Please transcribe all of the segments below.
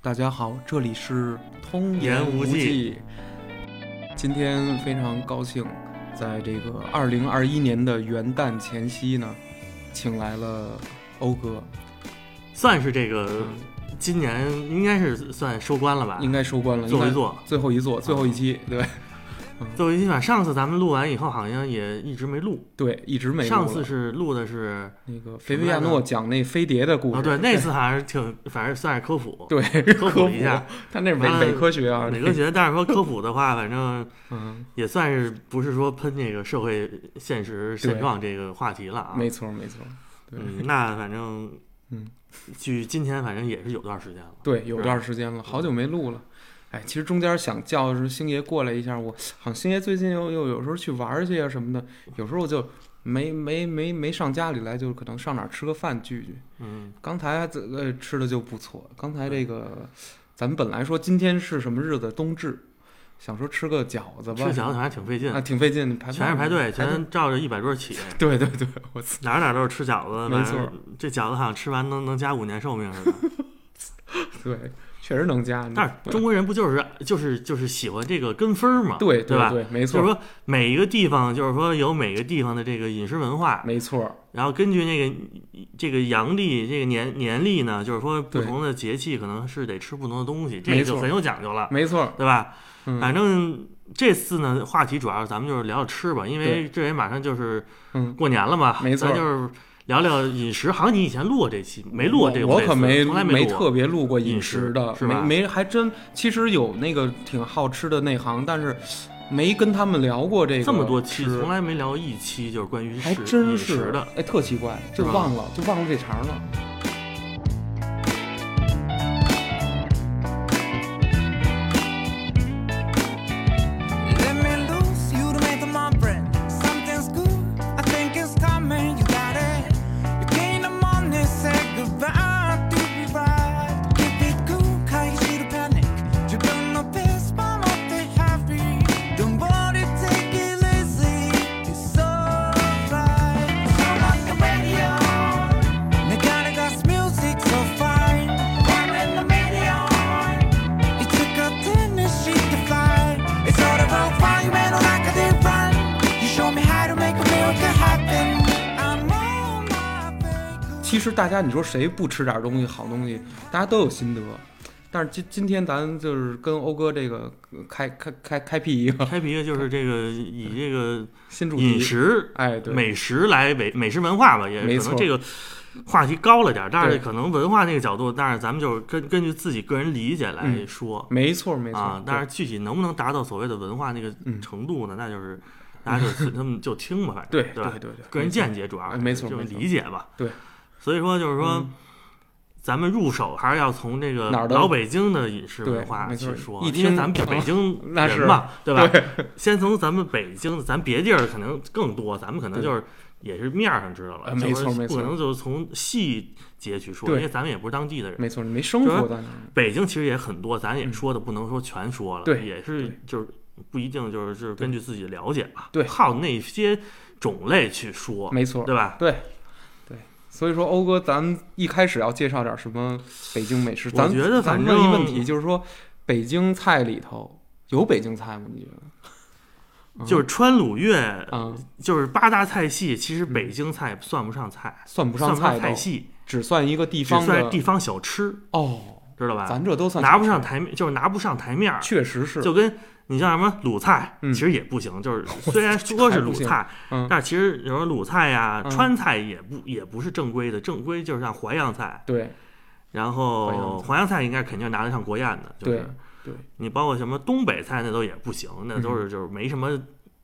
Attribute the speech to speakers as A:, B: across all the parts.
A: 大家好，这里是通
B: 言
A: 无
B: 无忌
A: 忌。今天非常高兴，在这个二零二一年的元旦前夕呢，请来了欧哥，
B: 算是这个今年应该是算收官了吧？
A: 嗯应该收官了，
B: 做啊一啊
A: 应
B: 做
A: 该，最后一座，最后一期，对
B: 最后一期吧。上次咱们录完以后，好像也一直没录。
A: 对，一直没录
B: 上次
A: 了
B: 是录的是
A: 那个菲维亚诺讲那飞碟的故
B: 啊，
A: 事，
B: 对，那次还是挺，反正算是 科普，
A: 对，
B: 科
A: 普啊
B: 一下，
A: 他那是伪
B: 完了
A: 伪科学啊，
B: 哪个
A: 学，
B: 觉得，但是说科普的话，反正
A: 嗯，
B: 也算是不是说喷这个社会现实现状这个话题了啊。
A: 没错没错，对
B: 嗯，那反正
A: 嗯，
B: 距今天反正也是有段时间了。
A: 对，有段时间了，好久没录了。哎，其实中间想叫是星爷过来一下，我好像星爷最近又又有时候去玩儿去啊什么的，有时候就没没没没上家里来，就可能上哪儿吃个饭聚聚。
B: 嗯，
A: 刚才这呃吃的就不错，刚才这个咱们本来说今天是什么日子，冬至，想说吃个饺子吧，
B: 吃饺子还挺费劲
A: 啊，挺费劲，排
B: 全是排队，
A: 排
B: 全照着一百桌起。
A: 对对对，我操，
B: 哪儿哪儿都是吃饺子，
A: 没错
B: 反正这饺子好像吃完能能加五年寿 命似的。
A: 对，确实能加，
B: 但是中国人不就是就是就是喜欢这个跟风儿嘛？
A: 对
B: 对吧
A: 对，没
B: 就是
A: 错
B: 说每一个地方就是说有每个地方的这个饮食文化，
A: 没错，
B: 然后根据那个这个阳历这个年年历呢，就是说不
A: 对
B: 同的节气可能是得吃不同的东西，这
A: 没
B: 个
A: 错
B: 就很有讲究了，
A: 没错，
B: 对吧？
A: 嗯
B: 反正这次呢，话题主要咱们就是聊聊吃吧，因为这也马上就是
A: 嗯。
B: 过年了嘛，
A: 没错
B: 咱就是聊聊饮食。好像你以前录过这期，没录过这个，
A: 我我可没
B: 从来
A: 没
B: 录过。
A: 特别录过饮
B: 饮
A: 食
B: 食
A: 的，
B: 是
A: 没
B: 吧
A: 没还真其实有那个挺好吃的内行，但是没跟他们聊过这个
B: 这么多期，
A: 吃
B: 从来没聊一期就是关于
A: 还
B: 食
A: 真
B: 饮
A: 是
B: 食的。，
A: 哎，特奇怪，
B: 是
A: 就
B: 吧
A: 忘了就忘了这茬了。
C: Let me loose, you to make my bread. Something's good, I think it's coming, you got it. You came the morning, said goodbye, do be right. Keep it cool, cause you see the panic. You don't know this, but I'm not that happy. Don't worry, take it easy. It's alright. Turn on the radio. Naganagas music so fine. Turn on the radio. You took a tennis sheet to fly. It's all about fine men on like a deep run. You show me how to make a miracle happen. I'm on my way.
A: 其实大家你说谁不吃点东西好东西，大家都有心得。但是今今天咱就是跟欧哥这个呃开开开开辟 一个
B: 开皮的就是这个以这个
A: 新主
B: 饮
A: 题，
B: 食、
A: 哎，对，
B: 美食来美美食文化吧，也
A: 没
B: 可
A: 错
B: 能这个话题高了点儿，但是
A: 对
B: 可能文化那个角度，但是咱们就是根根据自己个人理解来
A: 嗯
B: 说
A: 没错没
B: 啊
A: 错，。
B: 但是具体能不能达到所谓的文化那个
A: 嗯
B: 程度呢？那就是大家 就他们就听吧，反正
A: 对
B: 对吧
A: 对对对，
B: 个人
A: 没错
B: 见解主要
A: 哎没错
B: 就是
A: 没错
B: 理解吧。
A: 对，
B: 所以说就是说
A: 嗯，
B: 咱们入手还是要从这个
A: 哪儿的
B: 老北京的饮食文
A: 对
B: 化
A: 没错
B: 去说，
A: 一
B: 因为
A: 听
B: 咱们北京
A: 那是
B: 人嘛，对吧？先从咱们北京，咱别地儿可能更多，咱们可能
A: 对
B: 就是也是面儿上知道了
A: 呃，没错
B: 就是
A: 没错
B: 不可能就是从细节去说，
A: 对
B: 因为咱们也不是当地的人。
A: 没错，你没生
B: 就是
A: 活在那儿，
B: 北京其实也很多，咱也说的不能说全说了，
A: 嗯对
B: 也是就是不一定就是就是根据自己的了解吧，
A: 对
B: 靠那些种类去说，
A: 没错，
B: 对吧？
A: 对，对，所以说欧哥，咱们一开始要介绍点什么北京美食？
B: 我
A: 咱
B: 觉得
A: 咱
B: 反
A: 问一
B: 正
A: 问题，就是说北京菜里头有北京菜吗？你觉得？
B: 就是川鲁粤，
A: 嗯，
B: 就是八大菜系，其实北京菜算不上菜，
A: 算不
B: 算
A: 上
B: 不上
A: 菜
B: 菜
A: 的，
B: 系，
A: 只算一个地
B: 只
A: 方
B: 算
A: 的
B: 地方小吃，
A: 哦，
B: 知道吧？
A: 咱这都算
B: 拿不上，台面，就是拿不上台面儿，
A: 确实是，
B: 就跟你像什么鲁菜，
A: 嗯
B: 其实也不 行，就是虽然说是鲁菜，
A: 嗯，
B: 但其实有时候鲁菜呀、
A: 嗯
B: 川菜也不也不是正规的，正规就是像淮扬菜，
A: 对
B: 然
A: 淮扬
B: 后
A: 菜
B: 淮扬菜应该肯定是拿得上国宴的，就
A: 对
B: 是
A: 对，
B: 你包括什么东北菜那都也不行，那
A: 嗯
B: 都是就是没什么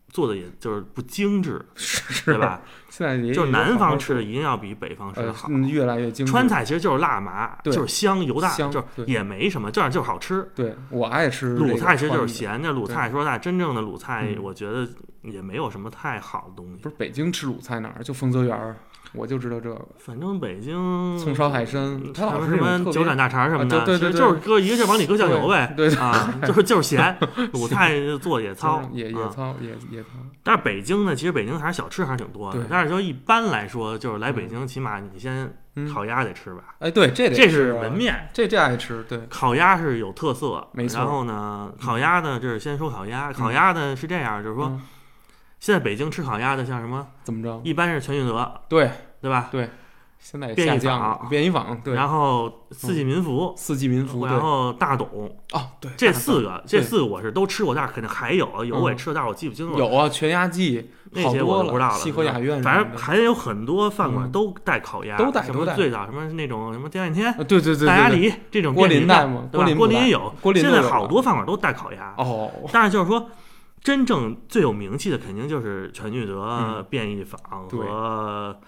B: 做的，也就是不精致，
A: 是
B: 对？吧？
A: 现在也
B: 就是南方吃的
A: 的
B: 一定要比北方吃的好。
A: 越来越精致
B: 川。菜其实就是辣麻，
A: 呃嗯对
B: 就是香油大，
A: 香
B: 就是
A: 对
B: 也没什么，这样就是好吃。
A: 对我爱吃这
B: 鲁
A: 个
B: 菜其实就
A: 川
B: 是
A: 的，
B: 咸的，鲁菜说实在，真正的鲁菜
A: 嗯，
B: 我觉得也没有什么太好的东西
A: 不。是北京吃鲁菜哪儿？就丰泽园儿，我就知道这个
B: 反正北京
A: 葱烧海参，他老
B: 嗯什
A: 是
B: 么
A: 那种特
B: 什么
A: 别
B: 九转大肠什么的，
A: 啊对对对
B: 其实就是搁一个劲儿往里搁酱油呗，
A: 对对
B: 啊，就是就是咸。鲁菜做野
A: 就是
B: 操，
A: 野野
B: 啊
A: 操野野操，
B: 但是北京呢，其实北京还是小吃还是挺多的
A: 对。
B: 但是说一般来说，就是来北
A: 嗯
B: 京，起码你先
A: 嗯
B: 烤鸭得吃吧，
A: 哎，对，这得
B: 这
A: 吃
B: 是
A: 啊
B: 门，面。
A: 这这爱吃，对，
B: 烤鸭是有特色，
A: 没错
B: 然后呢，烤鸭呢，就是先说烤鸭，烤鸭呢是这样，就是说
A: 嗯
B: 现在北京吃烤鸭的像什么，
A: 怎么着？
B: 一般是全聚德，
A: 对，
B: 对吧？
A: 现在也
B: 便
A: 下
B: 宜
A: 降了，
B: 坊
A: 便宜坊，对，
B: 然后四季民福，
A: 四季民福，对
B: 然，后大董，
A: 哦，对，
B: 这
A: 大
B: 四个，
A: 对
B: 这四个我是都吃过，但是肯定还有，有我也吃过，但是我记不清
A: 阪
B: 了。
A: 有啊，全鸭季，
B: 那
A: 好
B: 些
A: 多
B: 我就不知道了
A: 西河雅苑什么的，
B: 反正还有很多饭
A: 嗯
B: 馆都带烤鸭，
A: 都带
B: 什
A: 都
B: 么
A: 带
B: 最早什么那种什么甜甜
A: 啊对对对，
B: 天、大鸭
A: 对对
B: 梨这种
A: 郭
B: 便
A: 林
B: 民
A: 带
B: 的，
A: 吗？郭
B: 对吧？
A: 林
B: 郭
A: 不
B: 林
A: 带
B: 也有，
A: 郭林
B: 现
A: 都
B: 在
A: 有
B: 好
A: 吧
B: 多饭馆都带烤鸭，
A: 哦，
B: 但是就是说。真正最有名气的肯定就是全聚
A: 嗯
B: 德、便宜坊
A: 对
B: 和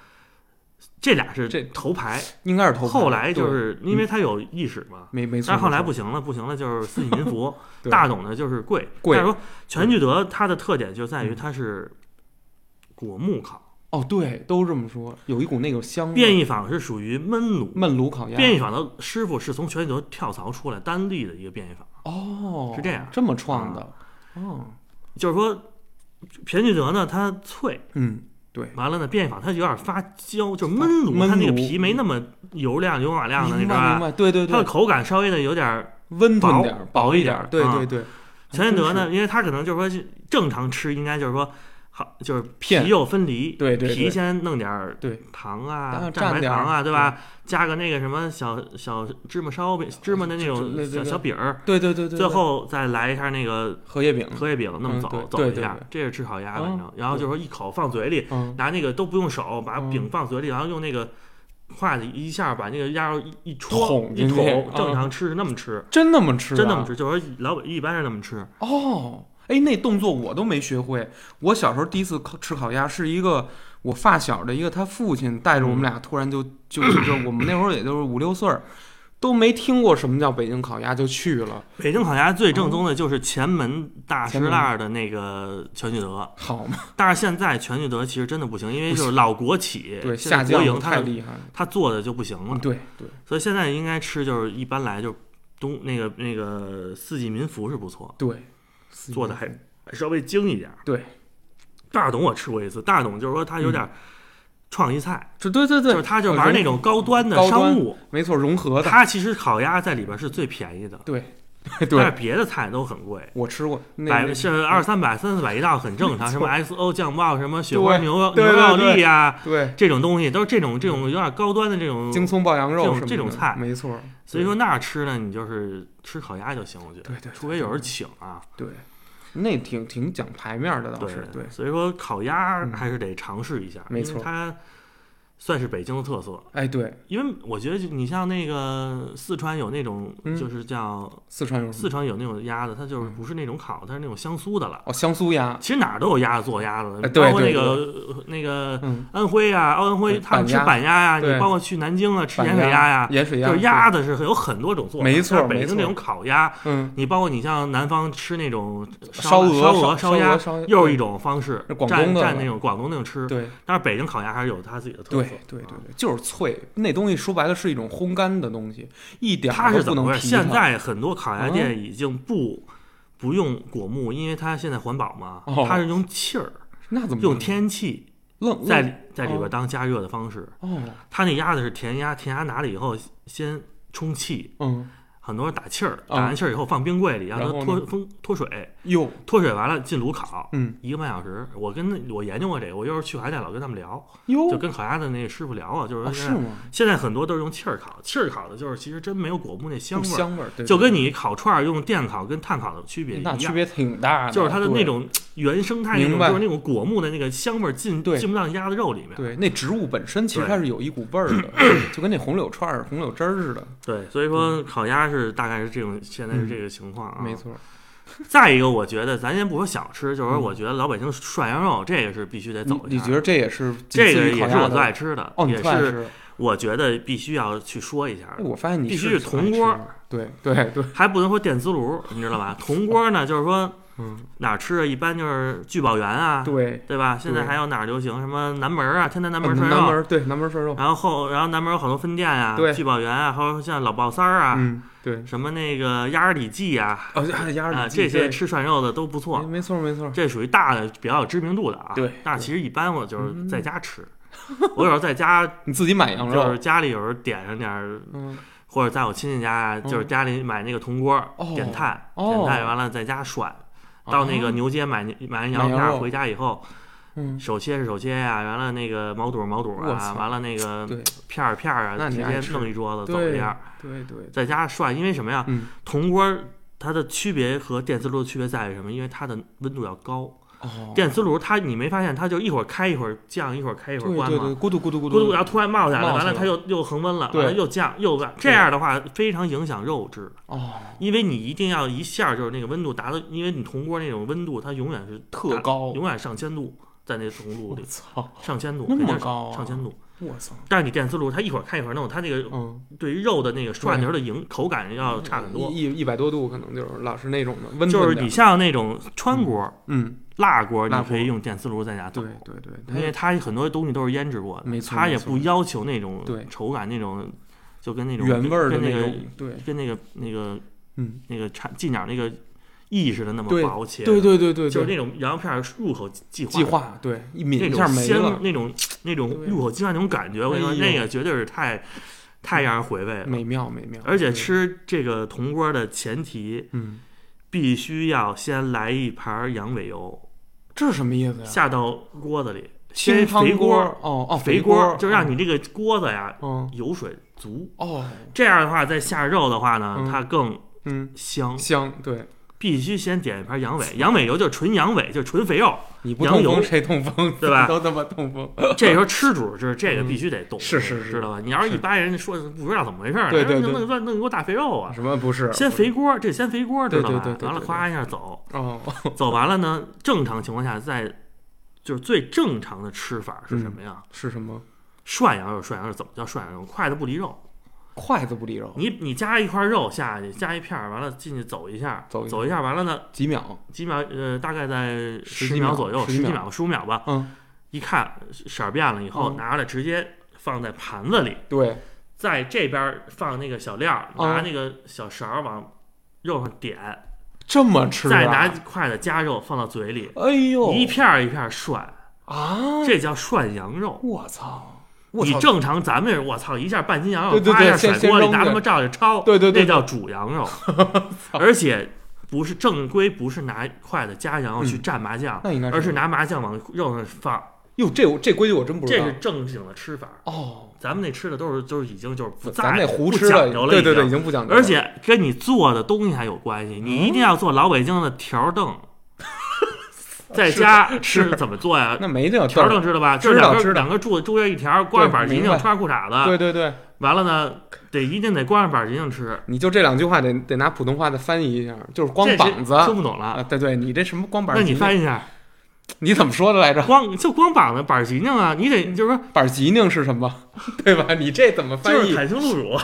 B: 这俩是
A: 这
B: 头牌，
A: 应该是头牌，
B: 后来就
A: 对嗯
B: 是因为它有意识嘛，
A: 没没错，
B: 但是后来
A: 没错，
B: 不行了，不行了，就是四季民福
A: 对
B: 大董呢就是贵。
A: 贵嗯
B: 但是说全聚德它的特点就在于它是果木烤，
A: 哦，对，都这么说，有一股那个香味
B: 便宜坊是属于焖炉。
A: 焖炉烤鸭，
B: 便宜坊的师傅是从全聚德跳槽出来单立的一个便宜坊，
A: 哦，
B: 是这样啊
A: 这么创的，哦，
B: 就是说全聚德呢它脆，
A: 嗯，对，
B: 完了呢便宜坊它有点发焦，就是焖炉，
A: 焖
B: 它那个
A: 炉
B: 皮没那么油亮油瓦亮的，你
A: 明
B: 知道
A: 白明
B: 吧？
A: 白，对对
B: 它的
A: 对，
B: 口感稍微的有点儿
A: 温
B: 薄
A: 吞点儿，薄一点儿，
B: 薄一
A: 对
B: 点儿
A: 对对，
B: 啊全聚德
A: 还
B: 呢，
A: 真是？
B: 因为他可能就是说正常吃，应该就是说好就是皮
A: 片
B: 肉分离，
A: 对对对
B: 皮先弄点儿
A: 对
B: 糖
A: 然后
B: 啊，
A: 蘸
B: 蘸白
A: 点儿
B: 糖
A: 嗯
B: 啊，对吧？加个那个什么小小芝麻烧饼，芝麻的那
A: 这这
B: 种
A: 这
B: 小
A: 这
B: 小饼儿，
A: 对对对对，嗯
B: 最
A: 对
B: 后再来一下那个
A: 荷叶饼，
B: 荷叶饼，那么
A: 嗯
B: 走
A: 对
B: 走
A: 对
B: 一
A: 对
B: 下
A: 对，
B: 这是吃烤鸭，反
A: 嗯
B: 正然后就是说一口放嘴里，
A: 嗯，
B: 拿那个都不用手，把
A: 嗯
B: 饼放嘴里，然后用那个筷子一下把那个鸭肉一一戳
A: 捅
B: 一
A: 进去
B: 捅，
A: 嗯
B: 正常吃是那么吃，
A: 真那么吃、啊，
B: 真那么吃，就是说老百一般是那么吃。
A: 哦，哎，那动作我都没学会。我小时候第一次烤吃烤鸭，是一个我发小的一个他父亲带着我们俩，突然就就就就我们那会儿也就是五六岁儿，都没听过什么叫北京烤鸭，就去了。
B: 北京烤鸭最正宗的就是前门大石栏的那个全聚德，
A: 好嘛，
B: 但是现在全聚德其实真的不行，因为就是老国企，
A: 对，
B: 现
A: 下
B: 在国
A: 降
B: 营
A: 得
B: 它
A: 太
B: 是
A: 厉害了。
B: 它做的就不行了
A: 嗯，，对对，
B: 所以现在应该吃就是一般来就是东那个那个四季民福是不错，
A: 对，四
B: 做
A: 季
B: 的
A: 民
B: 还
A: 福
B: 稍微精一点。
A: 嗯对，
B: 大董我吃过一次，大董就是说他有点创意菜，
A: 这对对
B: 就是
A: 对，
B: 他就玩那种高端的
A: 高端
B: 商务，
A: 没错，融合的，
B: 他其实烤鸭在里边是最便宜的，
A: 对
B: 但
A: 对
B: 是，别的菜都很贵。
A: 我吃过那
B: 百
A: 那
B: 是二三百、三四百一道很正常，什么 XO 酱爆、什么雪花
A: 对
B: 牛肉
A: 对
B: 牛
A: 对
B: 肉
A: 对
B: 粒啊，
A: 对
B: 这种东西都是这种这种有点高端的这种。
A: 京葱爆羊肉
B: 这种
A: 什么
B: 这种
A: 的
B: 菜
A: 没错，
B: 所以说那儿吃呢，你就是吃烤鸭就行，我觉得。
A: 对对对
B: 除非有人请啊。
A: 对，那挺挺讲排面的倒
B: 对
A: 是对。
B: 所以说烤鸭
A: 嗯
B: 还是得尝试一下，
A: 没错
B: 因为它算是北京的特色。
A: 哎，对，
B: 因为我觉得就你像那个四川有那种
A: 嗯，
B: 就是叫
A: 四川有什么
B: 四川有那种鸭子，它就是不是那种烤，它是那种香酥的了。
A: 哦，香酥鸭，
B: 其实哪儿都有鸭子做鸭子
A: 哎
B: 的，
A: 对
B: 包括
A: 对
B: 那个那个
A: 嗯，
B: 安徽啊，安
A: 对
B: 徽他们吃
A: 板
B: 板鸭呀、
A: 对
B: 你包括去南京啊吃
A: 板
B: 盐水鸭呀、
A: 盐水鸭
B: 就是鸭，子是有很多种做法，
A: 没错
B: 但是
A: 没
B: 北
A: 错
B: 京那种烤鸭，
A: 对嗯，
B: 你包括你像南方吃那种
A: 烧
B: 鹅、烧
A: 鹅、
B: 烧
A: 鸭
B: 鸭，，
A: 烧鸭
B: 又是一种方式
A: 是，广
B: 蘸
A: 东的
B: 蘸那种广东那种吃，
A: 对
B: 但是北京烤鸭还是有它自己的特
A: 对
B: 色。
A: 对对
B: 啊
A: 对，就是脆，那东西说白了是一种烘干的东西，一啊点
B: 它
A: 儿
B: 是
A: 都
B: 怎
A: 不
B: 么
A: 能
B: 回
A: 提
B: 事？
A: 它
B: 现在很多烤鸭店已经不不用果木，因为它现在环保嘛
A: 哦，
B: 它是用气儿、
A: 那怎么
B: 用
A: 办
B: 天气
A: 愣
B: 在
A: 愣
B: 里在里
A: 哦
B: 边当加热的方式。
A: 哦
B: 它那鸭子是甜鸭，甜鸭拿了以后先充气，
A: 嗯
B: 很多人打气儿，
A: 啊
B: 打完气儿以后放冰柜里，让它
A: 然后呢
B: 脱风脱水，
A: 哟
B: 脱水完了进炉烤。
A: 嗯
B: 一个半小时，我跟那我研究过这个，我一会儿去海带老跟他们聊，就
A: 哟
B: 跟烤鸭的那个师傅聊啊，就是
A: 哦
B: 说
A: 是
B: 现在
A: 吗？
B: 现在很多都是用气儿烤，气儿烤的就是其实真没有果木那香
A: 有
B: 味儿，
A: 香味儿，对
B: 就
A: 对
B: 跟你烤串儿用电烤跟炭烤的区别一
A: 那
B: 样，
A: 区别挺大的，
B: 就是它的那
A: 对
B: 种原生态那
A: 明
B: 种
A: 白
B: 就是那种果木的那个香味儿进
A: 对
B: 进不到鸭的肉里面。
A: 对那植物本身其实
B: 对
A: 它是有一股味儿 的，就跟那红柳串儿、红柳汁儿似的，
B: 对，所以说烤鸭是大概是这种，现在是这个情况啊。
A: 嗯没。错儿。
B: 再一个，我觉得咱先不说小吃，就是说
A: 嗯
B: 我觉得老北京涮羊肉这个是必须得
A: 你
B: 走一
A: 你
B: 下。
A: 觉得这也是仅
B: 这
A: 次
B: 个
A: 于烤
B: 也是
A: 鸭
B: 我
A: 的
B: 最爱吃的，
A: 哦，你
B: 也
A: 最爱
B: 是
A: 吃。
B: 我觉得必须要去说一下的。
A: 哎我发现你
B: 必须
A: 是
B: 是铜锅
A: 挺爱吃的，对对对，
B: 还不能说电磁炉，你知道吧？铜锅呢，就是说
A: 嗯，
B: 哪儿吃啊？一般就是聚宝源啊，
A: 对，
B: 对吧？现在
A: 对
B: 还有哪儿流行什么南门啊，天坛南门
A: 嗯
B: 涮
A: 南门
B: 肉，啊
A: 儿对南门儿涮肉，
B: 然后后然后南门有好多分店啊
A: 对，
B: 聚宝源啊，还有像老鲍三儿啊，
A: 嗯，对，
B: 什么那个鸭儿里脊啊，
A: 哦，鸭鸭
B: 啊
A: 里脊
B: 这些
A: 对
B: 吃涮肉的都不
A: 没
B: 错，
A: 没错没错，
B: 这属于大的比较有知名度的啊。
A: 对
B: 但是其实一般我就是
A: 嗯
B: 在家吃，我有时候在 家，
A: 你自己买羊
B: 就是
A: 肉，
B: 家里有时候点上点儿，
A: 嗯，
B: 或者在我亲戚家，就是家里买那个铜锅儿，
A: 哦
B: 点炭，
A: 哦
B: 点炭完了在家涮。到那个牛街买牛
A: 买
B: 买羊肉
A: 羊
B: 片儿，
A: 肉
B: 回家以后
A: 哦嗯，
B: 手切是手切呀，完了那个毛肚儿毛肚儿
A: 我
B: 啊，
A: 操
B: 完了那个
A: 对
B: 片儿片儿
A: 那
B: 啊，
A: 你
B: 直
A: 爱
B: 接
A: 吃
B: 弄一桌子走
A: 对
B: 一下儿，
A: 对对，
B: 在家涮，因为什么呀？
A: 嗯，
B: 铜锅儿它的区别和电磁炉的区别在于什么？因为它的温度要高，
A: 哦，
B: 电磁炉它你没发现它就一会儿开一会儿降，一会儿开一会儿
A: 对
B: 关
A: 对对，
B: 吗？
A: 咕嘟咕嘟咕
B: 咕嘟，
A: 嘟
B: 然，后突然冒起来了，
A: 冒
B: 完
A: 起
B: 了
A: 来
B: 它又又恒温了，
A: 对
B: 完了又降又降，这样的话非常影响肉质，
A: 哦，
B: 因为你一定要一下就是那个温度达到，因为你铜锅那种温度它永远是
A: 特高，
B: 永远上千度，在那铜炉
A: 我
B: 里
A: 操，
B: 上千度，
A: 哦那
B: 肯定
A: 么
B: 是
A: 高啊
B: 上千度。
A: 我操，
B: 但是你电磁炉它一会儿开一会儿弄，它这个
A: 嗯，
B: 对于肉的那个涮牛的营口感要差很多。
A: 一一一百多度可能就是老是那种的，温
B: 就是
A: 吞
B: 你
A: 点
B: 像那种川锅、
A: 嗯，
B: 辣锅，
A: 辣
B: 你
A: 锅
B: 可以用电磁炉在家
A: 对
B: 做。
A: 对嗯对，它
B: 因为它很多东西都是腌制过的，
A: 没错
B: 它也
A: 没错
B: 不要求那种
A: 对
B: 口感，那种就跟那种
A: 原味儿的
B: 跟那
A: 那
B: 个
A: 种，对，
B: 跟那个那个
A: 嗯，
B: 那个产近点那个意似的那么
A: 对
B: 薄切，
A: 对对对对，
B: 就是
A: 对
B: 那种羊肉片儿入口即
A: 计
B: 化，
A: 划，对，一抿
B: 那
A: 一下
B: 种
A: 没
B: 鲜
A: 了，
B: 那种那种
A: 对
B: 入口即化那种感觉，我跟你说，
A: 哎呦
B: 那个绝对是太太让人回味了。
A: 美妙美妙，
B: 而且
A: 对，
B: 吃这个铜锅的前提，
A: 嗯，
B: 必须要先来一盘羊尾油
A: 这是什么意思呀？
B: 下到锅子里，
A: 清
B: 先
A: 汤
B: 肥
A: 锅
B: 锅，
A: 儿，哦哦，
B: 肥
A: 锅儿，
B: 就让
A: 嗯
B: 你这个锅子呀
A: 嗯
B: 油水足。
A: 哦，
B: 这样的话，再下肉的话呢
A: 嗯，
B: 它更
A: 嗯，
B: 香。
A: 香，对
B: 必须先点一盘羊尾，羊尾油就是纯羊尾，就是纯肥 肉。
A: 你不
B: 羊
A: 痛风
B: 油
A: 谁痛风？
B: 对吧
A: 都他妈痛风。
B: 这时候吃主是这个必须得懂，
A: 嗯是是是
B: 知道吧？你要是一般人说不知道怎么回事儿，
A: 对对对
B: 弄弄弄弄锅大肥肉啊，
A: 什么不是？
B: 先肥锅，这先肥锅，知
A: 对
B: 道
A: 对对
B: 吧？
A: 对
B: 完了，
A: 对
B: 夸一下走，
A: 哦，
B: 走完了呢，正常情况下在就是最正常的吃法是
A: 嗯
B: 什么呀？
A: 是什么？
B: 涮羊肉，涮羊肉怎么叫涮羊肉？筷子不离肉，
A: 哦筷子不离肉，
B: 你你夹一块肉下去，夹一片儿，完了进去走一下，
A: 走一下
B: 走一下，完了呢，
A: 几秒？
B: 几秒呃，大概在
A: 十
B: 十
A: 几
B: 秒
A: 秒
B: 左右，
A: 十
B: 十
A: 几
B: 几
A: 秒
B: 秒十五秒吧，
A: 嗯，
B: 一看色儿变了以后，
A: 嗯
B: 拿出来直接放在盘子里，
A: 对，
B: 在这边儿放那个小料儿，
A: 嗯
B: 拿那个小勺儿往肉上点，
A: 这么吃、啊。
B: 再拿，筷子夹肉放到嘴里，
A: 哎呦，
B: 一片儿一片儿涮，
A: 啊！
B: 这叫涮羊肉。
A: 我操！我
B: 你
A: 操！
B: 正常咱们我操一下半斤羊肉，
A: 对对
B: 啪一
A: 对
B: 下
A: 先
B: 甩锅里
A: 先扔
B: 拿他
A: 着
B: 妈照着焯，
A: 对对对
B: 那叫煮羊 肉，而且不是正规，不是拿筷子夹羊肉去蘸麻酱，
A: 嗯那应该是
B: 而是拿麻酱往肉上放，
A: 哟，这我这规矩我真不知
B: 这
A: 道
B: 是。正经的吃法。
A: 哦，
B: 咱们那吃的都是就是已经就是不在
A: 咱们得胡
B: 不
A: 吃
B: 讲究了，
A: 对对对，已。经不讲究了。
B: 而且跟你做的东西还有关系，你一
A: 嗯
B: 定要做老北京的条 凳，在家
A: 是
B: 是怎么做呀？
A: 那没这个
B: 条
A: 道
B: 凳
A: 儿。
B: 知道吧？
A: 知
B: 就是
A: 道
B: 两根
A: 知道
B: 两根柱中间一条，光着板儿一
A: 明
B: 定
A: 白
B: 穿裤衩
A: 对对
B: 子。
A: 对，
B: 完了呢，得一定得光着板儿一定吃。
A: 你就这两句话得得拿普通话再翻译一下，就是光
B: 这
A: 膀子
B: 是听不懂
A: 啊！
B: 了，
A: 对对，你这什么光板？
B: 那你翻
A: 译
B: 译一下，
A: 你怎么说的来着？
B: 光就光膀子板儿脊呢啊，你得就是说
A: 板吉宁是什 么？对吧？你这怎么翻
B: 就
A: 译
B: 是？袒胸 露乳，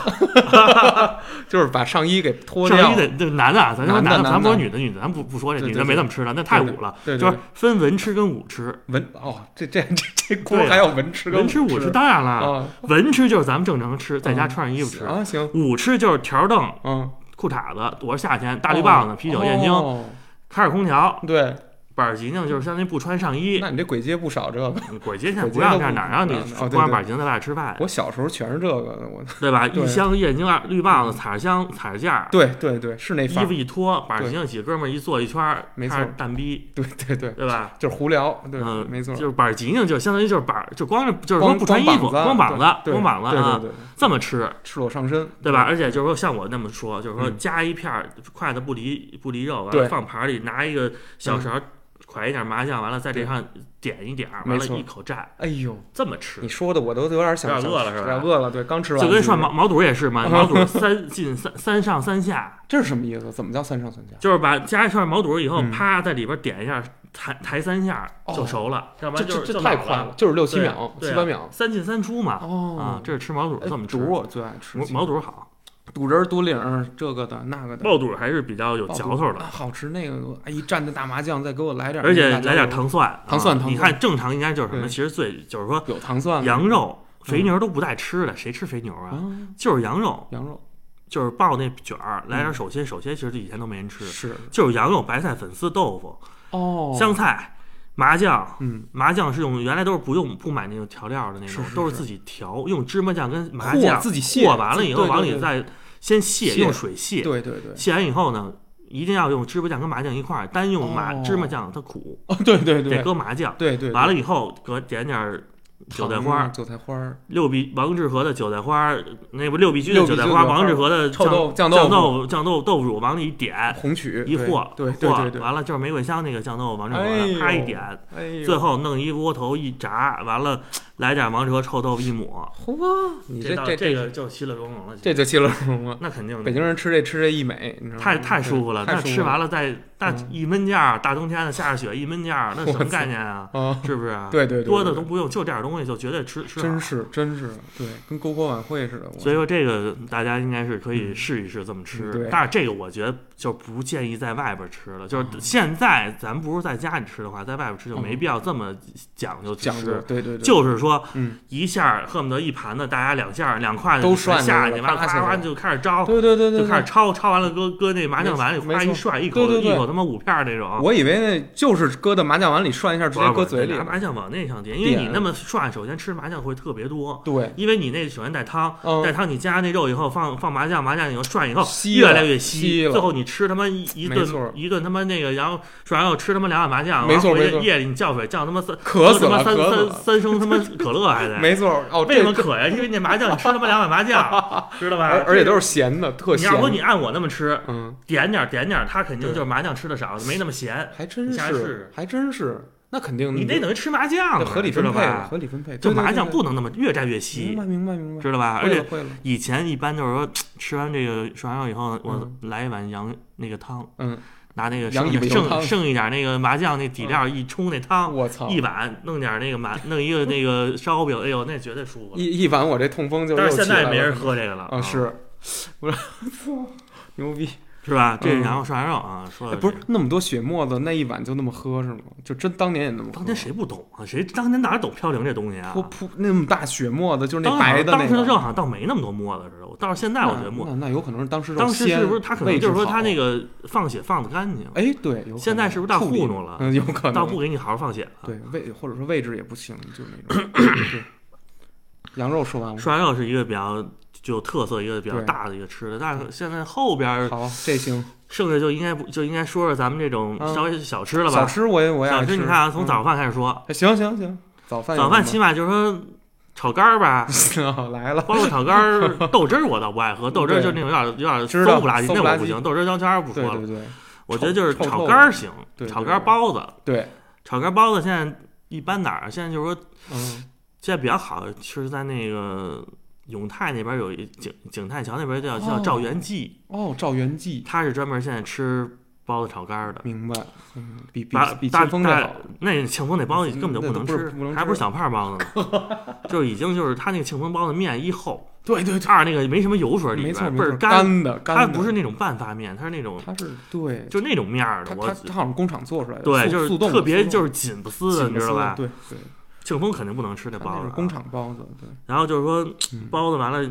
A: 就是把上衣给脱掉
B: 上衣。得这男的啊，咱说
A: 男的
B: 男的，咱
A: 男
B: 不说
A: 的
B: 女的，女的咱不不说这
A: 对
B: 女
A: 对
B: 的没
A: 对
B: 怎么吃的，那太武了，
A: 对对对
B: 就是分文吃跟武吃，
A: 文哦，这这这这锅
B: 对啊
A: 还要文吃跟
B: 文吃武吃当然了，
A: 啊
B: 文吃就是咱们正常
A: 嗯
B: 吃，在家穿上衣服吃，
A: 啊行，
B: 武吃就是条凳、
A: 嗯，
B: 裤衩子，我是夏天大绿棒子、啤酒、燕京，
A: 哦
B: 开着空调，
A: 对，
B: 板儿脊呢就是相当于不穿上衣，
A: 那你这鬼街不少这个。
B: 鬼街现在
A: 嗯鬼街
B: 不让
A: 都
B: 这样，
A: 不
B: 哪让你
A: 不让哦对
B: 光着
A: 对
B: 板儿脊在外吃饭，
A: 我小时候全是这个的，我
B: 对吧？
A: 对嗯
B: 一箱燕京二绿棒子，踩着箱踩着架儿，
A: 对对对，是那
B: 衣
A: 范
B: 服
A: 儿，
B: 一脱，板儿
A: 对
B: 脊上几哥们儿一坐一圈儿，
A: 没
B: 看着
A: 错
B: 蛋逼，
A: 对对对，
B: 对吧？
A: 就是胡聊，对，
B: 嗯，
A: 没错，
B: 就是板儿脊呢，就相当于就是板儿，就光着，就是说
A: 光
B: 不穿衣服，光
A: 光
B: 膀
A: 膀
B: 子，
A: 对
B: 光膀子啊
A: 对，对对，
B: 这么吃，
A: 赤裸上身，
B: 对吧？？而且就是说，像我那么说，就是说
A: 嗯
B: 夹一片儿筷子不离不离肉，完了
A: 对嗯
B: 放盘儿里拿一个小勺，㧟一点麻酱，完了在这上点一点儿，完
A: 没
B: 了
A: 错
B: 一口蘸，
A: 哎呦，
B: 这么吃
A: 你。说的我都有点想
B: 有点饿了是吧
A: 有点饿了，对，刚吃完
B: 就跟涮毛，毛肚也是 嘛，
A: 嗯
B: 毛肚三进三三上三下，
A: 这是什么意思？怎么叫三上三下？
B: 就是把夹一串毛肚以后，
A: 嗯哦
B: 啪在里边点一下，抬抬三下就熟了，要不
A: 这
B: 然
A: 这
B: 是
A: 这
B: 就
A: 太
B: 老
A: 快了，，就是六七
B: 对
A: 秒、
B: 对
A: 七
B: 啊
A: 八秒。
B: 三进三出嘛。
A: 哦
B: 啊，这是吃毛肚
A: 哎
B: 这么吃
A: 肚，我最爱吃
B: 毛，毛肚好，
A: 肚仁儿、肚领儿这个的那个的，
B: 爆肚还是比较有
A: 爆
B: 嚼
A: 肚
B: 头的
A: 啊。好吃那个，哎，一蘸着大麻酱，再给我来点儿
B: 而
A: 那个
B: 且
A: 辣椒油，
B: 来点糖蒜，啊
A: 糖蒜糖蒜
B: 你看正常应该就是什么？
A: 对嗯
B: 其实最就是说
A: 有糖蒜吗
B: 羊肉、肥牛都不带吃的，谁吃肥牛啊？
A: 啊，
B: 就是羊肉，
A: 羊肉
B: 就是爆那卷儿，来
A: 嗯
B: 点手切，手切其实以前都没人吃，
A: 是
B: 就是羊肉、白菜、粉丝、豆腐、
A: 哦，
B: 香菜、麻酱，
A: 嗯，
B: 麻酱是用原来都是不用不买那种调料的那种
A: 是，是
B: 都是
A: 是
B: 自己调，用芝麻酱跟麻
A: 和
B: 酱
A: 自己卸
B: 和完了以后，
A: 对对
B: 往里
A: 对
B: 再先卸，
A: 卸
B: 用水卸，
A: 对对对，
B: 卸完以后呢，一定要用芝麻酱跟麻酱一块儿，单用麻
A: 哦
B: 芝麻酱它苦，
A: 哦，对对
B: 得
A: 对，
B: 搁麻酱，
A: 对对，
B: 完了
A: 对
B: 以后搁点点儿韭菜
A: 糖
B: 花儿，
A: 韭菜花儿，
B: 六必王致和的韭菜花儿，那不六必居的
A: 六必
B: 韭
A: 居
B: 菜
A: 的
B: 花，
A: 韭菜花
B: 王致和的
A: 臭豆
B: 酱
A: 酱豆
B: 豆酱
A: 腐
B: 豆酱豆豆腐乳往里一点，
A: 红曲
B: 一和，
A: 对
B: 和
A: 对对对，
B: 完了就是玫瑰香那个酱豆腐王致和
A: 哎
B: 的，
A: 呦
B: 啪一点，
A: 哎呦，
B: 最后弄一窝头一炸，完了来点王致和臭豆腐一抹，
A: 嚯，你这
B: 道
A: 这
B: 这个就其乐融融了。
A: 这就气了融了。
B: 那肯定的
A: 北京人吃这吃这一美，你知道吗？
B: 太太舒服了，
A: 太
B: 那
A: 舒服
B: 吃完了再那
A: 嗯
B: 一闷价儿，大冬天的下着雪一闷价 儿，那什么
A: 我操
B: 概念啊？
A: 啊，
B: 是不是啊？
A: 对对对，
B: 多的
A: 对
B: 都不用，就这点东西就绝对吃吃好。
A: 真是真是，对，跟篝火晚会似的。我
B: 所以说这个大家应该是可以试一试这么
A: 嗯
B: 吃，
A: 对
B: 但是这个我觉得就不建议在外边吃了。
A: 啊
B: 就是现在咱不是在家里吃的话，在外边吃就没必要这么讲究
A: 嗯
B: 去
A: 讲究
B: 吃，。
A: 对对对，
B: 就是说
A: 嗯，
B: 一下恨不得一盘子，大家两下两筷子
A: 都
B: 全
A: 涮
B: 下
A: 着
B: 去，
A: 了
B: 完了
A: 啪
B: 啪
A: 下
B: 啪
A: 去
B: 就开始招，
A: 对对对对，
B: 就开始
A: 对。
B: 焯，焯完了搁搁那麻酱碗里，
A: 没
B: 啪
A: 错
B: 一涮，一口
A: 对对对
B: 一口他妈五片儿那种。
A: 我以为那就是搁到麻酱碗里涮一下，直接搁嘴里
B: 不是拿
A: 了。
B: 麻酱往那上点，因为你
A: 点
B: 那么涮，首先吃麻酱会特别多，
A: 对，
B: 因为你那首先带汤，
A: 嗯
B: 带汤你加那肉以后放放麻酱，麻酱以后涮以后
A: 稀
B: 越
A: 了
B: 来越
A: 稀
B: 稀，
A: 了
B: 最后你吃他妈一一
A: 没错
B: 顿一顿他妈那个，然后涮完以后吃他妈两碗麻酱，
A: 没错
B: 然后回去
A: 没错
B: 夜里你叫水叫他妈三
A: 渴死
B: 他妈
A: 了，
B: 三
A: 渴死
B: 三
A: 了。
B: 三升他妈可乐还得，
A: 没错，哦，
B: 为什么
A: 这
B: 渴呀？因为那麻酱吃他妈两碗 麻酱，知道吧？
A: 而而且都
B: 是
A: 是咸的，特
B: 你
A: 咸
B: 要。说你按我那么吃，
A: 嗯，
B: 点点儿点点儿，他肯定
A: 对
B: 就是麻酱吃的少，没那么咸，
A: 还真
B: 你下试试
A: 是，还真是，那肯定
B: 你那等于吃麻酱
A: 得嗯
B: 了，
A: 合理
B: 知道
A: 分配了，
B: 吧？
A: 合理分配。
B: 就
A: 对对
B: 麻
A: 对
B: 酱
A: 对
B: 不能那么越蘸越
A: 明
B: 稀
A: 白，明白明白，
B: 知道吧？而
A: 会
B: 且
A: 了会了，
B: 以前一般就是说吃完这个涮羊肉以后，我
A: 嗯
B: 来一碗羊那个汤，
A: 嗯，
B: 拿那个
A: 羊
B: 剩
A: 尾巴
B: 剩
A: 汤哦
B: 剩一点那个麻酱那底料一冲那汤，
A: 我操，
B: 一碗弄点那 个麻弄一个那个烧饼，哎呦那绝对舒服了。
A: 一一碗我这痛风就
B: 但
A: 又
B: 是
A: 起
B: 现在
A: 来
B: 没人
A: 了。
B: 喝这个了
A: 啊， 是，我说牛逼，
B: 是吧？这是
A: 嗯
B: 羊肉涮羊肉啊，说
A: 哎
B: 的
A: 不是那么多血沫子，那一碗就那么喝是吗？就真当年也那么喝。
B: 当年谁不懂啊？谁当年哪懂嘌呤这东西啊
A: 噗？噗那么大血沫子，就是那
B: 当时好
A: 白
B: 像
A: 的那
B: 当
A: 个。
B: 时的肉好像倒没那么多沫子似的，我倒是现在我觉得沫，
A: 那那有可能是当时肉
B: 当时是不是
A: 鲜
B: 他可能就是说他那
A: 位置
B: 个放血放的干净
A: 好？哎对，有可能
B: 现在是不是大
A: 处理
B: 糊弄了
A: 嗯，有可能
B: 倒不给你好好放血啊了。
A: 对位或者说位置也不行，就那 种。对 羊肉说完了，
B: 涮肉是一个比较具有特色、一个比较
A: 对
B: 大的一个吃的，但是现在后边儿
A: 好，这行
B: 剩下就应该不就应该说说咱们这种
A: 嗯
B: 稍微小吃了
A: 小
B: 吧？
A: 吃我也我也
B: 小
A: 爱
B: 吃，你看啊，
A: 嗯
B: 从早饭开始说，
A: 行行行，早饭
B: 早饭起
A: 起，
B: 码就是说炒肝儿吧
A: 来了，
B: 包括炒肝儿、豆汁儿，我倒不爱喝，豆汁儿
A: 对
B: 就是那种有点有点
A: 知道
B: 馊不拉几，
A: 馊
B: 那
A: 不拉
B: 我
A: 几
B: 不行，豆汁儿、香圈儿不
A: 对
B: 说
A: 对
B: 了，
A: 对
B: 我觉得就是
A: 臭臭
B: 炒
A: 臭
B: 肝儿行
A: 对，对
B: 炒
A: 对
B: 肝儿包子，
A: 对，
B: 炒肝儿包子现在一般哪儿？啊现在就是说
A: 嗯
B: 现在比较好吃在那个永泰那边有一景景泰桥那边叫叫
A: 哦
B: 赵元记。
A: 哦，赵元记，
B: 他是专门现在吃包子炒肝儿的。
A: 明白，嗯，比比
B: 大
A: 比
B: 大
A: 清风
B: 大
A: 这好，嗯
B: 那庆丰那包子根本就
A: 那
B: 能
A: 都不是不能
B: 还不是
A: 吃
B: 小胖包子呢， 就是已经就是他那个庆丰包子面一厚，
A: 对对对，
B: 二那个没什么油水里
A: 没错
B: 边，
A: 没
B: 倍
A: 错，
B: 儿干。
A: 的干
B: 它
A: 的
B: 不是，那种半发面，它是那种
A: 它是对，
B: 就那种面儿的
A: 它，
B: 我
A: 它它好像工厂做出来的，
B: 对
A: 速
B: 就是
A: 速冻的
B: 特别
A: 速冻
B: 就
A: 的
B: 是紧不丝的，
A: 紧
B: 你
A: 的
B: 知道
A: 丝
B: 吧？
A: 对对，
B: 庆丰肯定不能吃那
A: 它那
B: 包子
A: 是
B: 啊，
A: 工厂包子，对，
B: 然后就是说
A: 嗯
B: 包子完了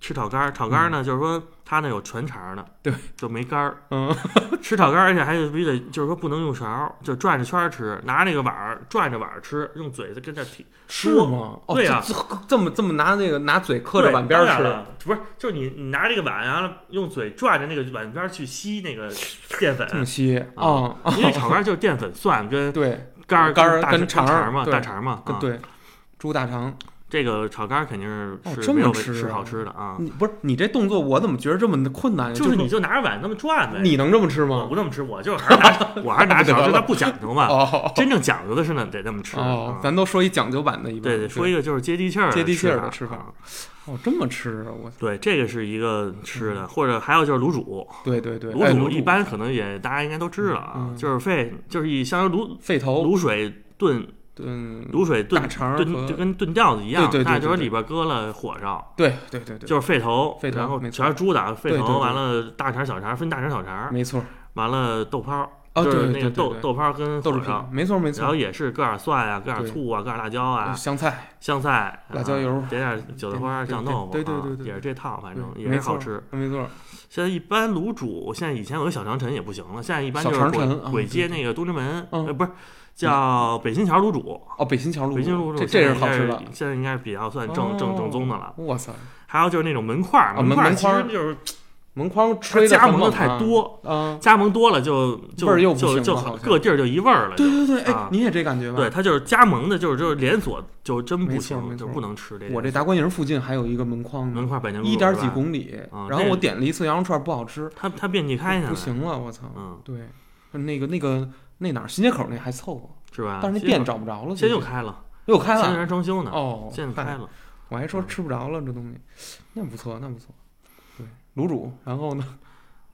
B: 吃炒肝儿，炒肝儿呢就是说它那有全肠儿的，
A: 对，
B: 就没肝儿。
A: 嗯，
B: 吃炒肝儿，而且还得必须得，就是说不能用勺，就转着圈儿吃，拿那个碗儿转着碗儿吃，用嘴跟这儿提。
A: 是吗？哦
B: 对呀
A: 这这这么这么拿那个拿嘴磕着碗边儿
B: 对当然
A: 吃，
B: 了不是，就是你你拿这个碗，然后用嘴转着那个碗边儿去吸那个淀粉
A: 这，么稀
B: 啊
A: 啊？
B: 因为炒肝儿就是淀粉、蒜跟
A: 对，
B: 肝儿、
A: 肝儿
B: 大
A: 跟
B: 肠
A: 肠儿
B: 儿嘛，
A: 对
B: 大肠儿嘛。
A: 跟
B: 啊，
A: 对，猪大肠，
B: 这个炒肝儿肯定
A: 哦
B: 是是
A: 这
B: 没
A: 么
B: 有
A: 吃
B: 吃
A: 啊
B: 好吃的啊，
A: 你不是你这动作，我怎么觉得这么困难呀？
B: 就是你就拿着碗那么转呗。
A: 你能这么吃
B: 我
A: 吗
B: 不？这么吃，我就是还 是拿我还是拿勺，就它不讲究嘛。
A: 哦
B: 真正讲究啊的是呢，得这么吃。
A: 哦
B: 啊，
A: 咱都说一讲究版的一般，
B: 对对，说一
A: 个
B: 个就是接地气儿、
A: 接地气儿的
B: 吃
A: 吃
B: 法
A: 法
B: 啊。
A: 哦，这么吃啊，我
B: 对，这个是一个吃的，或者还有就是卤煮，
A: 对嗯对对，哎
B: 卤煮一般可能也大家应该都知道啊，
A: 嗯
B: 就是费就是以相当于卤
A: 肺头，
B: 卤水炖
A: 嗯，
B: 卤水
A: 大
B: 炖
A: 肠儿
B: 炖就
A: 和
B: 跟炖吊子一样
A: 对，对对
B: 但是就
A: 对
B: 是
A: 对
B: 里边搁了火烧，
A: 对对对对，
B: 就是肺头，
A: 肺头
B: 然后
A: 没错
B: 全是猪的啊，肺
A: 对对
B: 头
A: 对
B: 完了大肠小肠分大肠小肠，
A: 没错儿
B: 完了豆泡，
A: 啊，哦，
B: 就
A: 对
B: 是
A: 对
B: 那
A: 对
B: 个豆
A: 对，
B: 豆泡跟
A: 豆制
B: 火烧
A: 品，没错没
B: 啊然后
A: 错，
B: 也是搁点蒜啊，搁点
A: 对
B: 醋啊，搁点辣椒啊，
A: 香菜，
B: 香菜、
A: 辣椒油
B: 啊点点韭菜花、
A: 对
B: 酱豆腐，
A: 对对对
B: 啊
A: 对对
B: 也是这套，反正
A: 对
B: 也
A: 嗯没
B: 是
A: 错
B: 好吃。
A: 没错，
B: 现在一般卤煮，现在以前有个小长城也不行了，现在一般
A: 小
B: 就是
A: 长
B: 鬼
A: 城啊
B: 鬼
A: 对
B: 街那个东直门，
A: 嗯
B: 呃，不是叫北新桥卤煮，
A: 哦，北新桥卤
B: 北京
A: 煮，
B: 卤煮
A: 这这是
B: 现在应
A: 好
B: 该
A: 吃
B: 是
A: 的，
B: 现在应该是比较算正正正宗的了。
A: 我操，
B: 还有就是那种门块儿，
A: 啊门
B: 块儿
A: 门
B: 其
A: 框
B: 实
A: 儿
B: 就是
A: 门框吹得
B: 加
A: 很
B: 盟
A: 猛
B: 的太
A: 啊
B: 多，
A: 啊，
B: 加盟多了就就
A: 味儿又不行
B: 就
A: 了
B: 就
A: 好像
B: 各地儿就一味儿了就。
A: 对对对，哎
B: 啊，
A: 你也这感觉吧？
B: 对，，它就是加盟的，就是就是连锁就真
A: 没
B: 不
A: 错没
B: 行，就
A: 错
B: 不能吃这。
A: 我这达官营附近还有一个门框
B: 门
A: 呢，
B: 块儿百年
A: 一点几
B: 公，
A: 公里
B: 啊，
A: 然后
B: 这
A: 我点了一次羊肉串，不好吃，
B: 它它遍地开下
A: 不
B: 来，
A: 行了，我操，
B: 嗯，
A: 对，那个那个那哪儿新街口那还凑合，
B: 是吧？
A: 但是那
B: 现在
A: 店找不着了，
B: 现在
A: 最
B: 又
A: 近
B: 开了，
A: 又开
B: 现在
A: 了
B: 还装修呢，
A: 哦，
B: 现在
A: 嗨
B: 开了。嗯
A: 我还说吃不着了，这东西，那不错，那不错。对，卤煮，然后呢？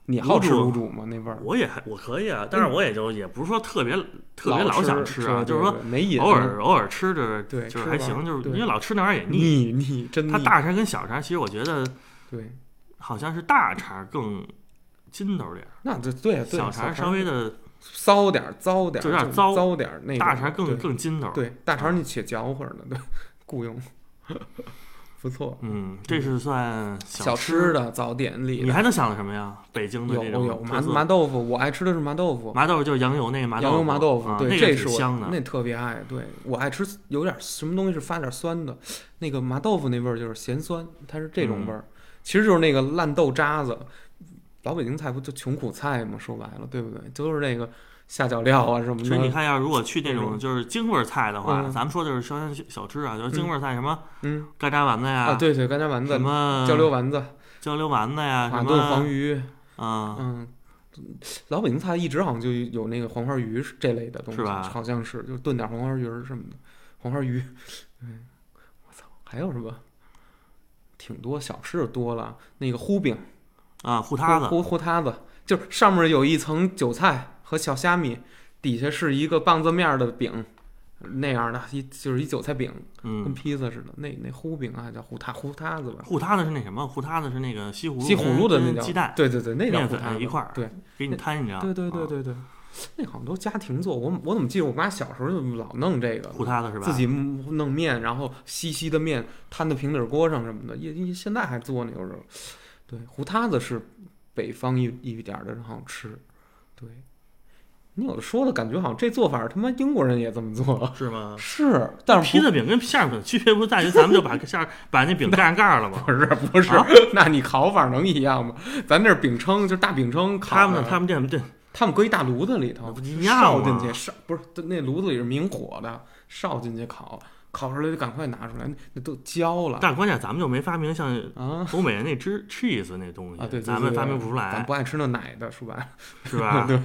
A: 你好吃卤
B: 卤煮
A: 煮吗？那味儿
B: 我也还我可以啊，但是我也就也不是说特别特别
A: 嗯老
B: 老想
A: 吃
B: 吃
A: 对
B: 啊，就
A: 对
B: 是说
A: 对没瘾，
B: 偶尔偶尔吃着，
A: 对
B: 就是
A: 吃
B: 还
A: 吧
B: 行，就是
A: 对
B: 因为老吃那玩意儿也
A: 腻
B: 腻。
A: 腻真腻。
B: 它大肠跟小肠，其实我觉得
A: 对，
B: 好像是大肠更筋道点儿，
A: 那这对对，
B: 小肠稍微的
A: 骚点儿糟点儿，
B: 就有点
A: 糟
B: 糟
A: 糟点儿，那
B: 大
A: 种
B: 肠
A: 对
B: 更更筋道。，
A: 对大肠你且嚼会儿呢，对，雇佣，不错。
B: 嗯，这是算
A: 小
B: 吃。
A: 的早点里
B: 你
A: 的
B: 还能想到什么呀？北京的
A: 有
B: 这种
A: 有麻
B: 特色
A: 麻豆腐，我爱吃的是麻豆腐，
B: 麻豆腐就是羊油那个麻豆
A: 羊
B: 腐，
A: 油麻豆腐
B: 啊，
A: 对，
B: 那
A: 这
B: 个
A: 是
B: 挺
A: 我
B: 香的。
A: 那特别爱。对我爱吃有点什么东西是发点酸的，那个麻豆腐那味儿就是咸酸，它是这
B: 嗯
A: 种味儿，其实就是那个烂豆渣子。老北京菜不就穷苦菜嘛，说白了，对不对？就是那个下脚料啊什么
B: 其实你
A: 的，
B: 看，要如果去那种就是京味儿菜的话，
A: 嗯
B: 咱们说就是烧香小吃啊，就是京味儿菜，什么
A: 嗯
B: 干炸丸子呀，
A: 啊，对对，干炸丸子
B: 什、么
A: 焦溜丸子、
B: 焦溜丸子呀，
A: 马
B: 什
A: 炖黄
B: 么
A: 鱼，
B: 嗯，
A: 嗯，老北京菜一直好像就有那个黄花鱼这类的东西，
B: 是吧
A: 好像是，就炖点黄花鱼儿什么的，黄花鱼。嗯，我操，还有什么？挺多小吃就多了，那个糊饼、
B: 啊糊塌
A: 糊
B: 子，
A: 糊糊塌子，就是上面有一层韭菜和小虾米，底下是一个棒子面儿的饼，那样的，一就是一韭菜饼，跟
B: 嗯，
A: 披萨似的。那那糊饼啊，叫糊塌糊塌子吧？
B: 糊塌子是那什么？糊塌子是那个西葫芦
A: 西葫芦的
B: 跟
A: 那叫
B: 鸡蛋，
A: 对对对，那叫
B: 面
A: 糊
B: 粉哎
A: 塌子
B: 一块儿
A: 对。
B: 给你摊一张，
A: 对对对
B: 啊，
A: 对对，那好像都家庭做。我我怎么记得我妈小时候就老弄这个，
B: 糊塌子是吧？
A: 自己弄面，然后稀稀的面摊到平底锅上什么的，也也现在还做呢。有时候，对糊塌子是北方一一点儿的人好像吃。对，你有的说的感觉好像这做法儿他妈英国人也这么做，
B: 是吗？
A: 是，但是
B: 嗯披
A: 不
B: 萨饼跟馅儿饼区别不是在于咱们就把馅儿把 那饼盖上盖儿了吗？
A: 不是不是，
B: 啊
A: 那你烤法儿能一样吗？咱这儿饼铛就是大饼铛烤
B: 他们
A: 的
B: 他们这这
A: 他们搁一大炉子里头
B: 那不一样
A: 烧进
B: 吗
A: 去，烧不是那炉子里是明火的，烧进去烤，烤出来就赶快拿出来，那那都焦了
B: 但是关键咱们就没发明像
A: 啊
B: 欧美人那芝 cheese 那东西，
A: 啊！对，
B: 咱们发明不出
A: 咱
B: 来，
A: 不爱吃那奶的，说白 了，
B: 是吧？
A: 对，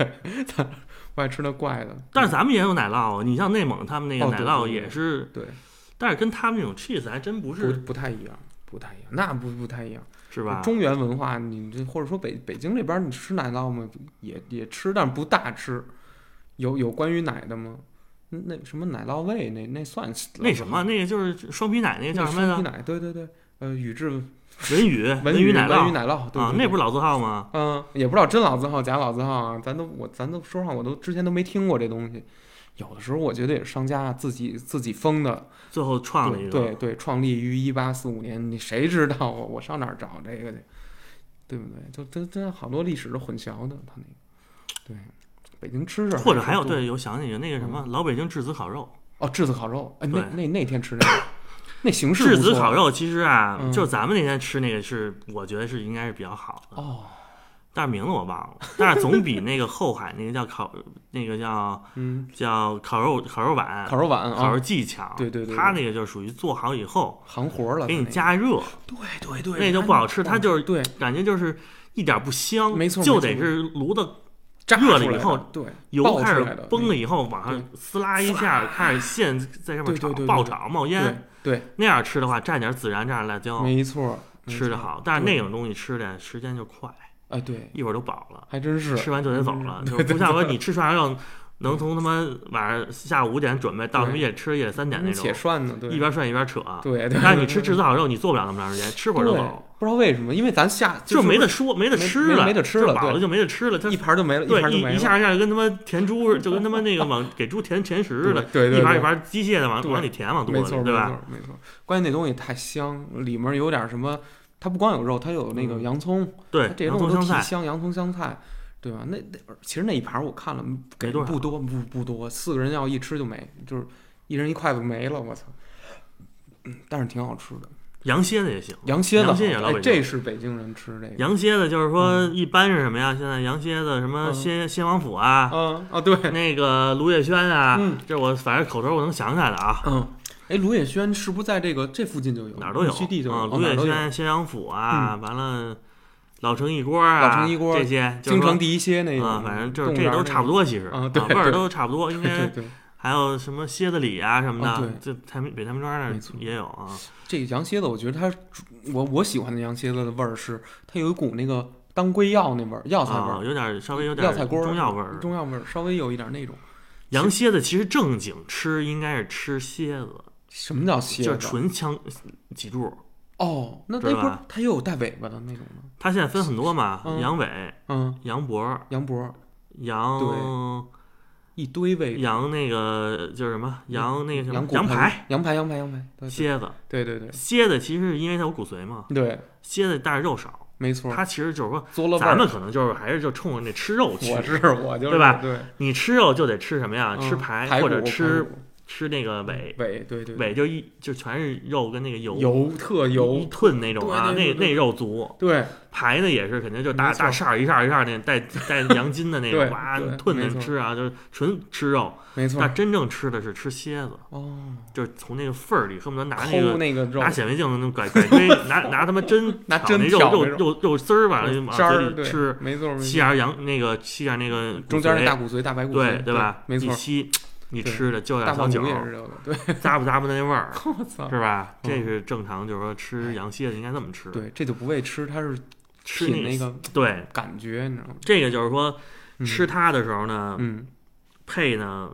A: 咱不爱吃那怪的。
B: 啊但是咱们也有奶酪啊，你像内蒙他们那
A: 哦
B: 个奶
A: 对
B: 酪
A: 对对
B: 也是，
A: 对
B: 但是跟他们那种 cheese 还真不
A: 不
B: 是，
A: 不太一样，不太一样，那不不太一样。
B: 是吧？
A: 中原文化，你这或者说北北京这边儿你吃奶酪吗？也也吃，但不大吃。有有关于奶的吗？那什么奶酪味，那那算
B: 那什么，那个就是双皮奶，那个叫什么
A: 双皮
B: 来着？
A: 奶，对对对，呃，宇治
B: 文宇
A: 文
B: 宇奶
A: 奶
B: 酪
A: 文奶酪，对
B: 啊，
A: 对
B: 那
A: 对
B: 不是老字号吗？
A: 嗯，也不知道真老字号假老字号啊，咱都我咱都说实话，我都之前都没听过这东西。有的时候我觉得也是商家自己自己封的，
B: 最后创了一
A: 对对
B: 个，
A: 对，创立于一八四五年，你谁知道我我上哪儿找这个去，对不对？就真真好多历史都混淆的，他那个，对，北京吃这
B: 或者还有
A: 吃多
B: 对，有想起个那个什么
A: 嗯
B: 老北京质子烤肉，
A: 哦，质子烤肉，哎，那
B: 对
A: 那那天吃的那形式
B: 质
A: 不
B: 子
A: 错
B: 烤肉其实啊
A: 嗯，
B: 就是咱们那天吃那个是，我觉得是应该是比较好的，
A: 哦，
B: 但是名字我忘了，但是总比那个后海那个叫烤 那个叫
A: 嗯，
B: 叫烤肉烤肉碗
A: 烤肉碗
B: 烤肉
A: 啊，
B: 技巧，
A: 对对对对
B: 它那个就属于做好以后
A: 行活了，
B: 给
A: 他
B: 你
A: 那个，
B: 加热，
A: 对对对，
B: 那就不好吃它就是
A: 对
B: 感觉就是一点不香，
A: 没错
B: 就
A: 没
B: 得
A: 错
B: 是炉子
A: 炸
B: 热了
A: 出
B: 以
A: 来的
B: 后
A: 对
B: 油
A: 爆
B: 开
A: 出
B: 始
A: 来的嗯
B: 崩
A: 那
B: 了以后，往上撕拉一下，开始线在上
A: 对
B: 面
A: 对
B: 炒
A: 对对
B: 爆炒冒烟，
A: 对，
B: 那样吃的话蘸点孜然，蘸点辣椒，
A: 没错，没
B: 嗯吃
A: 错，
B: 的好。但是那种东西吃的时间就快，
A: 哎，对，
B: 一会儿都饱了，
A: 还真是嗯
B: 吃完就得走了，就是不像说你吃涮羊肉，能从他妈晚上下午五点准备到他妈
A: 对
B: 夜吃夜三点那种
A: 嗯且，涮呢，对，
B: 一边涮一边扯。
A: 对对，
B: 但是你吃制造肉，你做不了那么长时间，吃会
A: 对
B: 儿就走，，
A: 不知道为什么，因为咱下
B: 就是没得说，没得吃
A: 没
B: 了，
A: 没得吃
B: 就
A: 了
B: 饱了
A: 对
B: 就没得吃了。它
A: 一盘就没了，
B: 对
A: 盘就没
B: 一
A: 了，
B: 一下一下跟他妈填猪似的，就跟他妈那个往给猪填填食似的，
A: 对对对
B: 一盘一
A: 对
B: 盘机械的往
A: 对
B: 往里填往肚
A: 没
B: 子
A: 错
B: 里，对
A: 没
B: 吧？
A: 错没错，关键那东西太香，里面有点什么，它不光有肉，它有那个
B: 嗯
A: 洋葱，
B: 对
A: 它，哎这些
B: 洋
A: 东
B: 葱
A: 西
B: 香
A: 都
B: 菜
A: 挺香，洋葱香菜，对吧？那那其实那一盘我看了，给
B: 没多少
A: 不多不不多，四个人要一吃就没，就是一人一筷子没了，我操！嗯，但是挺好吃的，
B: 羊蝎子也行。
A: 羊蝎子好，
B: 羊蝎也老
A: 哎
B: 北，京
A: 这是北京人吃这个。
B: 羊蝎子就是说，一般是什么呀？现在羊蝎子什么
A: 嗯
B: 蝎蝎王府啊，
A: 啊啊，对，
B: 那个卢月轩啊
A: 嗯，
B: 这我反正口头我能想起来的啊，
A: 嗯，哎，卢彦轩是不是在这个这附近就有？
B: 哪儿都有。
A: 五区地就有，
B: 啊，
A: 哦
B: 卢
A: 哪儿
B: 月
A: 都有嗯
B: 轩、薛王府啊，完了老城一锅啊，
A: 老城一锅
B: 这些，就是
A: 京
B: 说
A: 城第一歇那个，
B: 啊，反正就是
A: 动物园
B: 这
A: 儿
B: 都
A: 那
B: 差不
A: 个。
B: 多，其实
A: 啊对
B: 味儿
A: 对
B: 都差不多，应
A: 对
B: 该
A: 对，
B: 还有什么蝎子里啊什么
A: 啊
B: 的，这太平北太平庄那
A: 没
B: 儿
A: 错
B: 也有啊，
A: 这个羊蝎子，我觉得它主，我我喜欢的羊蝎子的味儿是，它有一股那个当归药那味儿，药材味
B: 啊，
A: 儿，
B: 有点稍微有点
A: 药材锅儿，
B: 中药味儿。
A: 中药味儿，稍微有一点那种。
B: 羊蝎子其实正经吃应该是吃蝎子，
A: 什么叫蝎
B: 就是
A: 子？
B: 纯枪脊柱。
A: 哦，那
B: 知
A: 那
B: 道
A: 不是
B: 吧
A: 它也有带尾巴的那种吗？
B: 它现在分很多嘛，
A: 嗯
B: 羊尾、
A: 嗯，
B: 羊脖、
A: 羊脖
B: 羊
A: 一堆尾巴，
B: 羊那个就是什么羊那个什么
A: 羊骨
B: 羊排、，
A: 羊排，羊排，羊排，对
B: 蝎子。
A: 对对对
B: 蝎子其实是因为它有骨髓嘛，
A: 对，
B: 蝎子但是肉少，
A: 没错，
B: 它其实就是说
A: 嘬了味
B: 咱
A: 嗯儿。
B: 们可能就是还是就冲着那吃肉去
A: 我。是我就是
B: 对吧
A: 对，
B: 你吃肉就得吃什么呀？
A: 嗯
B: 吃排
A: 排
B: 或者
A: 骨
B: 吃
A: 排骨
B: 吃那个尾，
A: 尾，对对对
B: 尾就一就全是肉跟那个油
A: 油特
B: 一
A: 油，
B: 吞那种
A: 对
B: 啊，那
A: 对对对
B: 那肉足。
A: 对
B: 排呢也是肯定就大
A: 没错
B: 大扇儿一扇儿一扇儿那带带羊筋的那种，
A: 对
B: 哇
A: 对
B: 吞
A: 没
B: 着
A: 错
B: 吃啊，就是纯吃肉。
A: 没错
B: 但真正吃的是吃蝎子，
A: 哦，
B: 就是从那个缝儿里恨不得拿那
A: 抠
B: 个
A: 那个肉
B: 拿显微镜那拐拐锥，拿拿他妈针
A: 拿
B: 挑
A: 针
B: 那肉
A: 挑
B: 肉
A: 那嗯
B: 肉肉丝儿吧，往
A: 渣
B: 嘴
A: 儿
B: 里
A: 对
B: 吃，
A: 没错没
B: 吸
A: 错，
B: 点儿羊那个吸点儿那个
A: 中间那
B: 骨
A: 大骨髓
B: 髓
A: 大白骨
B: 对
A: 髓
B: 对吧？
A: 没错
B: 一，吸你
A: 对
B: 吃的就
A: 大
B: 点小
A: 胖
B: 酒
A: 牛，也是这个，对，
B: 咂吧咂吧的那味 儿，
A: 我操，
B: 是吧？
A: 嗯哎
B: 这是正常，就是说吃羊蝎子应该这么吃，
A: 对，这就不为吃，它是
B: 吃
A: 品那个
B: 对。
A: 感觉，你知道吗？
B: 这个就是说，
A: 嗯
B: 吃，它的时候呢，
A: 嗯，
B: 配呢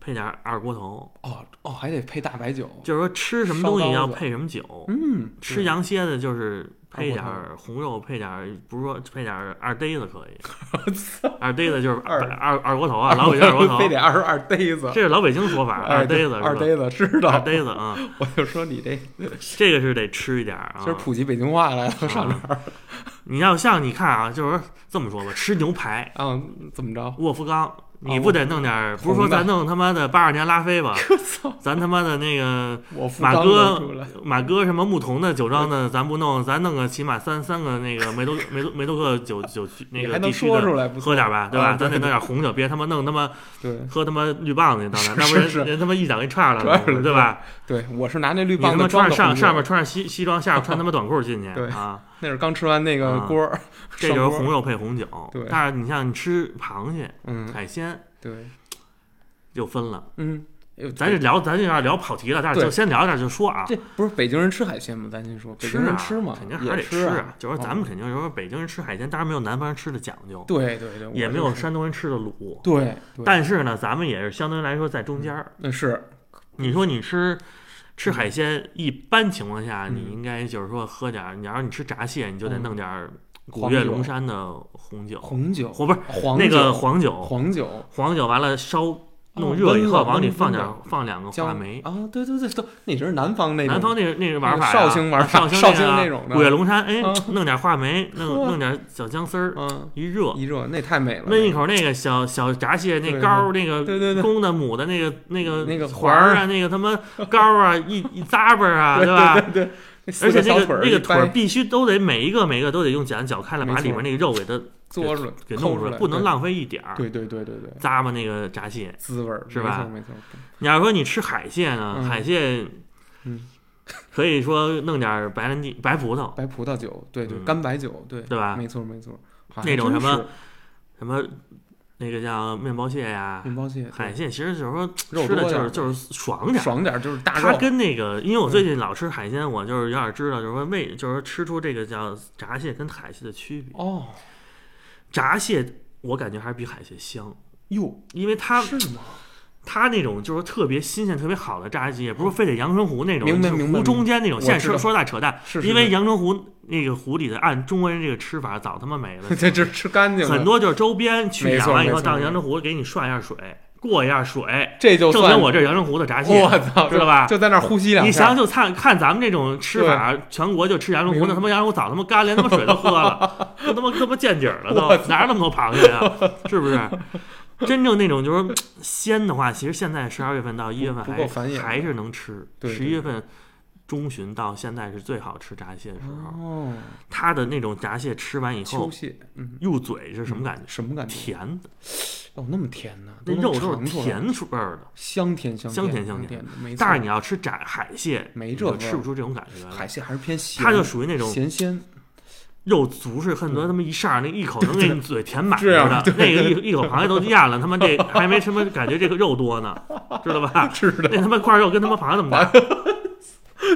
B: 配点儿二锅头，
A: 哦哦，还得配大白酒，
B: 就是说吃什么东
A: 烧
B: 西
A: 刀
B: 要
A: 子
B: 配什么酒。
A: 嗯，
B: 吃
A: 对
B: 羊蝎子就是配点
A: 二锅
B: 儿红肉，配点儿不是说配点儿二呆 子可以，二呆子就是
A: 二
B: 二二锅头啊，老北京 二锅头，
A: 非得二十二呆子，
B: 这是老北京说法，
A: 哎
B: 二呆
A: 对
B: 子是吧，
A: 二呆子知
B: 二
A: 道，
B: 呆子啊，
A: 我就说你这
B: 这个是得吃一点儿啊。啊
A: 就是普及北京话来了，上哪儿
B: 你要像你看啊，就是说这么说吧，吃牛排，
A: 啊？怎么着？
B: 沃夫冈，你不得弄点儿？不是说
A: 哦红的
B: 咱弄他妈的八二年拉菲吧？
A: 我操！
B: 咱他妈的那个
A: 我付
B: 马
A: 刚
B: 哥
A: 都出来，
B: 马哥什么牧童的酒庄的，咱不弄，咱弄个起码三三个那个梅多 梅多梅多克酒酒区那
A: 你
B: 个
A: 还
B: 地
A: 能
B: 区
A: 说
B: 的。
A: 出来 不错？
B: 喝点儿吧，对吧？
A: 啊对
B: 咱得弄点儿红酒，别他妈弄他妈
A: 对
B: 喝他妈绿棒子去，当
A: 是
B: 然，要不然
A: 是
B: 人他妈一掌一串儿
A: 串儿
B: 了，
A: 了
B: 对吧？
A: 对，我是拿那绿
B: 你他
A: 棒
B: 妈
A: 子装
B: 穿着
A: 的
B: 上
A: 红酒
B: 上面穿着西西装，下面穿他妈短裤进去
A: 对
B: 啊！
A: 那是刚吃完那个
B: 啊
A: 锅儿，
B: 这
A: 上
B: 就是
A: 锅儿
B: 红肉配红酒。
A: 对
B: 但是你像你吃螃蟹、
A: 嗯，
B: 海鲜
A: 对，
B: 就分了。
A: 嗯，哎呦
B: 咱这聊，咱这有点聊跑题了，但是
A: 对
B: 就先聊这儿就说啊，
A: 这不是北京人吃海鲜吗？咱先说，北京
B: 啊
A: 人吃嘛，
B: 肯定还
A: 也
B: 得
A: 吃
B: 啊。就是说咱们
A: 嗯
B: 肯定就是说北京人吃海鲜，当然没有南方人吃的讲究，
A: 对对对，
B: 也
A: 我
B: 没
A: 就
B: 有
A: 是
B: 山东人吃的鲁。
A: 对，对
B: 但是呢，咱们也是相对来说在中间儿。
A: 那是
B: 你说你吃。吃海鲜一般情况下，
A: 嗯
B: 你应该就是说喝点儿，你要是你吃闸蟹，你就得
A: 嗯
B: 弄点儿古
A: 黄
B: 越
A: 酒
B: 龙山的红酒，
A: 红酒，
B: 或不是
A: 黄
B: 那个
A: 酒
B: 黄酒，
A: 黄酒
B: 黄酒完了烧弄
A: 哦
B: 热以
A: 温
B: 后，
A: 了
B: 往里
A: 温
B: 放
A: 温
B: 点
A: 的
B: 放两个
A: 姜
B: 话梅。
A: 啊，对对对，都那是南方那种
B: 南方那个那个玩法呀，啊
A: 绍兴玩法
B: 绍兴
A: 绍兴
B: 个
A: 那种的
B: 古月龙山，哎
A: 嗯，
B: 弄点话梅，弄
A: 呵
B: 弄点小姜丝儿，
A: 嗯，
B: 一热，
A: 一热那太美了，
B: 焖一口那个小小闸蟹那
A: 对
B: 膏儿，那个
A: 对对对
B: 公的母的那个那个
A: 那个环
B: 环
A: 儿
B: 儿啊，那个他妈膏儿啊，一一咂巴儿啊，
A: 对
B: 吧？
A: 对对，那四
B: 而且
A: 小
B: 那
A: 腿
B: 个
A: 儿
B: 那个
A: 一
B: 腿儿
A: 掰
B: 必须都得每一个每一个都得用剪绞开了，
A: 没
B: 把里
A: 错
B: 面那个肉给它
A: 嘬出来，
B: 给
A: 抠
B: 弄出来，
A: 来，
B: 不能
A: 对，
B: 浪费一点儿。
A: 对对对对对，
B: 咂巴那个闸蟹，
A: 滋味儿
B: 是吧
A: 没错没错，
B: 你要说你吃海蟹呢，
A: 嗯
B: 海蟹，
A: 嗯，
B: 可以说弄点儿白兰地、白葡萄，
A: 白葡萄酒，对对，
B: 嗯
A: 干白酒，对
B: 对吧？
A: 没错没错，还
B: 那种
A: 真
B: 什么
A: 是
B: 什么那个叫面包蟹呀、
A: 面包蟹，嗯对
B: 海蟹，其实就是说
A: 肉
B: 吃的
A: 多
B: 就
A: 点
B: 是
A: 儿
B: 就是爽点儿。
A: 爽点儿就是大
B: 它
A: 肉，嗯
B: 跟那个，因为我最近老吃海鲜，我就是有点知道，就是说为，就是说吃出这个叫闸蟹跟海蟹的区别。
A: 哦，
B: 闸蟹我感觉还是比海蟹香，
A: 哟，
B: 因为它
A: 是吗？
B: 它那种就是特别新鲜、特别好的炸鸡，也不是非得阳澄湖那种，
A: 哦明白
B: 就是
A: 明白
B: 湖中间那种。
A: 我
B: 现在
A: 知
B: 说
A: 道
B: 说大扯淡，
A: 是，
B: 因为阳澄湖那个湖里的按中国人这个吃法早他妈没了
A: 这这吃干净了，
B: 很多就是周边去
A: 没
B: 养
A: 错
B: 完以后
A: 没错
B: 到
A: 没错
B: 阳澄湖给你涮一下水，过一下水，
A: 这就
B: 证
A: 算
B: 明我这阳澄湖的炸鸡。
A: 我操，
B: 知道吧
A: 就在那儿呼吸两下，
B: 你想想，就看看咱们这种吃法，全国就吃阳澄湖，
A: 明白
B: 那他妈阳澄湖早他妈干，连他妈水都喝了， 都他妈他妈见底儿了，
A: 我
B: 都哪有那么多螃蟹啊？是不是？真正那种就是鲜的话，其实现在十二月份到一月份
A: 不
B: 还
A: 够繁衍
B: 还是能吃。
A: 对对
B: 十一月份中旬到现在是最好吃炸蟹的时候，
A: 哦，
B: 它的那种炸蟹吃完以后
A: 秋蟹，嗯，
B: 入嘴是什么感觉？
A: 什么感觉？
B: 甜的，
A: 哦，那么甜呢？
B: 那
A: 都
B: 肉
A: 能尝
B: 都是
A: 出来，
B: 甜水味儿的。
A: 香甜香
B: 香
A: 甜
B: 甜香
A: 甜的，没错。
B: 但是你要吃炸海蟹，
A: 没
B: 你
A: 这
B: 就
A: 味儿
B: 吃不出这种感觉来。
A: 海蟹还是偏咸，
B: 它就属于那种
A: 咸鲜，
B: 肉足是恨不得他妈一上那一口能给你嘴填满似
A: 嗯 是啊
B: 的，那个一一口螃蟹都咽了，他妈这 还没什么感觉这个肉多呢， 知道 吧？
A: 是的。
B: 那他妈块肉跟他妈螃蟹那么 大，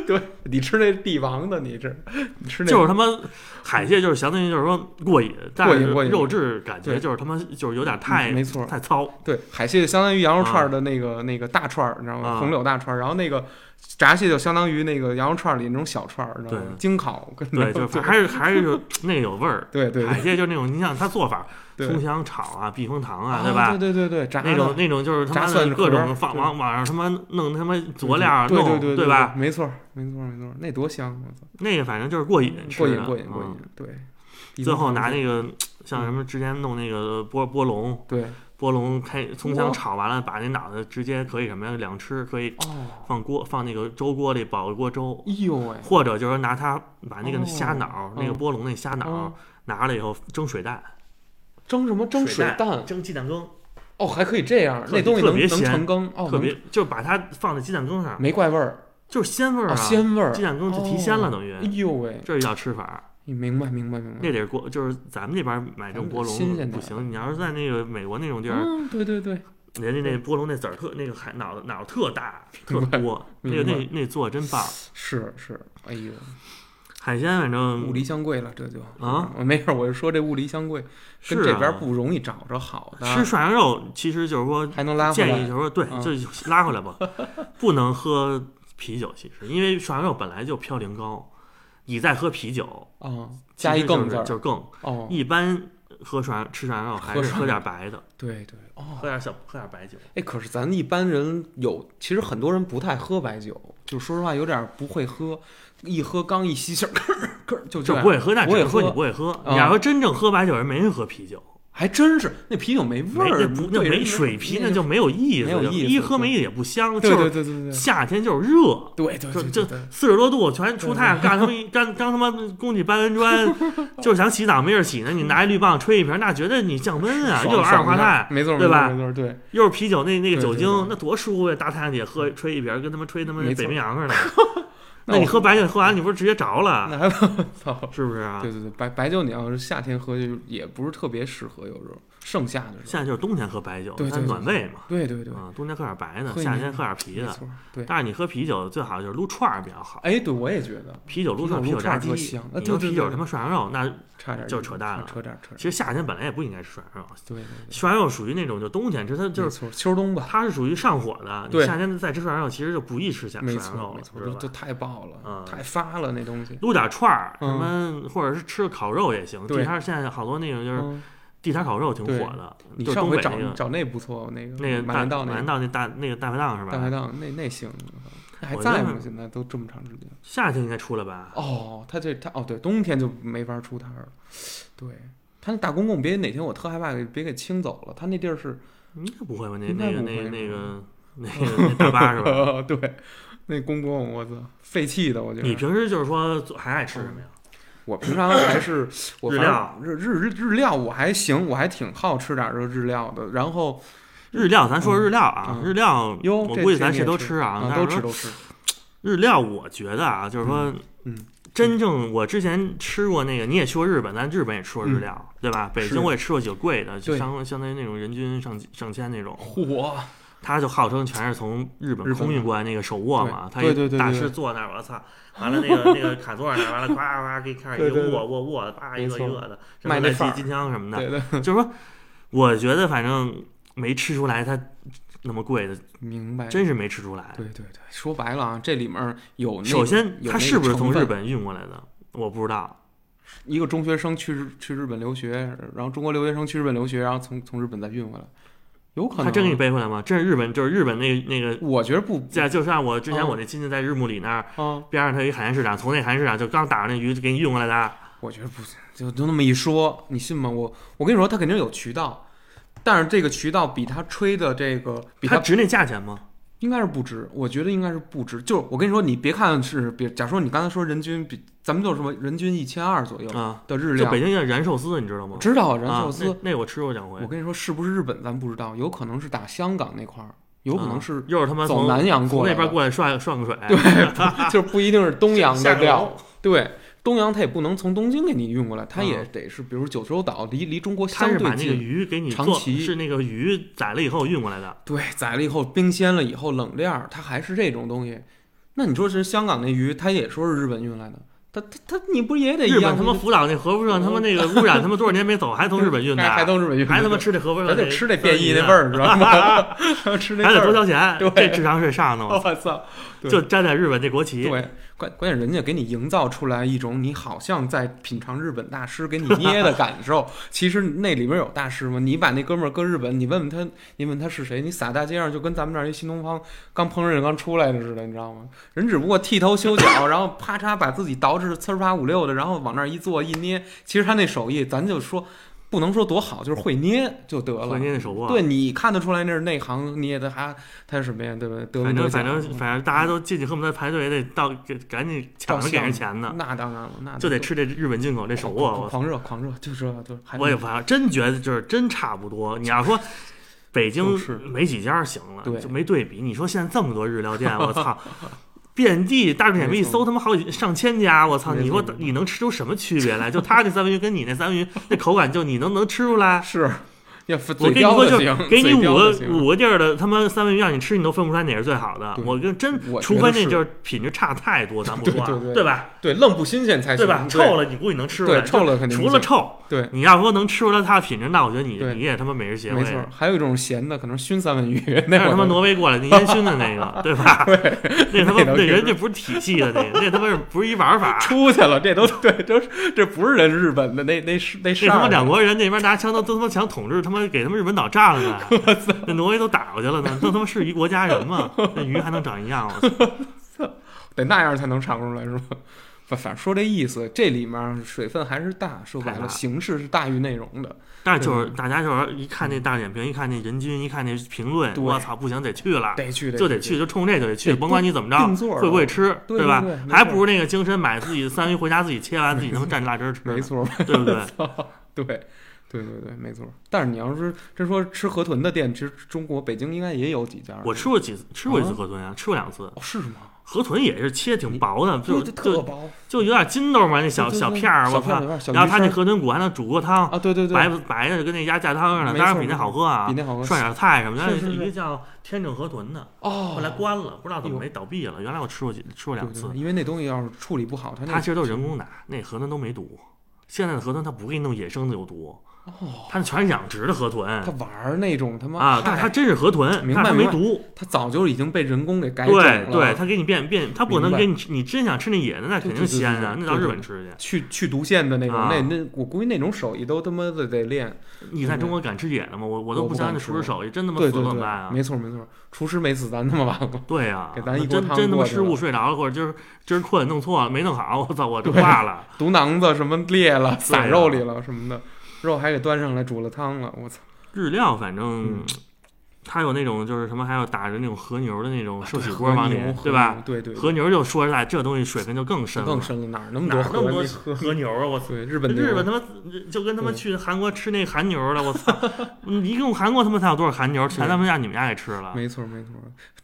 A: 对你吃那帝王的，你吃，你吃那嗯
B: 就是他妈海蟹就是相当于就是说过瘾，但是
A: 过瘾
B: 肉质感觉
A: 对
B: 就是他妈就是有点太
A: 没错
B: 太糙，
A: 对海蟹就相当于羊肉串儿的那个、那个大串儿，你知道吗？
B: 啊
A: 红柳大串儿，然后那个炸蟹就相当于那个羊肉串儿里那种小串儿，你知道吗
B: 对？
A: 精烤跟
B: 对，就是还是还是就那个有味儿。
A: 对对
B: 海蟹就是那种，你想它做法，
A: 对
B: 葱香炒啊，避风塘啊，
A: 啊
B: 对吧？
A: 对对对对，炸
B: 那种
A: 的
B: 那种就是他
A: 炸
B: 妈
A: 蒜
B: 的
A: 壳
B: 各种放
A: 对
B: 往往上他妈弄他妈佐料啊
A: 对
B: 弄，
A: 对对对
B: 吧？？
A: 没错没错没错，那多香！我操，
B: 那个反正就是过瘾，
A: 过
B: 吃
A: 瘾
B: 的
A: 过瘾过
B: 嗯
A: 瘾，对。
B: 最后拿那
A: 个
B: 个像什么之前弄那个波波龙，
A: 对
B: 波龙开葱
A: 哇
B: 香炒完了，把那脑袋直接可以什么呀两吃，可以
A: 哦，
B: 放锅放那个粥锅里煲锅粥，
A: 哎呦喂，
B: 或者就是拿它把那个虾脑
A: 哦，
B: 那个波龙那虾脑
A: 哦
B: 拿了以后蒸水蛋，
A: 蒸什么蒸水蛋？
B: 蒸鸡蛋羹，
A: 哦，还可以这样，
B: 特
A: 那东西
B: 特
A: 能
B: 别
A: 能
B: 咸
A: 成羹哦，
B: 特
A: 能
B: 别就是把它放在鸡蛋羹上，
A: 没怪味儿，
B: 就是鲜味儿
A: 哦，
B: 啊，
A: 鲜味儿
B: 鸡。蛋羹就提鲜了，
A: 哦
B: 等于
A: 哎呦喂，
B: 这是一道吃法。
A: 你明白明白明白
B: 那。得是国，就是咱们这边买这种波
A: 新
B: 龙
A: 鲜点儿
B: 不行。你要是在那个美国那种地儿，
A: 嗯，对对对，
B: 人家那波龙那籽儿特，那个海脑子脑特大，特
A: 明白
B: 多，那个
A: 明白
B: 那那做的真棒。
A: 是是，哎呦，
B: 海鲜反正
A: 物离相贵了，这就
B: 嗯啊，
A: 没事儿，我就说这物离相贵，
B: 是
A: 跟这边
B: 啊
A: 不容易找着好的，
B: 吃涮羊肉，其实就是说
A: 还能拉回
B: 建议
A: 来。
B: 就是说对，
A: 嗯
B: 就拉回来 吧，不能喝啤酒，其实因为涮羊肉本来就嘌呤高，你再喝啤酒，
A: 啊，加
B: 其
A: 一
B: 实
A: 更字
B: 就是
A: 儿
B: 就是更
A: 哦，
B: 一般。喝涮吃涮羊肉还
A: 喝
B: 是
A: 涮
B: 喝点白的，
A: 对对哦
B: 喝，点小喝点白酒。
A: 哎，可是咱一般人有，其实很多人不太喝白酒，就说实话有点儿不会喝，一喝刚一吸气儿，咯儿咯儿就
B: 就
A: 这
B: 不会喝，那
A: 不会
B: 只是说
A: 喝
B: 你不会喝。
A: 啊
B: 你要说真正喝白酒人，没人喝啤酒，
A: 还真是那啤酒没味
B: 没
A: 儿，
B: 那不那
A: 对
B: 没
A: 人
B: 水啤，
A: 那
B: 那就没有意思，
A: 没有
B: 就
A: 意思
B: 一喝
A: 对
B: 没意思也不香，
A: 对对
B: 就是
A: 对对对对
B: 夏天就是热。
A: 对对
B: 就
A: 对
B: 这
A: 对对
B: 四十多度全出
A: 对
B: 太阳，干他妈一干刚他妈工具搬 完砖，就是想洗澡没地儿洗呢。你拿一绿棒吹一瓶，那绝对你降温啊，
A: 爽
B: 又有二氧
A: 爽
B: 化
A: 一下
B: 碳，
A: 没错
B: 对吧
A: 没错没错对，
B: 又是啤酒那那个
A: 对
B: 酒
A: 对
B: 精
A: 对，嗯
B: 那多舒服呀！大太阳底下喝吹一瓶，跟他妈吹他妈
A: 没错
B: 北冰 洋似的。
A: 那
B: 那你
A: 我
B: 喝白酒喝完，你不是直接着了，
A: 那还操，
B: 是不是啊
A: 对？对对，白白酒你要是夏天喝就也不是特别适合，有时候盛夏的时候，
B: 现在就是冬天喝白酒，
A: 对
B: 它
A: 对对
B: 暖胃嘛。
A: 对对对，
B: 啊，冬天喝点白的，
A: 喝一
B: 夏
A: 年
B: 天喝点啤
A: 没
B: 的。
A: 错，对，
B: 但是你喝啤酒最好就是撸串儿比较好，
A: 哎，对我也觉得
B: 啤酒撸串儿、
A: 啤
B: 啤
A: 酒
B: 酒
A: 撸串儿
B: 炸鸡
A: 特香啊，
B: 你
A: 对对
B: 要啤
A: 对
B: 酒
A: 对
B: 他妈涮羊肉，那
A: 差点
B: 就是扯淡了
A: 啊扯点扯
B: 其
A: 点，
B: 实夏天本来也不应该吃涮羊肉，
A: 对对对，
B: 涮羊肉属于那种就冬天吃，它就
A: 没
B: 是
A: 错，秋冬吧，
B: 它是属于上火的，你
A: 对
B: 夏天再吃涮羊肉其实就不宜吃夏涮
A: 没
B: 羊
A: 错
B: 肉
A: 没
B: 了，
A: 错，
B: 知
A: 就
B: 道
A: 就
B: 吧？
A: 太爆了
B: 嗯，
A: 太发了那东西，
B: 撸点串儿，什
A: 嗯
B: 么或者是吃个烤肉也行。
A: 对
B: 地摊儿现在好多那种就是
A: 嗯，
B: 地摊儿烤肉挺火
A: 对
B: 的，
A: 你
B: 就是
A: 上
B: 东
A: 回
B: 北
A: 找
B: 那个
A: 找那不错，那个
B: 那个
A: 马
B: 大
A: 连道
B: 马
A: 那
B: 连
A: 个
B: 道那大那个大排档是
A: 大排
B: 吧？
A: 档那那行，那还
B: 我
A: 在
B: 觉得
A: 吗？现在都这么长时间。
B: 夏天应该出来吧？
A: 哦，他这他哦，对，冬天就没法出摊儿了。对，他那大公共，别哪天我特害怕给别给清走了。他那地儿是，
B: 应该不会吧？那
A: 应该
B: 那个
A: 不
B: 那
A: 会嗯
B: 个那个那个那大巴是吧？
A: 对，那公共我操，废弃的，我觉
B: 你
A: 得。
B: 平时就是说还爱吃什么呀？
A: 我平常还 是我
B: 日
A: 反
B: 料
A: 正日日日日料我还行，我还挺好吃点儿这日料的。然后
B: 日料，咱说日料啊
A: 嗯，嗯
B: 日料，
A: 哟，
B: 我
A: 这
B: 估计
A: 这
B: 咱
A: 你
B: 谁
A: 也
B: 都
A: 吃
B: 啊。但
A: 都
B: 是
A: 吃
B: 说
A: 都吃。
B: 日料，我觉得啊，就是说，
A: 嗯，
B: 真正我之前吃过那个，你也去过日本，咱日本也吃过日料，对吧？北
A: 嗯是
B: 京我也吃过几个贵的，就
A: 对
B: 相相当于那种人均上上千那种。
A: 嚯，
B: 他就号称全是从日本
A: 日本
B: 空运过来那个手握嘛，他
A: 对对对
B: 一
A: 对
B: 大
A: 对
B: 师坐那儿，我操，完了那个那个卡座那儿，完了呱呱给开始一
A: 对
B: 个
A: 对对
B: 握握握的，叭一
A: 没
B: 个一
A: 错
B: 个的，什
A: 卖
B: 么
A: 那
B: 来
A: 范
B: 鸡
A: 儿
B: 金枪什么的，
A: 对对，
B: 就是说，我觉得反正没吃出来它那么贵的，
A: 明白。
B: 真是没吃出来。
A: 哎对对对，说白了啊，这里面有那个、
B: 首先，
A: 有那
B: 它是
A: 个
B: 不是从
A: 成分
B: 日本运过来的？我不知道。
A: 一个中学生去日去日本留学，然后中国留学生去日本留学，然后从从日本再运回来，有可能。啊嗯
B: 他真给你背回来吗？这是日本，就是日本那那个，
A: 我觉得不
B: 在就是按我之前
A: 嗯
B: 我那亲戚在日暮里那儿
A: 啊，
B: 边上，他有一海鲜市场，从那海鲜市场就刚打上那鱼就给你运过来的。
A: 我觉得不就就那么一说，你信吗？我我跟你说，他肯定有渠道，但是这个渠道比他吹的这个比
B: 啊它
A: 他
B: 值那价钱吗？
A: 应该是不值，我觉得应该是不值。就是我跟你说，你别看是别，假说你刚才说人均比，咱们就什么人均一千二左右
B: 啊，
A: 的日
B: 就
A: 料，
B: 北京叫燃寿司，你知道吗？
A: 知道燃寿司
B: 啊。那那我吃过两回
A: 我，跟你说，是不是日本咱不知道，有可能是打香港那块儿，有可能是
B: 啊又是他妈
A: 走
B: 从
A: 南洋
B: 从
A: 过来
B: 那
A: 的
B: 边过来涮涮个水，
A: 就是不一定是东洋
B: 下
A: 的
B: 个
A: 料
B: 楼，
A: 对，东洋它也不能从东京给你运过来，它也
B: 嗯
A: 得是，比如九州岛离离中国
B: 他
A: 相
B: 是把
A: 对
B: 那个
A: 近，
B: 鱼给你
A: 长
B: 做，
A: 崎
B: 是那个鱼宰了以后运过来的。
A: 对，宰了以后冰鲜了以后冷链儿，它还是这种东西。那你说是香港那鱼，它也说是日本运来的，它它它你不也得一
B: 日
A: 样？嗯
B: 本他妈
A: 你
B: 福岛那核辐射，他妈那个污染，他妈多少年没走，还从日本运 的，啊
A: 还还都日本运的，
B: 还他妈吃那核辐射，
A: 咱就吃那变异那
B: 那
A: 味儿，知道 吗？ 吃那
B: 还
A: 味
B: 得多
A: 儿，
B: 交钱，
A: 对
B: 这智商税上的我
A: 我操！对
B: 就沾点日本这国旗，
A: 对，关关键人家给你营造出来一种你好像在品尝日本大师给你捏的感受，其实那里边有大师吗？你把那哥们儿搁日本，你问问他，你问他是谁，你撒大街上就跟咱们这儿一新东方刚烹饪刚出来的似的，你知道吗？人只不过剃头修脚，然后啪嚓把自己捯饬得呲儿啪五六的，然后往那儿一坐一捏，其实他那手艺，咱就说不能说多好，就是会捏就得了。
B: 和您的手握。
A: 对你看得出来那是内行捏的，还他是什么呀？对不对？得文
B: 反
A: 得奖
B: 正反正反正大家都进去，恨不得排队得到给赶紧抢着给人钱呢，
A: 那当然了，那
B: 就得吃这日本进口这手握。
A: 狂
B: 我操
A: 狂热狂热，就这就还
B: 我也反正真觉得就是真差不多。你要说北京
A: 就是
B: 没几家行了，
A: 对
B: 就没对比。你说现在这么多日料店，我操，遍地大众点评一
A: 没错
B: 搜，他妈好几上千家，我操！
A: 没错
B: 你说
A: 没错
B: 你能吃出什么区别来？就他那三文鱼跟你那三文鱼那口感，就你能能吃出来？
A: 是要
B: 我
A: 嘴
B: 跟你
A: 刁
B: 说，
A: 的
B: 就
A: 行
B: 是，给你
A: 嘴
B: 五
A: 刁
B: 个
A: 的行
B: 五个地儿的他妈三文鱼让你吃，你都分不出来哪是最好的。
A: 对
B: 我跟真
A: 我，
B: 除
A: 觉
B: 非
A: 得
B: 那
A: 是
B: 就是品质差太多，咱不说啊，
A: 对对对
B: 吧？
A: 对，愣不新鲜才行，
B: 对吧？臭了你估计能吃出来，
A: 对臭了肯定
B: 除
A: 不
B: 了
A: 行
B: 臭，
A: 对，
B: 你要说能吃出来它的品质，那我觉得你
A: 对
B: 你也他妈美食协会
A: 没。错。还有一种咸的，可能熏三文鱼那
B: 那
A: 会
B: 是
A: 儿
B: 他妈挪威过来那烟熏的 那个，对吧？那他妈
A: 那倒
B: 那
A: 是
B: 人家不是体系的那个，那他妈是不是一玩法？
A: 出去了，这都对，都是这不是人日本的那那是那
B: 这
A: 是
B: 他妈两国人那边拿枪都都他妈想统治，他妈给他们日本打仗了 呢，那挪威都打过去了呢，都他妈是一国家人 吗？那鱼还能长一样吗？
A: 得那样才能尝出来是吧？反反正说这意思，这里面水分还是大，说白
B: 太大
A: 了形式是大于内容的，
B: 但是就是大家就是一看那大点评，一看那人均，一看那评论，
A: 对
B: 我操，不行得去了。
A: 得去
B: 就得去，就冲这就得去，
A: 对
B: 甭管你怎么
A: 定
B: 着，
A: 做了
B: 会不会吃，
A: 对
B: 吧
A: 对对没？错
B: 还不如那个精神买自己三文鱼回家自己切完自己他妈蘸辣汁儿吃，
A: 没，错。
B: 对不对？
A: 对，对对对，没错。但是你要是真说吃河豚的店，其实中国北京应该也有几家。
B: 我吃过几次，吃过一次河豚啊，吃过两次。
A: 哦，是吗？
B: 河豚也是切挺薄的，就
A: 就
B: 就
A: 特
B: 就
A: 薄
B: 就有点筋道嘛，那小
A: 对对对
B: 小片儿，啊我
A: 小片
B: 操
A: 儿有点！小鱼
B: 然后它那
A: 生
B: 河豚骨还能煮过汤，
A: 啊！对对对，
B: 白白的跟那鸭架汤似的，
A: 没
B: 当然
A: 错
B: 比那
A: 没错
B: 好喝啊，
A: 比那好喝
B: 涮点菜什么的。
A: 是是
B: 一
A: 是
B: 个叫天正河豚的，
A: 哦，
B: 后来关了，不知道怎么
A: 哎
B: 没倒闭了。原来我吃过几吃过
A: 对
B: 两
A: 对
B: 次
A: 对，因为那东西要是处理不好，它那
B: 它其实都是人工打，那河豚都没毒。现在的河豚它不给你弄野生的有毒，它那全是养殖的河豚
A: 它哦玩儿那种他妈
B: 啊，但是
A: 它
B: 它真是河豚，
A: 明
B: 但是
A: 白
B: 它没
A: 明白
B: 毒。
A: 它早就已经被人工给改种
B: 对
A: 了。
B: 对，它给你变变，它不
A: 明
B: 能
A: 白
B: 给你吃，你真想吃那野的，那肯
A: 对
B: 定
A: 对对
B: 鲜
A: 对
B: 啊，
A: 对
B: 那到
A: 对
B: 日
A: 对
B: 本吃去。
A: 去去毒腺的那种，
B: 啊
A: 那那我估计那种手艺都他妈的得练。
B: 你在中国敢吃野的吗？我我都
A: 我不
B: 不相
A: 敢
B: 信那
A: 吃
B: 厨师手艺真他妈
A: 对
B: 死
A: 对
B: 怎么
A: 对
B: 办啊，？
A: 没错没错，厨师没死，咱他妈完了。
B: 对呀，
A: 给咱
B: 那
A: 一锅
B: 真
A: 汤
B: 真他妈
A: 过
B: 失
A: 去
B: 误
A: 了
B: 睡着了，或者今儿今儿困弄错了没弄好，我操，我这挂了。
A: 毒囊子什么裂了，
B: 对
A: 撒
B: 啊
A: 肉里了什么的，肉还给端上来煮了汤了，我操！
B: 日料反
A: 嗯
B: 正它有那种就是什么，还有打着那种和牛的那种寿喜锅
A: 啊和
B: 往里
A: 牛，
B: 对吧？？
A: 对对，
B: 和牛就说实在，这东西水分就更深了，
A: 更深了，哪儿那么
B: 哪
A: 多
B: 儿那么
A: 和
B: 多
A: 和
B: 和牛啊！我操，
A: 对日本牛
B: 日本他妈就跟他妈
A: 对
B: 去韩国吃那韩牛了，我操！ 嗯一共韩国他妈才有多少韩牛，全他妈让你们家给吃了。
A: 没错没错，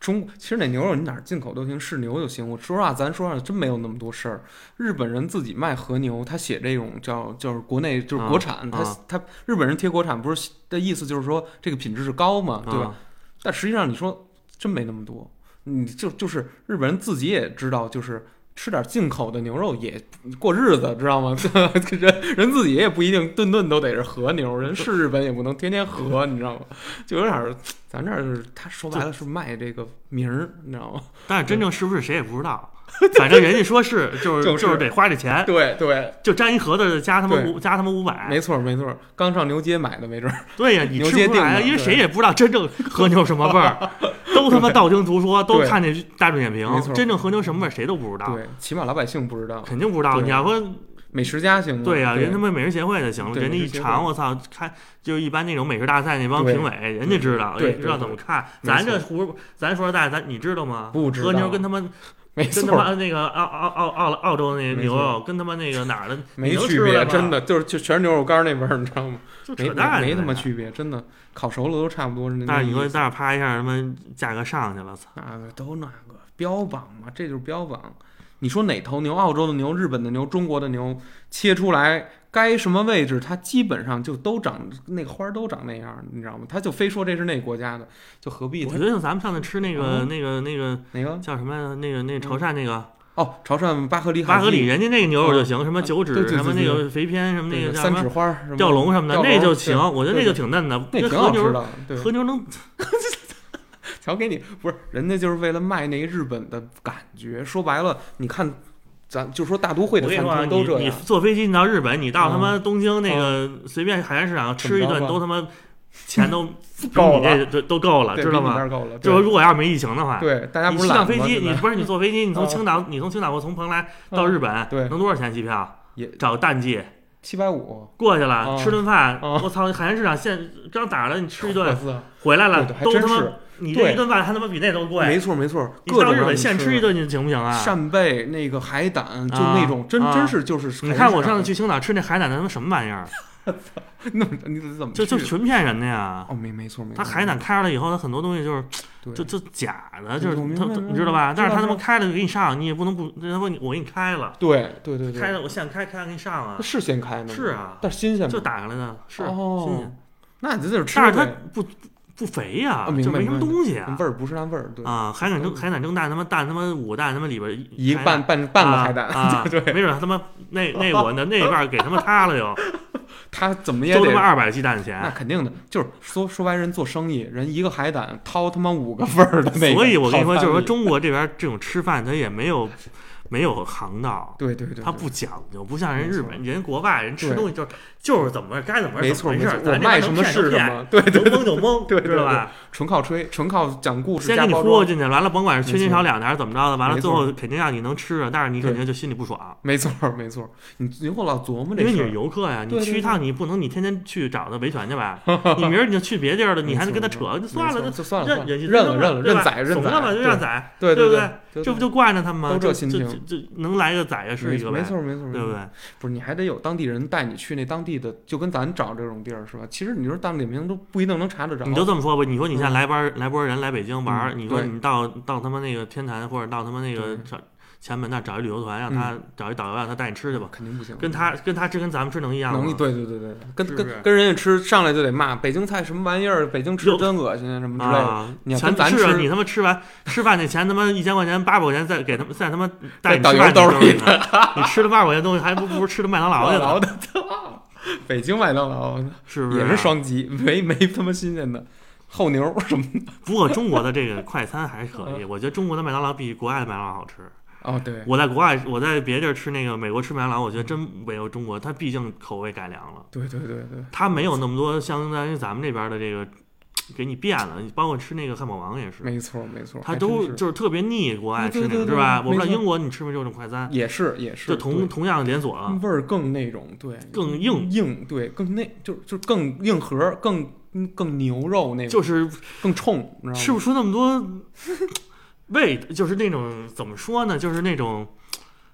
A: 中其实那牛肉你哪儿进口都行，是牛就行。我说实话，咱说实话，真没有那么多事儿。日本人自己卖和牛，他写这种叫就是国内就是国产，
B: 嗯
A: 他
B: 嗯
A: 他日本人贴国产不是的意思就是说这个品质是高嘛，对吧？
B: 啊？
A: 但实际上你说真没那么多，你就就是日本人自己也知道，就是吃点进口的牛肉也过日子，知道吗？ 人人自己也不一定顿顿都得是和牛，人是日本也不能天天和，你知道吗？就有点儿，咱这儿就是他说白了是卖这个名儿，你知道吗？
B: 但是真正是不是谁也不知道，反正人家说是，就 是
A: 就是
B: 就是得花这钱，
A: 对对，
B: 就沾一盒子加他妈
A: 对
B: 五加他妈五百
A: 没，错没错，刚上牛街买的没准儿，
B: 对呀，你
A: 牛
B: 吃
A: 街
B: 不出
A: 定
B: 来啊，
A: 的
B: 因为
A: 对
B: 谁也不知道真正和牛什么 味儿，都他妈道听途说，都
A: 对
B: 看见大众点评
A: 没，错
B: 真正和牛什么味儿谁都不知道，
A: 对，起码老百姓不知道，
B: 肯定不知道。
A: 对
B: 你要说
A: 美食家行吗？嗯
B: 对
A: 对
B: 呀，人他妈美食协会就行了，
A: 对
B: 人家一
A: 美食协会
B: 尝，我操，看就是一般那种美食大赛那帮
A: 对
B: 评委，人家知道，
A: 对
B: 也
A: 对
B: 知道
A: 对
B: 怎么看。
A: 没
B: 咱这
A: 错
B: 胡，咱说实在，咱你知道吗？
A: 不知
B: 和牛
A: 道
B: 跟他妈
A: 没
B: 跟他妈
A: 错，
B: 那个澳澳澳澳澳洲那
A: 没
B: 牛
A: 错
B: 肉，跟他妈那个哪儿的你
A: 没
B: 能
A: 区
B: 吃出来
A: 别，
B: 吗
A: 真的就是就全是牛肉干儿那味儿，你知道吗？
B: 就
A: 没
B: 扯淡，
A: 没没他妈。区别，真的烤熟了都差不多。那
B: 但是你
A: 那
B: 说
A: 意思
B: 在那儿啪一下，他妈价格上去了，操！
A: 那个都那个标榜嘛，这就是标榜。你说哪头牛？澳洲的牛、日本的牛、中国的牛，切出来该什么位置，它基本上就都长那个花儿都长那样，你知道吗？他就非说这是那国家的，就何必
B: 我
A: 它
B: 觉得像咱们上次吃那个
A: 嗯
B: 那个那个
A: 哪个？
B: 叫什么来着？那个那个潮汕那个
A: 哦，潮汕巴赫里
B: 巴
A: 海
B: 格里，
A: 地
B: 人家那个牛肉就行，什么
A: 啊
B: 九
A: 对
B: 指，
A: 对
B: 什么
A: 对
B: 那
A: 对
B: 个肥片，什么那
A: 对
B: 个叫什
A: 三指
B: 么
A: 花儿什么
B: 吊龙什么的，
A: 吊
B: 那
A: 龙
B: 就
A: 对
B: 行。我觉得那
A: 对
B: 就
A: 对
B: 挺嫩的，
A: 那
B: 跟
A: 挺
B: 和
A: 好吃
B: 牛
A: 的。对，
B: 和牛能
A: 瞧给你不是人家就是为了卖那日本的感觉。说白了，你看，咱就说大都会
B: 我
A: 的
B: 跟你
A: 餐
B: 说啊，
A: 厅都这
B: 你你
A: 样，
B: 坐飞机你到日本，你到
A: 嗯
B: 他妈东京那个随便海鲜市场吃一
A: 怎么着吧
B: 顿，都他妈钱都
A: 够
B: 比你这
A: 了
B: 都都够了，
A: 对
B: 知道？
A: 比你那
B: 吗？
A: 儿够了，
B: 就是如果要是没疫情的话，
A: 对，对大家
B: 你
A: 不
B: 机
A: 是
B: 场
A: 懒
B: 飞
A: 吗
B: 机，
A: 现在
B: 你不是你坐飞机，你从
A: 嗯
B: 青岛，你从青岛或从蓬莱到
A: 嗯
B: 日本，
A: 对
B: 能多少钱机票？
A: 也
B: 找淡季
A: 七百五，
B: 过去了，
A: 嗯
B: 吃顿饭，
A: 嗯
B: 我操，海鲜市场现刚打了，你吃一
A: 哇
B: 顿，
A: 塞
B: 回来了
A: 对对还
B: 都
A: 真
B: 他妈
A: 是，
B: 你这
A: 对
B: 一顿饭还他妈比那都贵
A: 没。错没错，
B: 你
A: 各
B: 到
A: 种
B: 日
A: 让
B: 本
A: 你
B: 现吃一顿，你行不行啊？
A: 扇贝、那个海胆，就那种真
B: 啊
A: 真是就是。
B: 你看我
A: 啊
B: 上次去青岛吃那海胆，他妈什么玩意儿？
A: 去， 那么你怎么
B: 就就
A: 去的
B: 纯骗人的呀！
A: 哦，没没错没错，
B: 他海胆开了以后，他很多东西就是
A: 对
B: 就就假的，就是
A: 嗯我明
B: 他
A: 白
B: 他
A: 明白
B: 你知道吧？
A: 知道
B: 但是他他
A: 知
B: 妈
A: 道
B: 开了就给你上，你也不能不那他妈你我给你开了，
A: 对对对
B: 开
A: 对，
B: 了我现在开开了给你上啊，
A: 是先开呢，
B: 是啊
A: 但是新鲜吗
B: 就打上来的，是
A: 哦
B: 新鲜，
A: 那你就得吃
B: 但是它
A: 呗
B: 不不肥呀，
A: 啊明
B: 就
A: 白
B: 没什
A: 明白嗯
B: 么东西啊
A: 味。儿不是那味儿，对，嗯
B: 啊，海胆蒸海胆蒸蛋，他妈蛋他妈五个蛋，他妈里边
A: 一
B: 海
A: 半
B: 胆
A: 半半个
B: 啊
A: 海胆，
B: 啊
A: ，对，
B: 没准他妈那那我的那一半给他妈塌了又，
A: 他怎么也
B: 都他
A: 得。
B: 妈二百鸡蛋
A: 那
B: 钱，
A: 肯定的，就是说说白人做生意，人一个海胆掏他妈五个份儿的那个。
B: 所以我跟你说，就是说，中国这边这种吃饭，他也没有没有行当，
A: 对对对，
B: 他
A: 对
B: 不讲究，不像人
A: 没
B: 日
A: 错
B: 本、人国外人吃
A: 对
B: 东西就是就是怎么味儿该怎么味
A: 没
B: 儿怎
A: 错
B: 么
A: 没错
B: 回事儿，，
A: 我
B: 咱这
A: 卖
B: 边
A: 什
B: 能
A: 么
B: 骗就是
A: 什
B: 骗，
A: 么，对对
B: 能蒙就蒙，
A: 对对
B: 知道吧？
A: 纯靠吹，纯靠讲故事
B: 先
A: 加
B: 给你
A: 包
B: 忽悠
A: 装。
B: 进去，完了甭管是缺
A: 没
B: 斤
A: 错
B: 少两的还是怎么着的，完了
A: 没
B: 最
A: 错
B: 后肯定让你能吃啊，但是你
A: 对
B: 肯定就心里不爽，
A: 没错儿没错儿，你你我老琢磨
B: 因
A: 这
B: 为你
A: 事
B: 是
A: 儿。
B: 游客呀，你
A: 对对
B: 去一
A: 对
B: 趟你不能你天天去找他维权 去吧，你明儿你就去别地儿了，你还能跟他扯，就算了，
A: 就
B: 就
A: 就算了，
B: 认
A: 算
B: 人
A: 认了认了认宰认
B: 怂了嘛
A: 宰，
B: 就让宰，
A: 对对
B: 对不
A: 对，对
B: 这
A: 对
B: 不就惯着他们吗？
A: 都这
B: 就
A: 心
B: 就
A: 情
B: 就就能来个宰也是
A: 没
B: 一个
A: 没
B: 呗，
A: 错儿没错儿，没
B: 对不
A: 错
B: 对
A: 儿？？不是，你还得有当地人带你去那当地的，就跟咱找这种地儿是吧？其实你说当地点评都不一定能查得着。
B: 你就这么说吧，你说你现在来班儿来波人来北京玩儿，
A: 嗯
B: 你说
A: 对
B: 你到到他妈那个天坛或者到他妈那个
A: 对嗯
B: 找前门那儿找一旅游团，让他找一导游让他带你吃去吧，
A: 肯定不行，
B: 跟他跟他这跟咱们吃能一样
A: 能力
B: 吗？
A: 对对对对，跟
B: 是不是
A: 跟跟人家吃上来就得骂北京菜什么玩意儿，北京吃
B: 有
A: 真恶心啊什么之类的，
B: 啊，
A: 你要
B: 全
A: 跟咱
B: 是啊
A: 吃
B: 你他妈吃完吃饭那钱他妈一千块钱八百块钱再给他们再他妈带你
A: 导
B: 吃
A: 游
B: 饭
A: 兜
B: 的
A: 里
B: 时候你吃了八百块钱东西还不不如吃的麦当劳去
A: 劳
B: 了，
A: 的，北京麦当劳
B: 是不是？啊
A: 也是。双击，没没他妈新鲜的厚牛什么的。
B: 不过中国的这个快餐还可以，
A: 嗯
B: 我觉得中国的麦当劳比国外的麦当劳好吃。
A: 哦，对，
B: 我在国外，我在别地儿吃那个美国吃麦当劳，我觉得真没有中国，它毕竟口味改良了，
A: 对对对对，
B: 它没有那么多相当于咱们这边的这个给你变了。你包括吃那个汉堡王也是，
A: 没错没错，
B: 它
A: 还
B: 都
A: 真是
B: 就是特别腻，国外吃那
A: 对
B: 个
A: 对对
B: 是吧？
A: 对
B: 我不知道
A: 没错
B: 英国你吃没吃过这种快餐，
A: 也是也是
B: 就同
A: 对嗯
B: 同样连锁，
A: 味儿更那种，对，
B: 更硬
A: 硬，对，更那就是就是更硬核，更更牛肉那种，
B: 就是
A: 更冲，你知道吗？
B: 吃不出那 么多味，就是那种怎么说呢，就是那种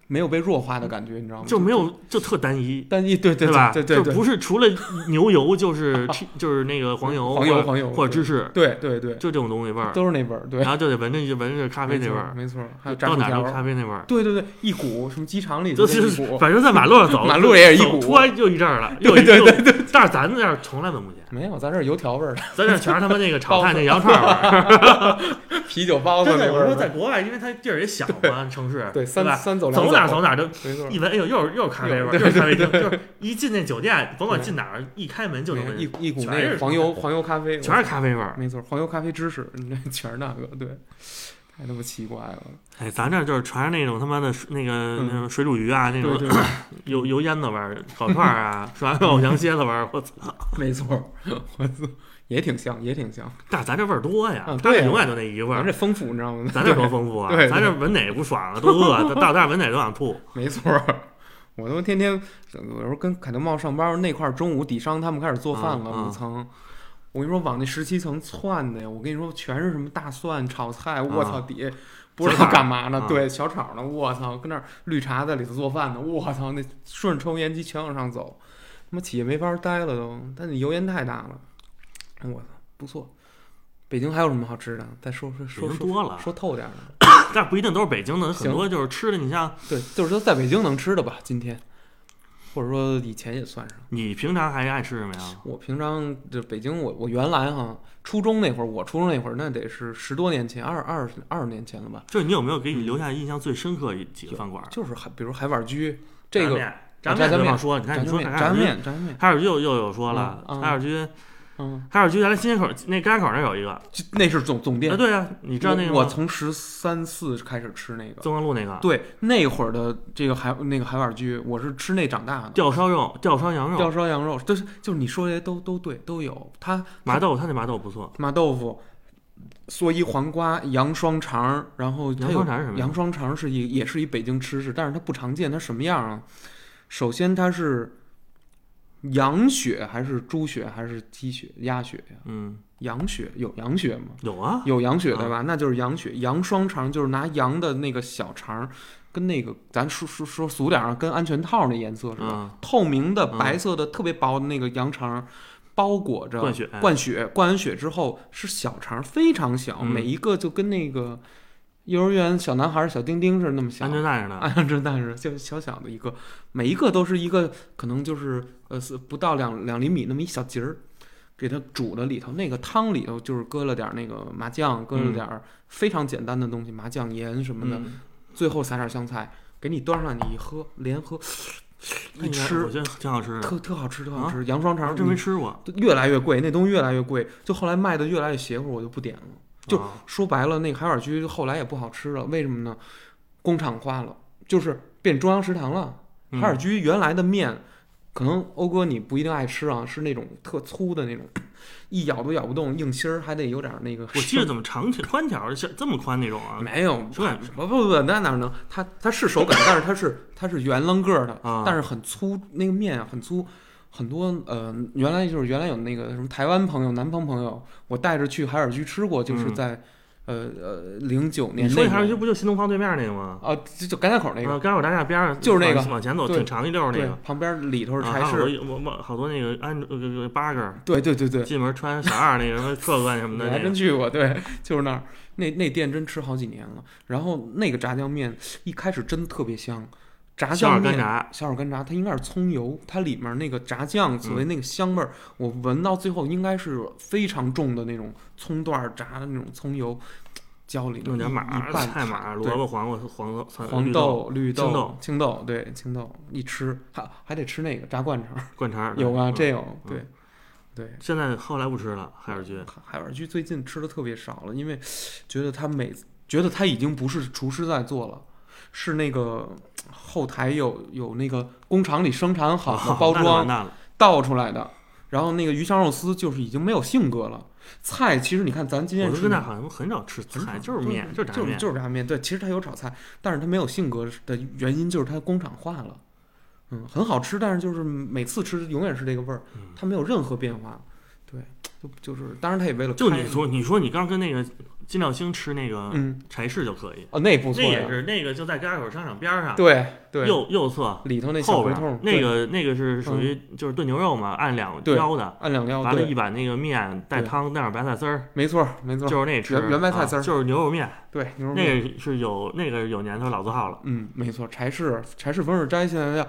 A: 没有被弱化的感觉，你知道吗？
B: 就没有就特单一。
A: 单一，对对
B: 吧？
A: 对对
B: 就
A: 对
B: 不是除了牛油就是 就是那个黄油
A: 黄油
B: 或者
A: 黄油
B: 或者芝士，
A: 对对对，
B: 就这种东西味儿，
A: 都是那味儿，对
B: 然，后就得闻着就闻着咖啡那味儿，
A: 没错，没错还有炸
B: 到
A: 薯
B: 哪
A: 条
B: 都，咖啡那味儿，
A: 对对对，一股什么机场里的
B: 就
A: 那一
B: 是
A: 股，
B: 反正在马路上走，
A: 马路也是一
B: 走
A: 股
B: 突然就一阵儿 了，
A: 对
B: 又一
A: 对
B: 对对，但是咱们这儿从来闻不见，
A: 没有，咱这儿油条味儿的，
B: 咱这全是他妈那个炒菜那羊串味 儿。
A: 啤酒包子
B: 真
A: 那
B: 的，
A: 味
B: 我说
A: 儿
B: 在
A: 的。
B: 国外，因为它地儿也小嘛，城市
A: 对，三
B: 吧？
A: 三走两
B: 走哪儿走哪儿都
A: 没错
B: 一闻，哎呦，又是又是咖啡味儿，
A: 对
B: 又是咖啡厅，就是一进那酒店，甭管进哪儿，一开门就能闻，
A: 一一股
B: 全
A: 那
B: 是
A: 个黄油黄油咖啡，
B: 全是咖啡味儿。
A: 没错，黄油咖啡芝士， 你这全是那个，对，太他妈奇怪了。
B: 哎，咱这儿就是全是那种他妈的水那个
A: 嗯
B: 那种水煮鱼啊，
A: 对
B: 那种
A: 对，嗯
B: 油油烟子味儿，烤串儿啊， 涮羊肉、羊蝎子味儿，我操！
A: 没错，我操，也挺香，也挺香。
B: 但是咱这味儿多呀，
A: 嗯
B: 他
A: 对呀
B: 永远就那一味
A: 咱
B: 儿
A: 这。丰富，你知道吗？
B: 咱这多丰富啊！
A: 对对
B: 咱这闻哪不爽啊，都饿 啊，到那闻哪都想吐。
A: 没错儿，我他妈天天，有时候跟凯德茂上班那块儿，中午底商他们开始做饭了，
B: 嗯嗯
A: 五层。我跟你说，往那十七层窜的呀！我跟你说，全是什么大蒜炒菜，我操，底下不知
B: 嗯小
A: 道
B: 炒
A: 干嘛呢
B: 嗯？
A: 对，小炒呢，我操，跟那儿绿茶在里头做饭呢，我操，那顺着抽油烟机全往上走，他妈企业没法待了都，但你油烟太大了，我操，不错。北京还有什么好吃的？再说说
B: 北
A: 说
B: 京
A: 说
B: 多了，
A: 说透点儿的。
B: 但不一定都是北京的，很
A: 行
B: 多就是吃的。你像
A: 对，就是说在北京能吃的吧，今天，或者说以前也算上。
B: 你平常还爱吃什么呀？
A: 我平常就北京我，我原来哈，初中那会儿，我初中那会儿那得是十多年前，二二二十年前了吧，
B: 就是你有没有给你留下印象最深刻一几个饭馆？
A: 就是海，比如海碗居这个啊
B: 炸
A: 炸
B: 面
A: 面
B: 别忘说，你看
A: 炸
B: 你说
A: 面，
B: 海
A: 炸
B: 尔居，
A: 面，炸面，
B: 海尔居又又有说了，
A: 嗯嗯
B: 海尔居
A: 嗯，
B: 海尔居原来新街口那甘家口那有一个，啊
A: 就那是总总店。
B: 对啊，你知道那个
A: 我我
B: 吗
A: 从十三四开始吃那个，
B: 中央路那个
A: 对，那会儿的这个海那个海碗居，我是吃那长大的。
B: 吊烧肉、吊烧羊
A: 吊
B: 肉、
A: 烧羊肉，都是就是你说这些都都对，都有。它
B: 麻豆，他那麻豆不错，
A: 麻豆腐、蓑衣黄瓜、羊双肠，然后它
B: 羊
A: 有
B: 双肠是什么呀
A: 羊双肠是一也是一北京吃食，但是它不常见，它什么样啊？首先它是羊血还是猪血还是鸡血、鸭血呀？
B: 嗯，
A: 羊血有羊血吗？
B: 有啊，
A: 有羊血
B: 啊
A: 对吧？那就是羊血。羊双肠就是拿羊的那个小肠，跟那个咱说说说俗点儿啊，跟安全套那颜色似的，
B: 嗯
A: 透明的
B: 嗯
A: 白色的、特别薄的那个羊肠，包裹着
B: 灌血
A: 灌血，灌完血之后是小肠，非常小，
B: 嗯
A: 每一个就跟那个幼儿园小男孩儿小丁丁似的那么小
B: 安，全带似的，
A: 安全带似的，就小小的一个，每一个都是一个可能就是呃是不到两两厘米那么一小节儿，给它煮的里头，那个汤里头就是搁了点儿那个麻酱，搁了
B: 嗯
A: 点儿非常简单的东西，麻酱、盐什么的，
B: 嗯
A: 最后撒点儿香菜，给你端上来，你一喝，连喝一
B: 我
A: 吃，
B: 觉得挺好吃的，
A: 特特好吃，特
B: 啊
A: 好吃，羊双肠
B: 真没
A: 你
B: 吃过，
A: 越来越贵，那东西越来越贵，就后来卖的越来越邪乎，我就不点了。嗯就
B: 啊
A: 说白了，那个海碗居后来也不好吃了，为什么呢？工厂化了，就是变中央食堂了。
B: 嗯
A: 海尔居原来的面，可能欧哥你不一定爱吃啊，是那种特粗的那种，一咬都咬不动，硬芯儿还得有点那个。
B: 我记得怎么长条宽条儿，像这么宽那种啊？
A: 没有，
B: 手感
A: 不不不，那哪能？它它是手感，但是它是 它是圆棱个儿的，
B: 啊
A: 但是很粗，那个面啊很粗。很多呃，原来就是原来有那个什么台湾朋友、南方朋友，我带着去海尔居吃过，就是
B: 嗯
A: 在、呃呃零九
B: 你
A: 年
B: 说
A: 那
B: 那海尔居
A: 年
B: 不就新东方对面那个吗？
A: 啊，就就甘家口那
B: 啊，
A: 个，
B: 甘口大厦边上
A: 就是那个
B: 往往前走
A: 对
B: 挺长一溜儿那
A: 对
B: 个，，
A: 旁边里头是柴
B: 啊还有好
A: 市，
B: 多我我好多那个安呃八个
A: 对对对对，
B: 进门穿小二那个什么客官什么
A: 你
B: 的
A: 还
B: 那
A: 真
B: 个，
A: 去过，对，就是那儿，那那店真吃好几年了。然后那个炸酱面一开始真特别香，炸
B: 小
A: 酱
B: 二干
A: 面
B: 炸，
A: 小炒干炸，它应该是葱油，它里面那个炸酱所
B: 嗯
A: 谓那个香味儿，我闻到最后应该是非常重的那种葱段儿炸的那种葱油，浇里面
B: 弄点
A: 一
B: 码
A: 一
B: 儿
A: 拌
B: 菜码儿、
A: 对
B: 萝卜、黄瓜、黄豆、蒜
A: 黄
B: 绿
A: 豆、绿
B: 青豆
A: 豆、青豆，对，青豆一吃还还得吃那个炸灌肠儿，
B: 灌肠儿
A: 有啊，
B: 嗯
A: 这有，
B: 嗯
A: 对，对。
B: 现在后来不吃了，海尔居。
A: 海海尔居最近吃的特别少了，因为觉得他每觉得他已经不是厨师在做了，是那个后台有有那个工厂里生产好的啊包
B: 啊哦那就
A: 装
B: 完蛋了。
A: 倒出来的。然后那个鱼香肉丝就是已经没有性格了。菜其实你看，咱今
B: 我
A: 天
B: 就
A: 吃
B: 跟那
A: 的
B: 好像很少吃
A: 很少
B: 菜，就是面，
A: 就
B: 炸
A: 是
B: 面。
A: 就是炸面。对，其实它有炒菜，但是它没有性格的原因就是它工厂化了。嗯，很好吃，但是就是每次吃永远是这个味儿，
B: 嗯
A: 它没有任何变化。对，就就是，当然它也为了
B: 就
A: 开
B: 你说，你说你刚跟那个金兆星吃那个
A: 嗯，
B: 柴市就可以，
A: 哦，那不错
B: 那
A: 呀，
B: 也是那个就在甘家口商场边儿上，
A: 对对，
B: 右右侧
A: 里头那小
B: 后
A: 胡
B: 边
A: 同嗯
B: 儿，那个那个是属于就是炖牛肉嘛，按两
A: 对
B: 腰的，
A: 按两料，
B: 完了，一
A: 对，
B: 碗那个面带
A: 对
B: 汤，带点白菜丝儿，
A: 没错没错，
B: 就是那吃
A: 原原白菜丝儿嗯
B: 啊就是牛肉面，
A: 对牛肉面，
B: 那个是有那个有年头老字号了。
A: 嗯，没错，柴市柴市风味斋现在要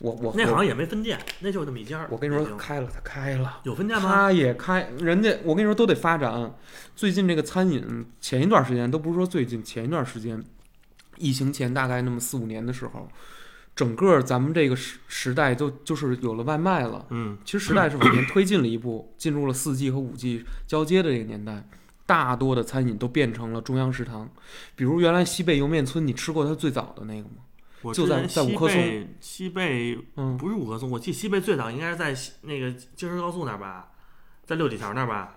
A: 我我
B: 那好像
A: 我
B: 也没分店，那就那么一家儿。
A: 我跟你
B: 北京
A: 说，开了，它开了。
B: 有分店吗？
A: 他也开，人家我跟你说都得发展。最近这个餐饮，前一段时间都不是说最近，前一段时间，疫情前大概那么四五年的时候，整个咱们这个时时代就就是有了外卖了。
B: 嗯，
A: 其实时代是往前推进了一步，进入了四 G 和五 G 交接的这个年代，大多的餐饮都变成了中央食堂。比如原来西贝莜面村，你吃过它最早的那个吗？
B: 我
A: 就
B: 之
A: 在
B: 前
A: 在
B: 西
A: 五棵松
B: 贝西贝
A: 嗯，
B: 不是五棵松，我记得西贝最早应该是在西那个京石高速那儿吧，在六里桥那儿吧。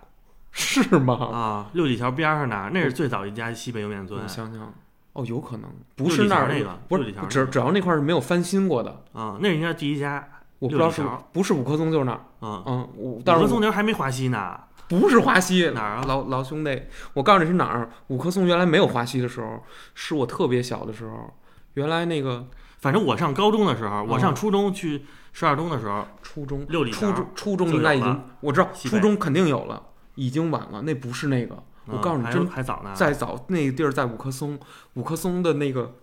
A: 是吗？
B: 啊，六里桥边儿上那儿，那是最早一家西北莜面村
A: 我想想，哦，有可能不
B: 六
A: 是
B: 里
A: 那
B: 桥
A: 儿
B: 那个
A: 不
B: 六
A: 是
B: 里桥，那
A: 只
B: 个
A: 只要那块儿是没有翻新过的。
B: 啊，那是应该是第一家
A: 我不知道
B: 六
A: 是
B: 里桥
A: 不是五棵松就是那儿，
B: 啊。
A: 嗯，我但
B: 五
A: 是
B: 棵
A: 我
B: 松那时候还没华西呢，
A: 不是华西
B: 哪儿啊
A: 老老兄弟，我告诉你是哪儿，五棵松原来没有华西的时候，是我特别小的时候，原来那个
B: 反正我上高中的时候，我
A: 嗯
B: 上初中去十二中的时候，
A: 初中，
B: 六里
A: 初
B: 桥
A: 中初中
B: 就
A: 应该
B: 有
A: 已经
B: 了
A: 我知道，
B: 西
A: 初
B: 北
A: 中肯定有了，已经晚了，那不是那个，我
B: 嗯
A: 告诉你
B: 还
A: 真
B: 还早呢，
A: 再早那个地儿在五棵松，五棵松的那个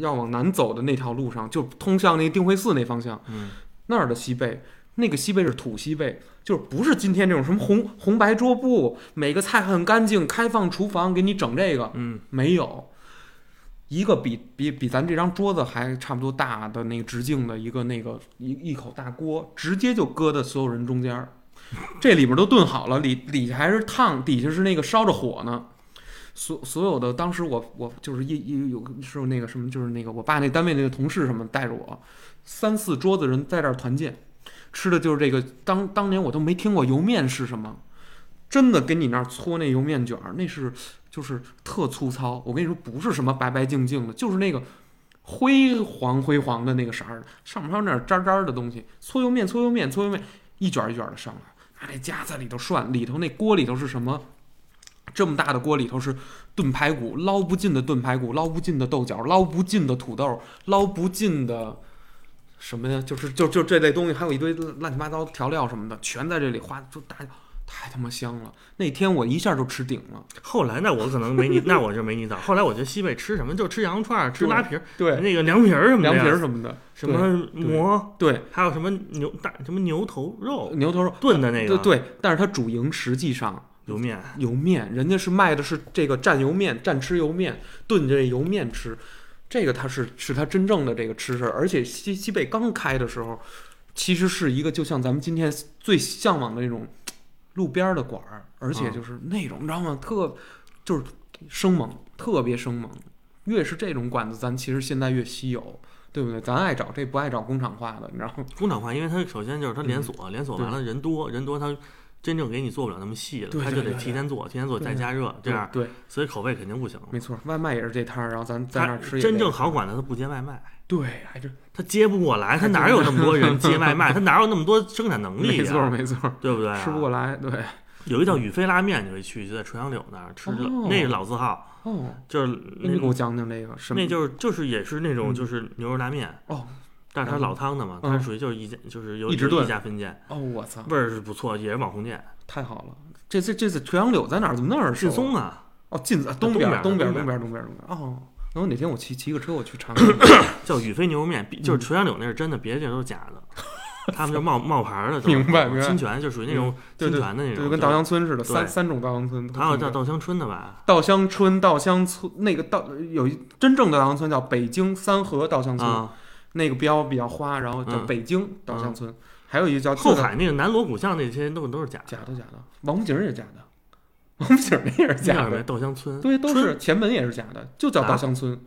A: 要往南走的那条路上，就通向那个定慧寺那方向，
B: 嗯
A: 那儿的西贝，那个西贝是土西贝，就是不是今天这种什么红红白桌布，每个菜很干净，开放厨房给你整这个
B: 嗯
A: 没有。一个比比比咱这张桌子还差不多大的那个直径的一个那个一一口大锅，直接就搁在所有人中间儿，这里边都炖好了，里底下还是烫，底下是那个烧着火呢。所所有的当时我我就是一一有是那个什么，就是那个我爸那单位那个同事什么带着我，三四桌子人在这儿团建，吃的就是这个。当当年我都没听过油面是什么，真的给你那儿搓那油面卷儿，那是就是特粗糙。我跟你说，不是什么白白净净的，就是那个灰黄灰黄的那个色儿，上面还有那点渣渣的东西。搓油面，搓油面，搓油面，一卷儿一卷的上来，拿那夹在里头涮，里头那锅里头是什么？这么大的锅里头是炖排骨，捞不尽的炖排骨，捞不尽的豆角，捞不尽的土豆，捞不尽的什么呀？就是就就这类东西，还有一堆乱七八糟调料什么的，全在这里花，就大太他妈香了。那天我一下就吃顶了。
B: 后来那我可能没你，那我就没你早。后来我觉得西北吃什么，就吃羊肉串儿、吃
A: 对
B: 拉皮儿、
A: 对，
B: 那个凉皮儿什么 的
A: 凉
B: 呀，
A: 皮儿什么的，
B: 什么
A: 对
B: 馍，
A: 对，
B: 还有什么牛大什么牛头肉
A: 牛头肉，
B: 炖的那
A: 对
B: 个
A: 对，但是它主营实际上
B: 油面，
A: 油面，人家是卖的是这个蘸油面，蘸吃油面，炖这油面吃，这个它是是它真正的这个吃食，而且西西北刚开的时候，其实是一个就像咱们今天最向往的那种路边儿的馆儿，而且
B: 嗯
A: 就是那种你知道吗？特就是生猛，特别生猛。越是这种馆子，咱其实现在越稀有，对不对？咱爱找这不爱找工厂化的，你知道吗？
B: 工厂化，因为它首先就是它连
A: 嗯
B: 锁，连锁完了人多，人多它真正给你做不了那么细了，
A: 对
B: 它
A: 对
B: 就得
A: 对
B: 提前做，提前做
A: 对
B: 再加热，这样，
A: 对，
B: 所以口味肯定不行。
A: 没错，外卖也是这摊儿，然后咱在那
B: 它
A: 儿吃也
B: 啊
A: 哎
B: 真
A: 这
B: 正
A: 个
B: 好馆子，它不接外卖，
A: 对， 还真
B: 它接 不过来，它哪有那么多人接外卖？它哪有那么多生产能力啊
A: 没错
B: 呀？
A: 没错，
B: 对不对啊？
A: 吃不过来，对，
B: 有一叫宇飞拉面，你可以去，就在纯杨柳那儿吃
A: 哦，
B: 那是老字号，
A: 哦，
B: 就是
A: 那你给
B: 那
A: 我讲讲这个什么
B: 那？就是就是也是那种
A: 嗯
B: 就是牛肉拉面，
A: 哦
B: 但是它老汤的嘛，
A: 嗯
B: 它属于就是一家就是有
A: 一直
B: 有
A: 炖
B: 一家分店，
A: 哦，我操，
B: 味儿是不错，也是网红店，
A: 太好了！这次这次垂杨柳在哪儿？怎么那么耳熟
B: 劲
A: 啊？
B: 松啊。
A: 哦，近啊东
B: 东
A: 边
B: 边
A: 儿
B: 儿
A: 东边儿
B: 东
A: 边儿东边儿东边儿哦。然后哪天我骑骑个车我去 尝尝，
B: 叫宇飞牛肉
A: 嗯
B: 面，比就是垂杨柳那是真的，别的地儿都是假的。 他们就冒冒牌儿的都是，
A: 明白明白
B: 侵权就属于那种
A: 对
B: 侵
A: 对
B: 权的那
A: 哦就
B: 种，
A: 跟稻香村似的，三
B: 对
A: 三种稻香村都
B: 还有
A: 分
B: 叫
A: 开。
B: 稻香村的吧，
A: 稻香村、稻香村那个稻有一真正的稻香村叫北京三河稻香村，
B: 啊，
A: 那个标比较花，然后叫
B: 嗯
A: 北京稻香
B: 嗯
A: 村，还有一个叫
B: 后
A: 最早
B: 海那个南锣鼓巷那些都都是假的，
A: 假的假的，王府井也是假的，王府井那也是
B: 那叫
A: 假
B: 什么呀
A: 的，
B: 稻香村，
A: 对，都
B: 村
A: 是前门也是假的，就叫稻
B: 啊
A: 香村，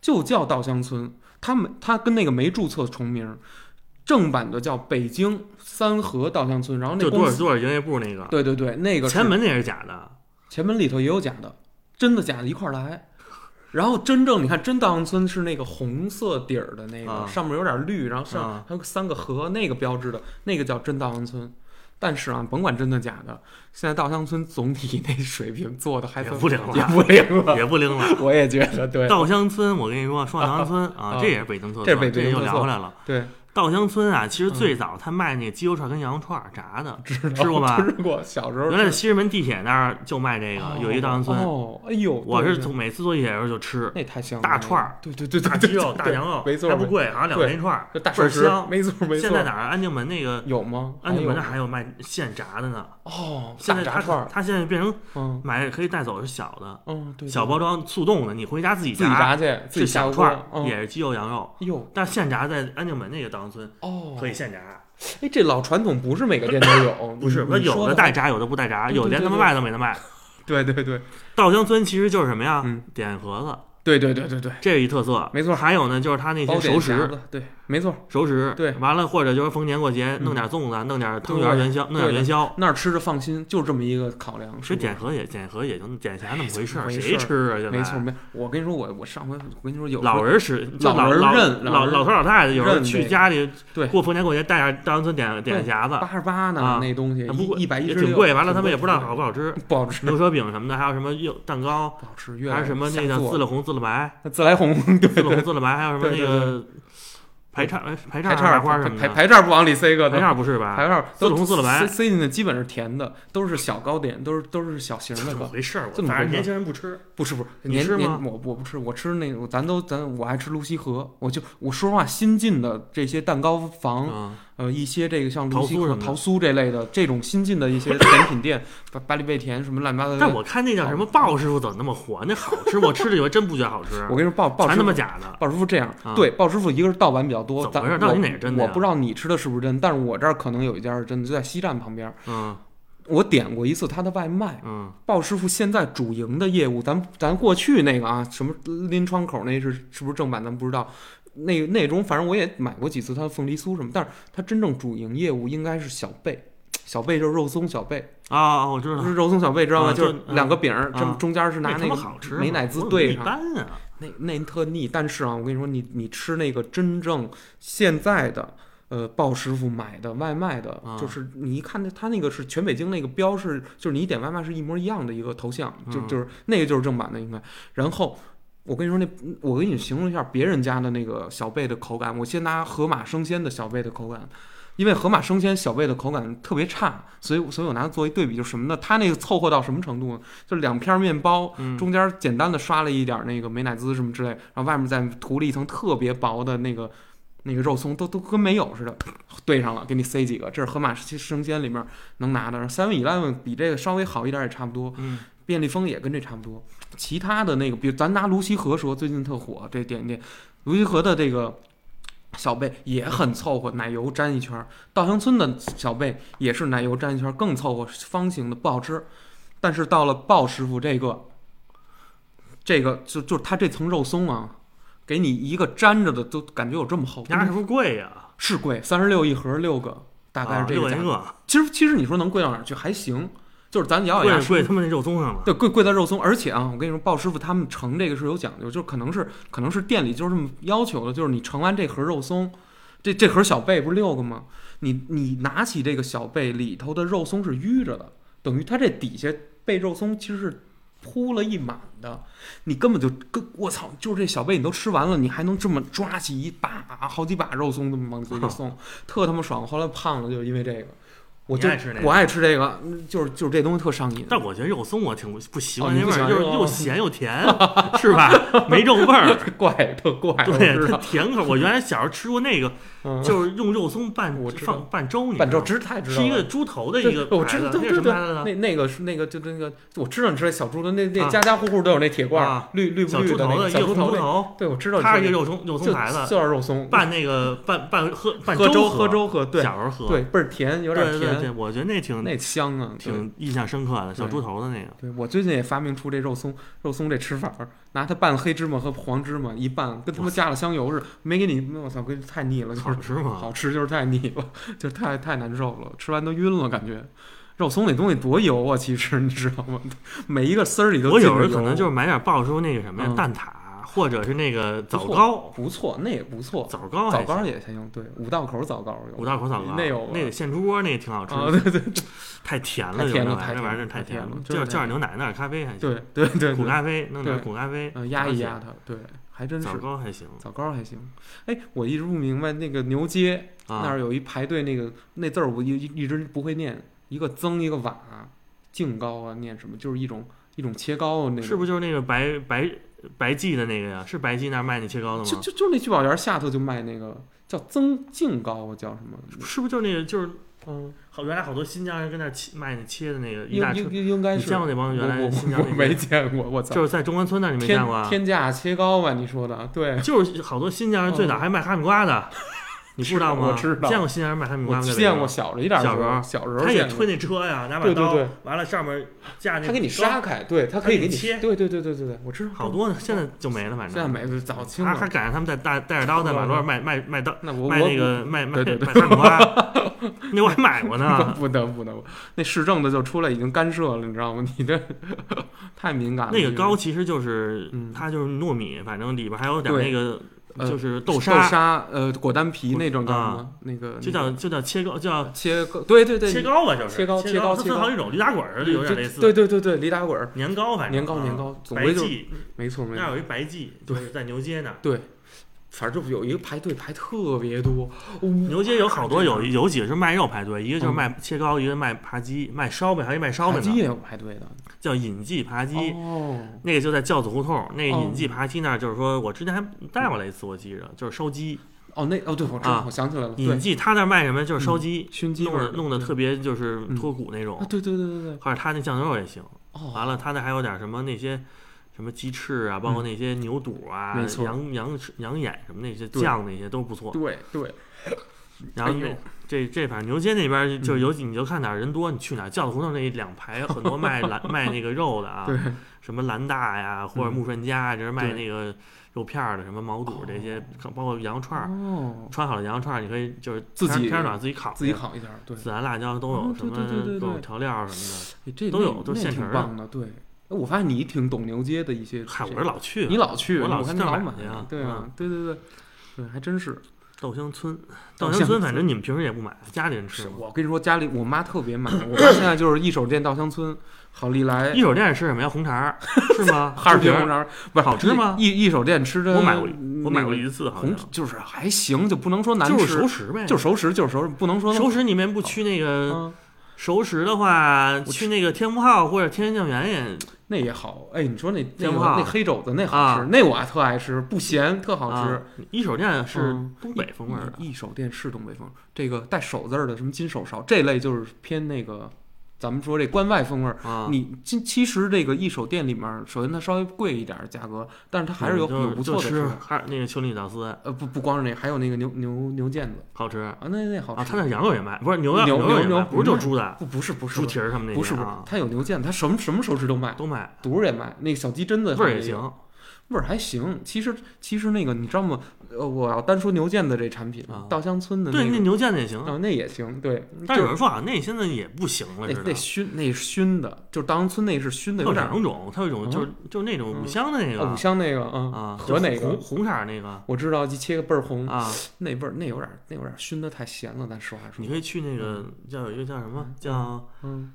A: 就叫稻香村，他没他跟那个没注册重名，正版的叫北京三河稻香村，然后那
B: 就多
A: 公
B: 少
A: 司，
B: 多少营业部那个，
A: 对对对，那个是啊
B: 前门那也是假的，
A: 前门里头也有假的，真的假的一块儿来。然后真正你看，真稻香村是那个红色底儿的那个，
B: 啊
A: 上面有点绿，然后上、
B: 啊
A: 还有三个河那个标志的，那个叫真稻香村。但是啊，甭管真的假的，现在稻香村总体那水平做的还
B: 也
A: 算
B: 不灵了
A: 也不灵了。
B: 也不灵了。
A: 我也觉得对
B: 稻香村，我跟你说，双稻香村
A: 啊
B: 啊，这也是北京特
A: 这
B: 色，
A: 是北京嗯
B: 又
A: 特色
B: 聊回来了。
A: 对，
B: 稻香村啊，其实最早他卖那鸡肉串跟羊肉串儿炸的，吃过吧
A: 吃？过，小时候
B: 原来在西直门地铁那儿就卖这个，有一稻香村，
A: 哦，哎呦，
B: 我
A: 对
B: 是从每次坐地铁的时候就吃，
A: 那太香了，
B: 大串儿
A: 对对对对
B: 大
A: 对
B: 鸡肉、
A: 对
B: 大羊肉，
A: 没错，
B: 还不
A: 没错，
B: 贵，好像两块钱一串儿，
A: 就大
B: 倍
A: 手
B: 儿
A: 指，
B: 香。
A: 没错没错。
B: 现在哪儿？安定门那个
A: 有吗？
B: 安定门那
A: 还
B: 还
A: 有吗
B: 有卖现炸的呢。
A: 哦，
B: 现
A: 大
B: 在
A: 炸
B: 它
A: 串儿，
B: 它现在变成
A: 嗯
B: 买可以带走是小的，
A: 嗯，对，对
B: 小包装速冻的，你回家自己
A: 自己炸去，自己
B: 是
A: 下
B: 小
A: 锅
B: 串儿，
A: 嗯
B: 也是鸡肉羊肉，
A: 哟
B: 但是现炸在安定门那个稻香村
A: 哦，
B: 可以现炸，
A: 哎，这老传统不是每个店都有，
B: 不是，
A: 你
B: 它
A: 嗯你
B: 有
A: 说的
B: 的带炸，有的不带炸，
A: 对对
B: 有的连
A: 对
B: 他们
A: 对
B: 卖都没得卖。
A: 对对对
B: 稻香村其实就是什么呀
A: 嗯？
B: 点盒子，
A: 对对对对对，
B: 这是一特色。
A: 没错
B: 还有呢，就是他那些
A: 包
B: 熟
A: 点匣
B: 食，
A: 子，对，没错，
B: 熟食，
A: 对
B: 完了或者就是逢年过节弄点粽子，弄点汤圆、
A: 对
B: 元宵，弄
A: 对
B: 点
A: 的
B: 元宵。
A: 那儿吃着放心，就这么一个考量，
B: 吃
A: 是
B: 点盒也点盒也就点匣那么回事
A: 哎
B: 儿，
A: 怎么回
B: 谁
A: 事儿
B: 吃啊？现
A: 没错
B: 在
A: 没，我跟你说，我我上回我跟你说有
B: 老人吃，就
A: 老人
B: 老
A: 认
B: 老
A: 老人
B: 老头老太太有时候
A: 认这
B: 去
A: 个
B: 家里
A: 对
B: 过逢年过节带点稻香村点点匣子，
A: 八十八呢、
B: 啊
A: 那东西
B: 啊不过
A: 一百一
B: 也
A: 十
B: 挺贵，完了他们也不知道好
A: 不
B: 不好吃，
A: 不好吃，
B: 牛舌饼什么的，还有什么柚蛋糕，
A: 不好吃，越
B: 还
A: 来
B: 有什么那
A: 下
B: 个
A: 作
B: 自了红自了 白，
A: 自来红，对对
B: 自了红自了白，还有什么
A: 对
B: 那
A: 对
B: 个排叉哎排
A: 排
B: 叉
A: 叉
B: 麻
A: 儿
B: 花什么
A: 排
B: 的，
A: 排叉儿不往里塞个
B: 排
A: 的，
B: 叉不是吧？
A: 排叉儿都
B: 自动自动白
A: 塞塞进去基本是甜的，都是小糕点，都是都是小型的
B: 怎么
A: 吧？
B: 回事儿？我
A: 这么
B: 反正
A: 回事儿
B: 年轻人不吃，
A: 不是不是，
B: 你
A: 年
B: 吃
A: 年
B: 吗
A: 我我不吃，我吃那个咱都咱我爱吃泸溪河，我就我说实话，新进的这些蛋糕房，
B: 嗯，
A: 呃，一些这个像泸溪
B: 桃酥什
A: 河、
B: 么的
A: 桃酥这类的这种新进的一些甜品店，巴巴黎贝甜什么乱七八糟的。
B: 但我看那叫什么鲍师傅怎么那么火？那好吃，我吃了以后真不觉得好吃，
A: 我跟你说，鲍鲍
B: 全
A: 师
B: 他妈
A: 傅
B: 假的。
A: 鲍师傅这样
B: 啊，
A: 对，鲍师傅一个是盗版比较多，
B: 怎
A: 但
B: 么回事到底
A: 我
B: 哪是真的呀
A: 我不知道你吃的是不是真，但是我这儿可能有一家是真的，就在西站旁边，
B: 嗯
A: 我点过一次他的外卖。
B: 嗯，
A: 鲍师傅现在主营的业务，咱咱过去那个啊，什么拎窗口那是是不是正版，咱不知道。那那种反正我也买过几次他的凤梨酥什么，但是他真正主营业务应该是小贝，小贝就是肉松小贝，
B: 啊，我知道
A: 就。是肉松小贝知道吗？
B: 啊
A: 就是
B: 就
A: 两个饼儿，
B: 啊
A: 这么中间是拿
B: 那他
A: 那
B: 妈
A: 个
B: 好吃吗，
A: 美乃滋
B: 我怎么
A: 兑
B: 一
A: 上，
B: 般啊，
A: 那那特腻，但是啊，我跟你说，你你吃那个真正现在的。呃，鲍师傅买的外卖的，
B: 啊
A: 就是你一看那他那个是全北京那个标是，就是你一点外卖是一模一样的一个头像，就
B: 嗯
A: 就是那个就是正版的应该。然后我跟你说那，我给你形容一下别人家的那个小贝的口感，我先拿盒马生鲜的小贝的口感，因为盒马生鲜小贝的口感特别差，所以所以我拿它做一对比，就是什么呢？它那个凑合到什么程度呢？就是两片面包，
B: 嗯
A: 中间简单的刷了一点那个美乃滋什么之类，然后外面再涂了一层特别薄的那个那个肉松，都都跟没有似的，兑上了，给你塞几个。这是盒马生鲜里面能拿的，然后 Seven Eleven 比这个稍微好一点也差不多，
B: 嗯
A: 便利蜂也跟这差不多。其他的那个，比如咱拿泸溪河说，最近特火这点点，泸溪河的这个。小贝也很凑合，奶油沾一圈儿。稻香村的小贝也是奶油沾一圈儿，更凑合，方形的不好吃。但是到了鲍师傅这个，这个就就是它这层肉松啊，给你一个粘着的，都感觉有这么厚。
B: 鸭是不是贵呀？
A: 是贵，三十六一盒，六个，大概
B: 啊
A: 是这
B: 六
A: 个
B: 块
A: 价
B: 钱一
A: 格。
B: 个，
A: 其实其实你说能贵到哪儿去还行，就是咱咬咬牙
B: 贵贵他妈那肉松上了。
A: 对，贵贵在肉松，而且啊，我跟你说，鲍师傅他们盛这个是有讲究，就是可能是可能是店里就是这么要求的，就是你盛完这盒肉松，这这盒小贝不是六个吗？你你拿起这个小贝里头的肉松是淤着的，等于它这底下被肉松其实是铺了一满的，你根本就跟我操，就是这小贝你都吃完了，你还能这么抓起一把好几把肉松这么往嘴里 送，特他妈爽。后来胖了就是因为这个。我
B: 你
A: 就
B: 爱吃那个
A: 我爱吃这个，嗯就是就是这东西特上瘾。
B: 但我觉得肉松我挺不习惯
A: 哦
B: 那
A: 你不
B: 味
A: 喜
B: 儿，
A: 欢
B: 就是
A: 肉
B: 又咸 又甜，是吧？没肉味儿。
A: 怪特怪，我
B: 对，
A: 知
B: 它
A: 道。
B: 甜口。我原来小时候吃过那个，
A: 嗯，
B: 就是用肉松拌
A: 我知道
B: 放拌粥，你
A: 板
B: 知道
A: 粥
B: 吗
A: 知太知道
B: 是
A: 了。
B: 一个猪头的
A: 对
B: 一个
A: 我
B: 牌
A: 知
B: 子
A: 道，
B: 那
A: 对
B: 是什
A: 对
B: 么牌子
A: 对，
B: 呢？
A: 那那个是那个就那个，我知道你吃的小猪头，那那
B: 啊
A: 家家户户都有那铁罐
B: 啊
A: 儿，绿绿不
B: 小
A: 绿
B: 猪
A: 的
B: 头
A: 那
B: 的
A: 个
B: 一
A: 小
B: 个
A: 猪
B: 红
A: 头
B: 猪
A: 那个，
B: 头，
A: 对我知道你
B: 它是
A: 说那
B: 一个
A: 个，
B: 肉松肉
A: 就
B: 松牌子，
A: 就是肉松，
B: 拌那个拌拌喝拌
A: 喝粥
B: 喝
A: 喝粥喝，对
B: 小时候喝，
A: 对，倍儿甜，有
B: 对
A: 点
B: 对对对，
A: 甜，
B: 我觉得那挺
A: 那香啊，对。
B: 挺印象深刻的，小
A: 对
B: 猪头的那个。
A: 对，我最近也发明出这肉松，肉松这吃法儿，拿它拌黑芝麻和黄芝麻一拌，跟他妈加了香油似的，没给你，我操，跟太腻了，就是
B: 好吃吗？
A: 好吃就是太腻了，就是太太难受了，吃完都晕了，感觉。肉松那东西多油啊，其实你知道吗？每一个丝儿里都
B: 我
A: 浸
B: 有
A: 着
B: 时候可能就是是买点爆出那个什么呀
A: 嗯
B: 蛋挞，或者是那个
A: 不
B: 枣
A: 错
B: 糕，
A: 不错，那也不错，
B: 枣糕
A: 枣
B: 还
A: 糕
B: 行，
A: 也行，对，五道口枣糕有，
B: 五道口枣糕
A: 那有吧
B: 那个现出锅那个挺好吃
A: 啊，
B: 的，
A: 对对
B: 太甜了，
A: 太
B: 有
A: 甜
B: 那
A: 了
B: 玩意
A: 太
B: 儿那
A: 甜
B: 玩意
A: 了
B: 儿太
A: 太
B: 甜
A: 甜
B: 了
A: 了，
B: 就
A: 就是
B: 叫点牛奶，弄点咖啡还行，
A: 对对对
B: 苦
A: 对，
B: 咖啡弄点苦咖啡
A: 呃，压
B: 还
A: 一
B: 行
A: 压它，对，还真
B: 枣
A: 是
B: 糕还行
A: 枣糕还行。哎，我一直不明白那个牛街
B: 啊，
A: 那儿有一排队那个那字儿，我一一一直不会念，一个增一个瓦，净糕啊，念什么？就是一种一种切糕啊，那个
B: 是不是就是那个白白白记的那个呀？是白记那儿卖那切糕的
A: 就
B: 吗？
A: 就就那聚宝园下头就卖那个叫增净糕啊，叫什么？
B: 是不是就是那个就是
A: 嗯，
B: 好原来好多新疆人跟那儿切卖那切的那个一
A: 应
B: 大车
A: 应，应应该
B: 你
A: 是
B: 见过那帮原来
A: 我
B: 新疆
A: 我我
B: 那
A: 没
B: 边
A: 见过，我操！
B: 就是在中关村那儿你没
A: 天
B: 见过啊？
A: 天价切糕吧，你说的对。
B: 就是好多新疆人最早还卖哈密 瓜的，你不知道吗？
A: 哦我知道
B: 见过新疆人卖哈密瓜
A: 我
B: 吗？
A: 见过小着一点的时候，小时候
B: 他也
A: 见过
B: 推。那车呀，拿把
A: 对对
B: 刀
A: 对，
B: 完了上面架那，
A: 他给你杀，开，对他可以给你
B: 他给你切
A: 对对对对对对，我知道
B: 好多呢，现在就没了，反正
A: 现在没了早清
B: 他还
A: 了。
B: 赶上他们在带带着刀在马路上卖卖卖刀。
A: 那我
B: 卖
A: 我
B: 那个卖卖
A: 对对
B: 卖哈密瓜，那我还买过 呢。
A: 不得不得，那市政的就出来已经干涉了，你知道吗？你这 太敏感了。
B: 那个
A: 这
B: 糕其实就是
A: 嗯
B: 它就是糯米，反正里边还有点那
A: 对
B: 个
A: 呃
B: 就是
A: 豆
B: 豆沙，
A: 呃果丹皮
B: 不
A: 那种叫什
B: 啊
A: 么？那个
B: 就叫就叫切糕，叫
A: 切糕，对对对，
B: 切
A: 你
B: 糕吧，就是
A: 切糕
B: 切
A: 切糕
B: 它
A: 切
B: 分
A: 糕
B: 好几种，驴打滚儿就有点
A: 对
B: 类似。
A: 对对对对，李打滚儿，
B: 年糕反正
A: 年糕
B: 啊
A: 年糕，总
B: 白
A: 归就嗯
B: 记
A: 没错没
B: 那
A: 错
B: 儿，有一白记，就是在牛街那儿。
A: 对，反正就有一个排队排特别多，哦呜
B: 牛街有好多
A: 嗯
B: 有有几个是卖肉排队，一个就是卖切糕，一个卖扒鸡，卖烧饼，还有一卖烧
A: 扒
B: 饼
A: 鸡
B: 的，
A: 也有排队的，
B: 叫尹记扒鸡。
A: 哦，
B: 那个就在教子胡同，那个
A: 哦
B: 尹记扒鸡那儿，就是说我之前还带过来一次，我记着就是烧鸡。
A: 哦那哦对，我知
B: 啊
A: 道，我想起来了，
B: 尹
A: 对，
B: 记他那儿卖什么？就是烧鸡，
A: 熏鸡
B: 弄
A: 味
B: 的
A: 儿
B: 弄的特别就是
A: 嗯
B: 脱骨那
A: 啊，
B: 种，
A: 对对对对对，
B: 或者他那酱牛肉也行。
A: 哦，
B: 完了，他那还有点什么那些什么鸡翅啊，包括那些牛肚啊
A: 嗯没、错
B: 羊羊翅羊眼什么那些
A: 对
B: 酱那些都不错。
A: 对对，
B: 然后
A: 哎
B: 那
A: 呦嗯
B: 这这反正牛街那边儿就是有几你就看哪儿人多，你去哪儿。轿子胡同那一两排很多卖 蓝卖那个肉的啊，
A: 对，
B: 什么兰大呀，或者
A: 嗯
B: 木顺家，啊这是卖
A: 对
B: 那个肉片儿的，什么毛肚这些，包括羊肉串儿。
A: 哦，
B: 穿好了羊肉串儿，你可以就是
A: 自
B: 天儿
A: 己
B: 天儿暖自己烤，
A: 自己，烤一下，对，
B: 孜然辣椒都有，
A: 哦
B: 什
A: 对
B: 么
A: 对对对对
B: 各种调料儿什
A: 哎这
B: 都
A: 那
B: 有都是
A: 那
B: 现成
A: 挺
B: 儿的
A: 棒的，对，哎我发现你挺懂牛街的一些
B: 么的。，嗨，我
A: 这
B: 是老去，
A: 你老去，
B: 我老
A: 我
B: 去
A: 看你
B: 那儿
A: 老
B: 买
A: 买
B: 去啊
A: 对啊，对对对，对，还真是。
B: 稻香村，
A: 稻
B: 稻
A: 香
B: 香
A: 村
B: 村，反正你们平时也不买，家里人吃
A: 是
B: 吗。
A: 我跟你说，家里我妈特别买，我妈现在就是一手店稻香村、好利来
B: 一、手店是什么呀？红肠 儿是吗？
A: 哈尔滨红
B: 红肠
A: 肠儿，不是
B: 好吃吗
A: 一一手店吃
B: 儿，
A: 的，
B: 我买过一，我买过
A: 那个
B: 一次，好
A: 红
B: 像，
A: 就是还行，就不能说难
B: 就是
A: 吃
B: 熟，食呗，
A: 就是熟食，就是熟食，不能说
B: 熟食你们不去那个
A: 嗯，
B: 熟食的话，
A: 我
B: 去那个天福号或者天津酱园也
A: 那也好。哎，你说那那
B: 真
A: 个
B: 好
A: 那黑肘子那好
B: 啊
A: 吃，那我还特爱吃，不咸，特好吃
B: 啊。一手店是
A: 嗯
B: 东北风味儿的，
A: 一一手店是东北风，这个带手字儿的，什么金手勺这类就是偏那个，咱们说这关外风味儿。
B: 啊，
A: 你其其实这个一手店里面儿，首先它稍微贵一点儿价格，但是它还是有
B: 就
A: 有不错
B: 就
A: 的
B: 吃
A: 的。
B: 哈那个丘陵早丝
A: 呃，不不光是那个，还有那个牛牛牛腱子
B: 好吃啊，
A: 啊，那那好吃。
B: 他那羊肉也卖，不是牛
A: 牛
B: 牛肉也
A: 牛
B: 卖，
A: 牛
B: 不是就猪的
A: 不不是不是
B: 猪蹄儿他们那些
A: 不是不是
B: 啊，
A: 它有牛腱，它什么什么熟食都卖，
B: 都卖，
A: 肚儿也卖，那小鸡胗子
B: 味儿也
A: 好像有，
B: 行
A: 味儿还行。其实其实那个你知道吗？呃，我要单说牛腱子这产品
B: 啊，
A: 稻香村的
B: 对，那
A: 那
B: 牛腱子也行
A: 个，，啊那也行，对，
B: 但
A: 就
B: 是有
A: 是
B: 人说好像那现在也不行了
A: 那
B: 似的
A: 那。熏那是熏的，就是稻香村那是熏的，
B: 它
A: 有
B: 有
A: 点儿
B: 两种，它有一种
A: 嗯
B: 就是就是那种五香的那
A: 啊
B: 个
A: 五香那个
B: 啊，就
A: 和那
B: 红
A: 个嗯
B: 红色儿那个
A: 我知道，就切个倍儿红
B: 啊，
A: 那味儿那有点儿那有点儿熏的太咸了，咱实话说
B: 你。可以去那个叫有一个叫什么叫
A: 嗯，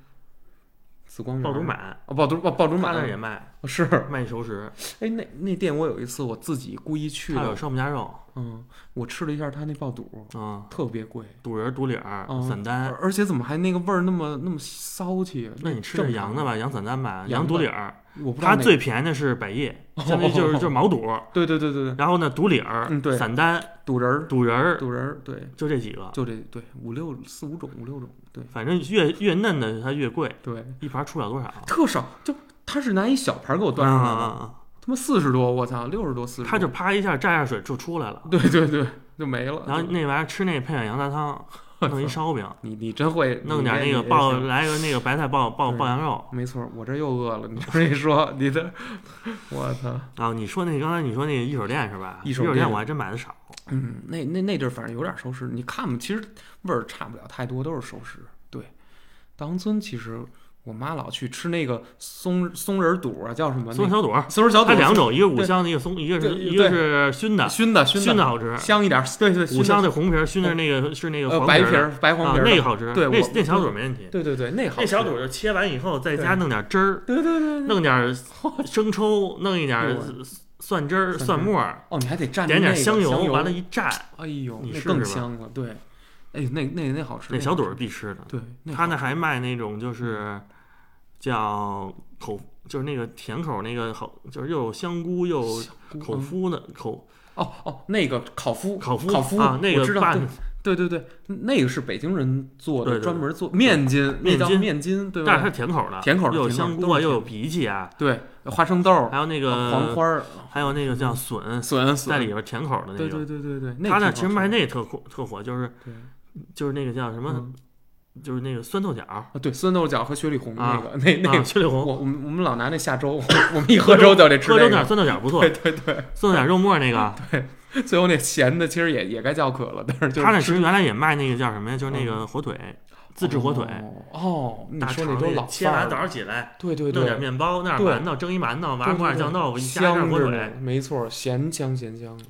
A: 紫光园
B: 爆
A: 儿
B: 竹满，
A: 哦，爆竹爆爆竹
B: 他那儿
A: 满
B: 也卖
A: 哦是。
B: 卖熟食，
A: 哎，那那店我有一次我自己故意去
B: 他有
A: 的，
B: 烧饼夹肉
A: 嗯，我吃了一下他那爆肚，
B: 啊，
A: 特别贵，
B: 肚仁儿、肚里儿、
A: 嗯
B: 散丹
A: 而。而且怎么还那个味儿那么那么骚气？
B: 哎
A: 啊
B: 那你吃的
A: 正
B: 羊
A: 常
B: 的？吧，羊散丹吧，
A: 羊
B: 羊
A: 的
B: 肚里儿，
A: 我不知道
B: 它
A: 哪个。
B: 最便宜的是 百叶，相当于就是就是毛肚，
A: 对对对对对，
B: 然后呢肚里儿
A: 嗯、对
B: 散丹、
A: 肚仁儿，
B: 肚仁儿，
A: 肚仁儿，对，
B: 就这几个，
A: 就这对五六四五种五六种，对
B: 反正越越嫩的它越贵，
A: 对，
B: 一盘儿出不了多少。
A: 特少，就他是拿一小盘儿给我端上
B: 啊啊
A: 来的，
B: 啊啊！
A: 他妈四十多，我操，六十多四十，
B: 它就啪一下蘸下水就出来了。
A: 对对对，就没了。
B: 然后
A: 就
B: 那玩意儿吃那配上羊杂汤， 弄一烧饼，
A: 你你真会
B: 弄点那
A: 你
B: 个
A: 你
B: 爆
A: 也行
B: 来个那个白菜爆爆
A: 对
B: 爆羊肉。
A: 没错，我这又饿了。你这么一说，你这，我操，
B: 啊，你说那刚才你说那个一手店是吧？
A: 一
B: 手
A: 手
B: 店
A: 店
B: 我还真买的少，
A: 嗯，那那那阵儿反正有点熟食，你看吧，其实味儿差不了太多，都是熟食。对，大王村其实我妈老去吃那个松松仁肚啊，叫什么？
B: 松
A: 那
B: 小朵儿，
A: 松仁小肚
B: 它
A: 儿，
B: 两种，一个五
A: 对
B: 香的，一个松，一个是
A: 对
B: 一个是熏的，
A: 熏的熏
B: 熏的好吃。
A: 香一点儿，对对，熏
B: 五
A: 的
B: 香的红皮儿，熏的那个是那个
A: 呃
B: 黄
A: 白
B: 皮
A: 皮
B: 儿
A: 儿白
B: 的
A: 黄
B: 啊
A: 皮，儿
B: 那个
A: 的，
B: 好吃。
A: 对
B: 那
A: 我
B: 那小肚儿没问题。
A: 对对对，那好吃，
B: 那小肚儿就切完以后，在家
A: 对
B: 弄点汁儿，
A: 对对对对，
B: 弄点儿生抽，弄一点儿
A: 对
B: 蒜汁儿、
A: 蒜汁儿
B: 蒜末儿，
A: 哦，你还得蘸
B: 点
A: 那
B: 点
A: 个
B: 香
A: 油，
B: 油，完了，一蘸，
A: 哎呦，
B: 你
A: 那
B: 试
A: 更
B: 试吧
A: 香了，对，哎，那那那好吃，
B: 那小肚儿
A: 好吃
B: 必吃的。
A: 对，那
B: 他
A: 好
B: 那还卖那种就是叫口，就是那个甜口那个好，就是又有香菇又有
A: 吃
B: 口
A: 嗯
B: 麸的口
A: 哦哦，那个烤麸，
B: 烤麸
A: 烤麸
B: 啊，那
A: 我
B: 个
A: 知道，
B: 拌
A: 对对对对，那个是北京人做
B: 对
A: 的，
B: 对
A: 专门做面筋，那
B: 面
A: 叫
B: 筋
A: 面筋，对
B: 但是它
A: 吧
B: 是？甜口的，
A: 甜口的
B: 又有
A: 甜口
B: 香
A: 都
B: 菇啊，
A: 是
B: 又有荸荠啊，
A: 对，花生豆、啊
B: 还有那个
A: 黄花、 儿、嗯
B: 还有那个叫笋，
A: 笋
B: 在里
A: 笋，
B: 边甜口的那
A: 对对
B: 种。
A: 对对对，
B: 他
A: 那
B: 那
A: 挺
B: 其实
A: 好
B: 卖
A: 吃的
B: 那特火特火，就是
A: 对
B: 就是那个叫什么，
A: 嗯
B: 就是那个酸豆角儿
A: 啊对酸豆角和雪里红那
B: 啊
A: 个 那那
B: 啊，
A: 个，
B: 雪里红，
A: 我我们我们老拿那 下粥，我们一喝粥就得吃
B: 喝粥
A: 那
B: 点儿
A: 个，
B: 酸豆角儿不错
A: 对，对对，
B: 酸豆角儿肉末儿那个，
A: 最后那咸的其实也也该叫渴了，但是就是
B: 他那其
A: 吃嗯
B: 实原来也卖那个叫什么呀，就是那个火腿，自制火腿，
A: 哦，哦你
B: 大
A: 说
B: 肠
A: 那
B: 那
A: 都
B: 个
A: 老
B: 切
A: 范
B: 完
A: 儿
B: 早
A: 了
B: 上起来
A: 对对
B: 弄
A: 对
B: 点。面包，弄
A: 对
B: 点馒头，蒸一馒
A: 对
B: 头，完了抹
A: 对
B: 点酱
A: 对
B: 豆腐，一下一
A: 香
B: 下火
A: 着
B: 腿
A: 呢，，没错，咸香咸香的，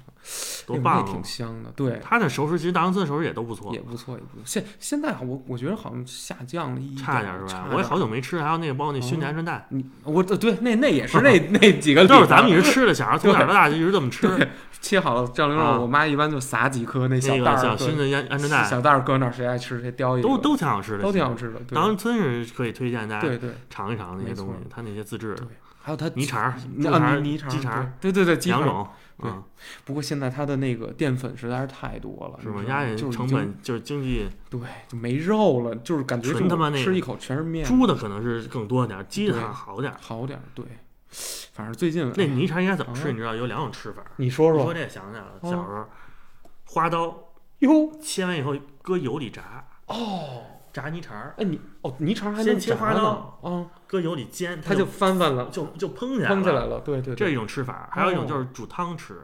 B: 多
A: 那
B: 棒
A: 那挺
B: 啊！
A: 香的，对，
B: 他那熟食其实大杨村熟食也都不错
A: 也，不错，也不错。现现在我我觉得好像下降了一
B: 差点
A: 点
B: 儿是吧
A: 差？
B: 我也好
A: 点儿
B: 久没吃，还有那个包括那熏的
A: 哦
B: 鹌鹑蛋，
A: 你我对那那 也是那那几个
B: 都是
A: 里边
B: 咱们一
A: 儿
B: 直吃的，小孩从小到大就一直这么吃。
A: 对切好了酱牛
B: 啊
A: 肉，我妈一般就撒几颗那
B: 那
A: 小
B: 个
A: 袋
B: 小
A: 儿
B: 熏
A: 对，
B: 的鹌鹌鹑蛋
A: 小袋儿搁那儿，谁爱吃谁叼一个，
B: 都都挺好吃的，
A: 都挺好
B: 吃。
A: 吃的，对
B: 当然村是可以推荐大
A: 对
B: 家
A: 对，
B: 尝一尝那些东
A: 没
B: 西，他那些自制的
A: 对还有它
B: 泥肠儿、
A: 嗯
B: 猪肠
A: 啊
B: 儿、
A: 泥泥肠
B: 鸡
A: 儿
B: 肠儿，
A: 对对对对鸡
B: 两
A: 肠
B: 种，
A: 对
B: 嗯，
A: 不过现在它的那个淀粉实在是太多了，
B: 是
A: 你
B: 吧？
A: 知道
B: 家
A: 吗
B: 也
A: 就是已
B: 成
A: 经
B: 本就是经济。
A: 对就没肉了，就是感觉
B: 纯
A: 是
B: 他
A: 我
B: 妈那
A: 吃
B: 个
A: 一口全是面，
B: 猪的可能是更多点儿，鸡的
A: 对
B: 还好点儿。
A: 好点儿对。反正最近
B: 那泥肠应该怎么
A: 哎
B: 吃？你知道有两种吃法。
A: 你说
B: 你
A: 说
B: 说这想想，
A: 嗯
B: 小时候花刀
A: 哟，
B: 切完以后搁油里炸，
A: 哦，
B: 炸泥肠儿，
A: 哎你哦，泥肠还能
B: 先切
A: 炸
B: 花
A: 呢
B: 刀
A: 啊，
B: 搁油里煎，
A: 它
B: 它
A: 就
B: 就
A: 翻翻了，
B: 就就蓬起来
A: 蓬起来
B: 了。
A: 了，对对
B: 这
A: 对，
B: 是一种吃法，还有一种就是煮汤吃，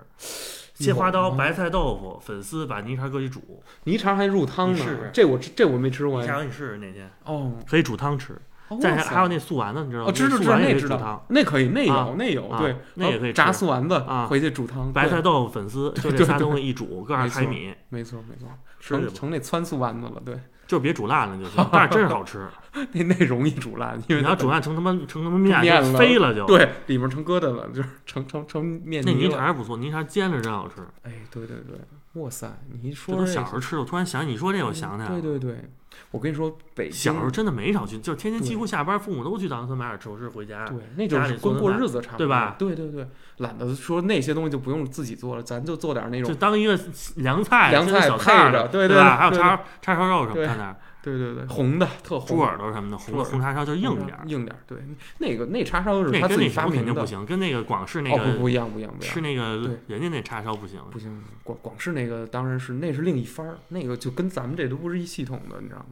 B: 切
A: 有
B: 花刀、
A: 吗
B: 白菜、豆腐、粉丝，把泥肠搁里煮。
A: 泥肠还入汤
B: 你试试
A: 呢，这我吃这我没吃过
B: 下
A: 呀，
B: 回你试试哪天
A: 哦，
B: 可以煮汤吃。
A: 哦
B: 再
A: 哇
B: 还
A: 塞
B: 还有那素丸子，你知道吗？
A: 哦，知道
B: 素
A: 知道
B: 丸也
A: 那
B: 可以
A: 知
B: 煮汤
A: 道，，那可以那
B: 啊
A: 有那有
B: 啊
A: 对，哦
B: 那也可以
A: 炸
B: 吃
A: 素丸子
B: 啊
A: 回去煮汤，
B: 白
A: 对
B: 菜、豆腐、粉丝，就这
A: 对
B: 仨
A: 对
B: 东西一煮，搁
A: 没
B: 点
A: 错
B: 海米，
A: 没错没错，
B: 吃去
A: 成
B: 吧
A: 成那汆素丸子了，对，
B: 就是别煮烂了就 行，但是真是好吃。
A: 那那容易煮烂，因为
B: 你要
A: 它
B: 煮烂成他妈成他妈面
A: 面
B: 就
A: 了
B: 飞了就。，
A: 对里面成疙瘩了，就是成成成面
B: 那
A: 泥
B: 泥
A: 了
B: 肠，还不错，泥肠煎着真好吃。
A: 哎，对对对，哇塞，你一
B: 这
A: 说
B: 都
A: 这
B: 小时候吃的，我突然想起你说这，我想起来
A: 对对
B: 了。
A: 对，我跟你说，北京
B: 小时候真的没少去，就是天天
A: 对
B: 几乎下班，父母都去大村买点熟食回家。
A: 对，那就
B: 家
A: 是
B: 里做
A: 跟
B: 的
A: 过
B: 饭
A: 日子差不多，
B: 对吧
A: 对对对，懒得说那些东西就不用自己做了，咱就做点那
B: 就
A: 种，
B: 当一个凉菜，
A: 凉
B: 真的
A: 菜
B: 小
A: 配
B: 菜儿
A: 着
B: 的
A: 对
B: 对
A: 对
B: 吧？还有
A: 对
B: 叉叉烧肉什么
A: 对
B: 的那儿，
A: 对对对，红的特红，
B: 猪耳朵什么的，红的
A: 猪耳
B: 红叉烧就是
A: 红
B: 硬
A: 的
B: 点儿。
A: 硬点儿，对，那个那叉烧肉是
B: 那
A: 他
B: 跟
A: 自
B: 那
A: 己
B: 什
A: 发
B: 么肯
A: 明
B: 定
A: 的，
B: 不行，跟那个广式那
A: 哦不不
B: 个
A: 一样不一样不一
B: 吃
A: 样。
B: 那个
A: 对
B: 人家那叉烧不行。
A: 不行，广广式那个当然是那是另一番儿，那个就跟咱们这都不是一系统的，你知道吗？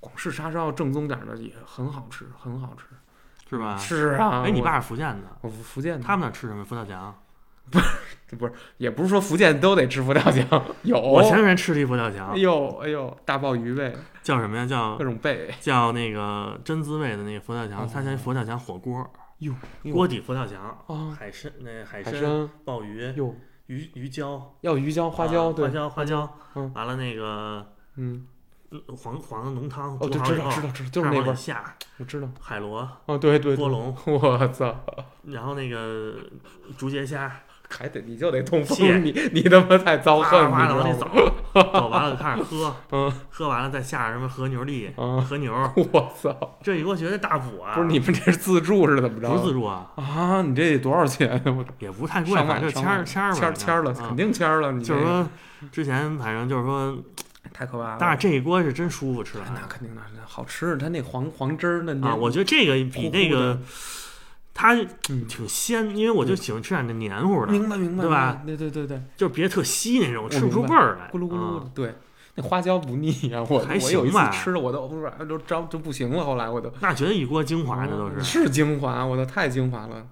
A: 广式叉烧正宗点儿的也很好吃，很好吃。
B: 是吧？
A: 是啊，
B: 哎，你
A: 我哦
B: 爸是福建的，
A: 我福建的，
B: 他们那儿吃什么？佛跳墙。
A: 这不是也不是说福建都得吃佛跳墙，有
B: 我前两天吃了一佛跳
A: 哎
B: 墙，
A: 呦哎呦大鲍鱼呗，
B: 叫什么呀？叫
A: 各种贝。
B: 叫那个真滋味的那个佛跳墙，
A: 哦哎
B: 它叫佛跳墙火锅，
A: 哟，
B: 锅底佛跳墙，
A: 啊，
B: 海参那海
A: 海
B: 参、
A: 参
B: 鲍鱼、
A: 哟，
B: 鱼鱼胶、
A: 要鱼胶、花
B: 啊
A: 椒，
B: 花
A: 对，
B: 椒、花椒，
A: 嗯
B: 完了那个
A: 嗯，
B: 呃黄黄的浓汤，
A: 哦，
B: 煮
A: 就
B: 好
A: 知
B: 以
A: 道
B: 后
A: 知道知道，就是
B: 再
A: 那
B: 往
A: 味
B: 里
A: 儿，
B: 下
A: 我知道。
B: 海螺、
A: 哦，对对
B: 锅
A: 对，
B: 龙，
A: 我操，
B: 然后那个竹节虾，
A: 还得你就得痛
B: 蟹
A: 风，你你他妈太遭
B: 哗
A: 恨
B: 啦
A: 了，你
B: 哗的往里
A: 知
B: 走
A: 道吗？，
B: 走完了开始喝，
A: 嗯
B: 喝完了再下什么和牛粒、
A: 啊，
B: 和牛，
A: 我操，
B: 这一锅绝对大补啊！
A: 不是你们这是自助是怎么着？
B: 不是自助啊，
A: 啊，你这得多少钱？我操
B: 也不是太贵，
A: 上万
B: 反正就
A: 上
B: 签儿
A: 万
B: 签儿
A: 签儿
B: 吧
A: 签儿了，
B: 反正
A: 肯定签儿了，你
B: 啊就是
A: 这个
B: 说，之前反正就是说，
A: 太可怕了。
B: 但是这一锅是真舒服吃完
A: 那肯定的，那好吃，它那黄黄汁儿那那
B: 啊，我觉得这个比那
A: 糊
B: 个它
A: 嗯
B: 挺鲜，因为我就喜欢吃点那黏糊的，
A: 明白明白，
B: 对吧
A: 明白？对对对对，
B: 就是别特稀那种，
A: 我
B: 吃不
A: 明
B: 出味
A: 白
B: 儿来，
A: 咕噜咕噜的
B: 啊。，
A: 对，那花椒不腻呀、我
B: 还
A: 我有一
B: 行吧
A: 次吃了，我都不是都着就不行了，后来我都嗯
B: 那绝对一锅精华，那都是。
A: 是精华，我的太精华了，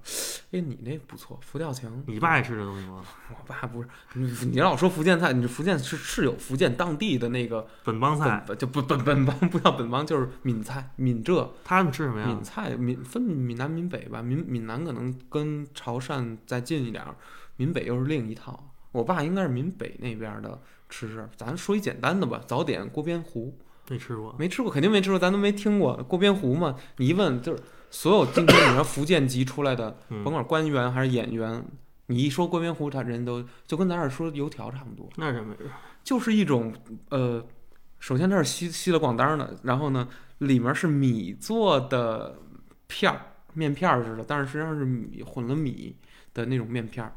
A: 哎，你那不错，佛跳墙。
B: 你爸爱吃这东西吗？
A: 我爸不是你，你老说福建菜，你福建是是有福建当地的那个
B: 本帮菜，
A: 本就本本本帮不叫本帮，就是闽菜、闽浙、
B: 他们吃什么呀
A: 闽？菜、闽分闽南、闽北吧。闽闽南可能跟潮汕再近一点儿，闽北又是另一套。我爸应该是闽北那边的吃食。咱说一简单的吧，早点锅边糊，
B: 没吃过。
A: 没吃过肯定没吃过，咱都没听过锅边糊嘛。你一问就是所有今天你说福建籍出来的
B: 嗯
A: 甭，管官员还是演员，你一说锅边糊，他人都就跟咱这儿说油条差不多，
B: 那是什么？
A: 就是一种呃，首先它是稀稀了咣当的，然后呢，里面是米做的片儿，面片儿似的，但是实际上是米混了米的那种面片儿。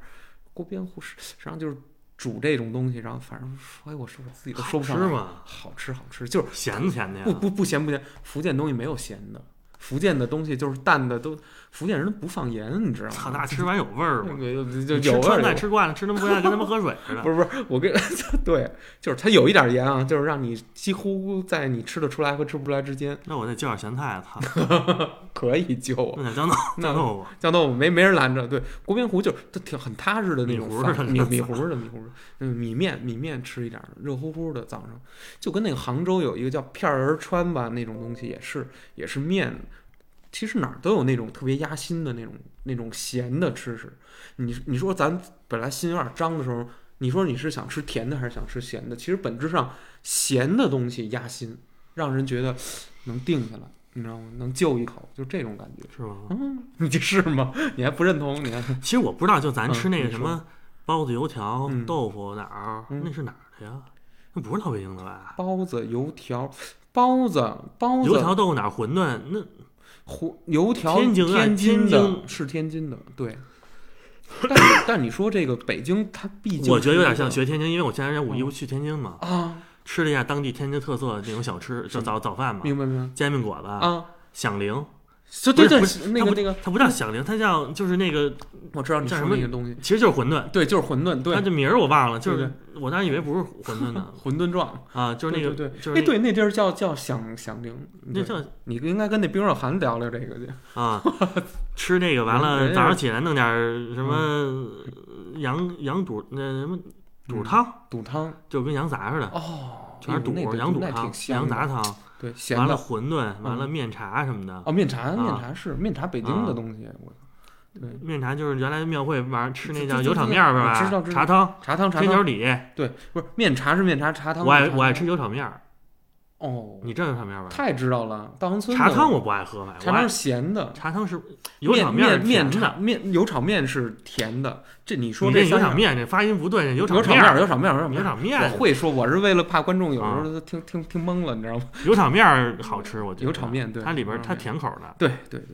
A: 锅边糊是实际上就是煮这种东西，然后反正说，哎，我说我自己都说不
B: 吃
A: 上来，
B: 吗？
A: 好吃好吃，就是
B: 咸的甜的呀
A: 不？不不咸不咸，福建东西没有咸的。福建的东西就是淡的，都福建人都不放盐，你知道吗？
B: 操，那吃完有味儿
A: 那
B: 吗？
A: 个 就
B: 你
A: 就有
B: 吃
A: 味儿
B: 川
A: 有
B: 菜吃惯了，吃他妈回来跟他们喝水似 的。
A: 不是不是，我跟对，就是它有一点盐啊，就是让你几乎在你吃得出来和吃不出来之间
B: 那我得浇点咸菜， 操，
A: 可以就
B: 弄点姜豆
A: 那
B: 姜豆腐。
A: 酱豆腐没没人拦着，对，锅边糊就是它挺很踏实的那
B: 米
A: 种
B: 糊
A: 饭
B: 似的
A: 米米糊似的米糊似的，嗯，米面米面吃一点儿热乎乎的，早上就跟那个杭州有一个叫片儿川吧那种东西也是也是面，其实哪儿都有那种特别压心的那种那种咸的吃食。你你说咱本来心有点张的时候，你说你是想吃甜的还是想吃咸的？其实本质上咸的东西压心，让人觉得 能定下来，你知道吗？能就一口，就这种感觉。
B: 是吗？
A: 嗯， 你是吗？你还不认同？你还
B: 其实我不知道，就咱吃
A: 嗯
B: 那个
A: 你
B: 什
A: 说
B: 么包子、油条
A: 嗯、
B: 豆腐哪儿，
A: 嗯
B: 那是哪儿的呀？那不是老北京的吧？
A: 包子、油条、包子、包子、
B: 油条、豆腐哪儿、馄饨，那
A: 胡油条，
B: 天津啊
A: 天津的
B: 天津
A: 是天津的，对。但但你说这个北京，它毕竟
B: 我觉得有点像
A: 是一
B: 学天津，因为我前两天五一
A: 嗯
B: 不去天津嘛，
A: 个啊，
B: 吃了一下当地天津特色的那种小吃，
A: 什
B: 就
A: 么
B: 早早饭嘛，
A: 明白明
B: 煎饼果子、
A: 白啊，
B: 响铃，
A: 就对对
B: 不，
A: 那个
B: 它不
A: 那个，
B: 它不叫响铃，它叫就是那个，
A: 我知道你
B: 叫
A: 说
B: 什么
A: 那个东西，
B: 其实就是馄饨，
A: 对，就是馄饨，对
B: 它，这名儿我忘了，就是我当时以为不是馄
A: ，
B: 饨呢
A: 馄饨状，
B: 啊，就是那个，
A: 对对
B: 就
A: 哎，
B: 是
A: 对，那地儿叫叫响响铃，
B: 那
A: 对
B: 叫
A: 你应该跟那冰若涵聊聊这个去，
B: 啊，吃那个完
A: 人
B: 了，
A: 家
B: 早上起来弄点儿什么
A: 嗯
B: 羊羊肚那什么肚汤，
A: 肚汤
B: 就跟羊杂似的，
A: 嗯哦，
B: 全是肚
A: 那个
B: 羊肚
A: 那
B: 汤
A: 挺、香
B: 羊
A: 的
B: 杂汤，
A: 对，咸
B: 完了
A: 的
B: 馄饨，完了
A: 嗯
B: 面茶什么的。
A: 哦，面茶，面
B: 啊
A: 茶是面茶，北京的
B: 啊
A: 东西，我对
B: 面茶就是原来庙会晚上吃那
A: 这
B: 叫
A: 这
B: 油
A: 这
B: 炒
A: 这
B: 面儿
A: 我知道
B: 吧
A: 知，道
B: 茶汤、
A: 茶汤茶
B: 黑椒
A: 汤，
B: 里，
A: 对，不是面茶是面茶，茶汤
B: 我爱
A: 是茶
B: 我爱
A: 汤
B: 吃油炒面儿，
A: 哦，
B: 你知道油炒面儿吧？
A: 太知道了，稻香村
B: 茶
A: 的
B: 汤我不爱喝，反
A: 茶
B: 正我
A: 汤
B: 爱
A: 是咸的，
B: 茶汤是油
A: 面
B: 炒面儿是
A: 面
B: 甜
A: 面
B: 的
A: 炒。面油炒面是甜的，这你说
B: 你这
A: 三
B: 油炒
A: 样
B: 面这发音不对，这油
A: 油
B: 炒
A: 炒
B: 面
A: 面儿
B: 儿
A: 油炒面儿油炒面
B: 油
A: 儿。
B: 炒面
A: 我
B: 儿
A: 会说，我是为了怕观众有时
B: 啊
A: 候都听听听懵了，你知道吗？
B: 油炒面儿好吃，我觉得
A: 油炒面对，
B: 啊它里边儿
A: 油炒
B: 它
A: 面
B: 甜口儿的
A: 对对对，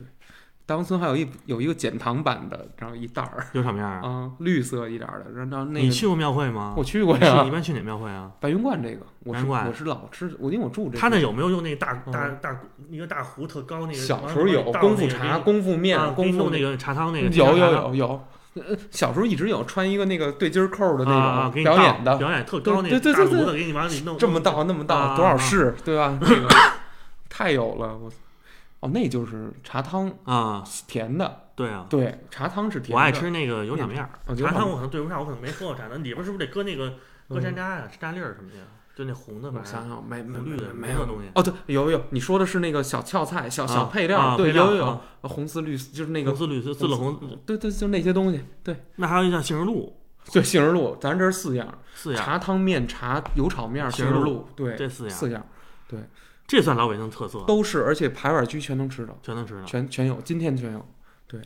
A: 稻香村还有一有一个减糖版的，然后一袋儿
B: 油炒面儿。
A: 啊，绿色一点儿的，然后那
B: 你
A: 个
B: 去过庙会吗？
A: 我去过
B: 你
A: 呀，
B: 一般去哪庙会啊？
A: 白云观这个，我是
B: 白云观
A: 我是老吃，我因为我住这个。
B: 他那有没有用那大
A: 嗯
B: 大大一个大壶特高那个？
A: 小时候有
B: 倒
A: 功
B: 那
A: 夫
B: 个
A: 茶、
B: 给你
A: 功夫面、
B: 啊给
A: 功
B: 你
A: 夫
B: 弄那个茶汤那个
A: 有有
B: 茶汤
A: 有有。呃小时候一直有穿一个那个对襟儿扣的
B: 啊
A: 那
B: 啊
A: 种
B: 给你
A: 表
B: 倒
A: 演的，
B: 表演特高那
A: 对
B: 个
A: 对
B: 大
A: 对
B: 炉
A: 对
B: 子给你往里弄
A: 这么倒那么倒
B: 啊
A: 多少
B: 啊
A: 式，对吧？那个太有了，我哦，那就是茶汤
B: 啊？
A: 甜的，
B: 对啊，
A: 对，茶汤是甜的。
B: 我爱吃那个油炒面儿，
A: 哦油
B: 茶
A: 炒
B: 汤
A: 面
B: 我可能对不上，我可能没喝过茶汤，里边是不是得搁那个搁山楂呀、山楂粒儿什么的呀？就那红的吧
A: 嗯我。想想，没没
B: 红绿的
A: 没
B: 没有
A: 有
B: 东西
A: 哦，对，有有，你说的是那个小翘菜、小小
B: 啊
A: 配料，
B: 啊
A: 对，
B: 配料
A: 有有有
B: 啊，
A: 红丝绿丝，就是那
B: 那个
A: 个
B: 红，丝绿丝丝冷红，
A: 对对，就那些东西，对
B: 那还有一个叫杏仁露
A: 对，杏仁露，咱这是四样，
B: 四样，
A: 茶汤面、茶油炒面、
B: 啊杏
A: 杏
B: 仁
A: 仁
B: 露
A: 露，对，
B: 这四样啊
A: 四样
B: 这算老北京特色，
A: 都是，而且排碗区全能吃着，
B: 全能吃到。
A: 全全有，今天全有，对，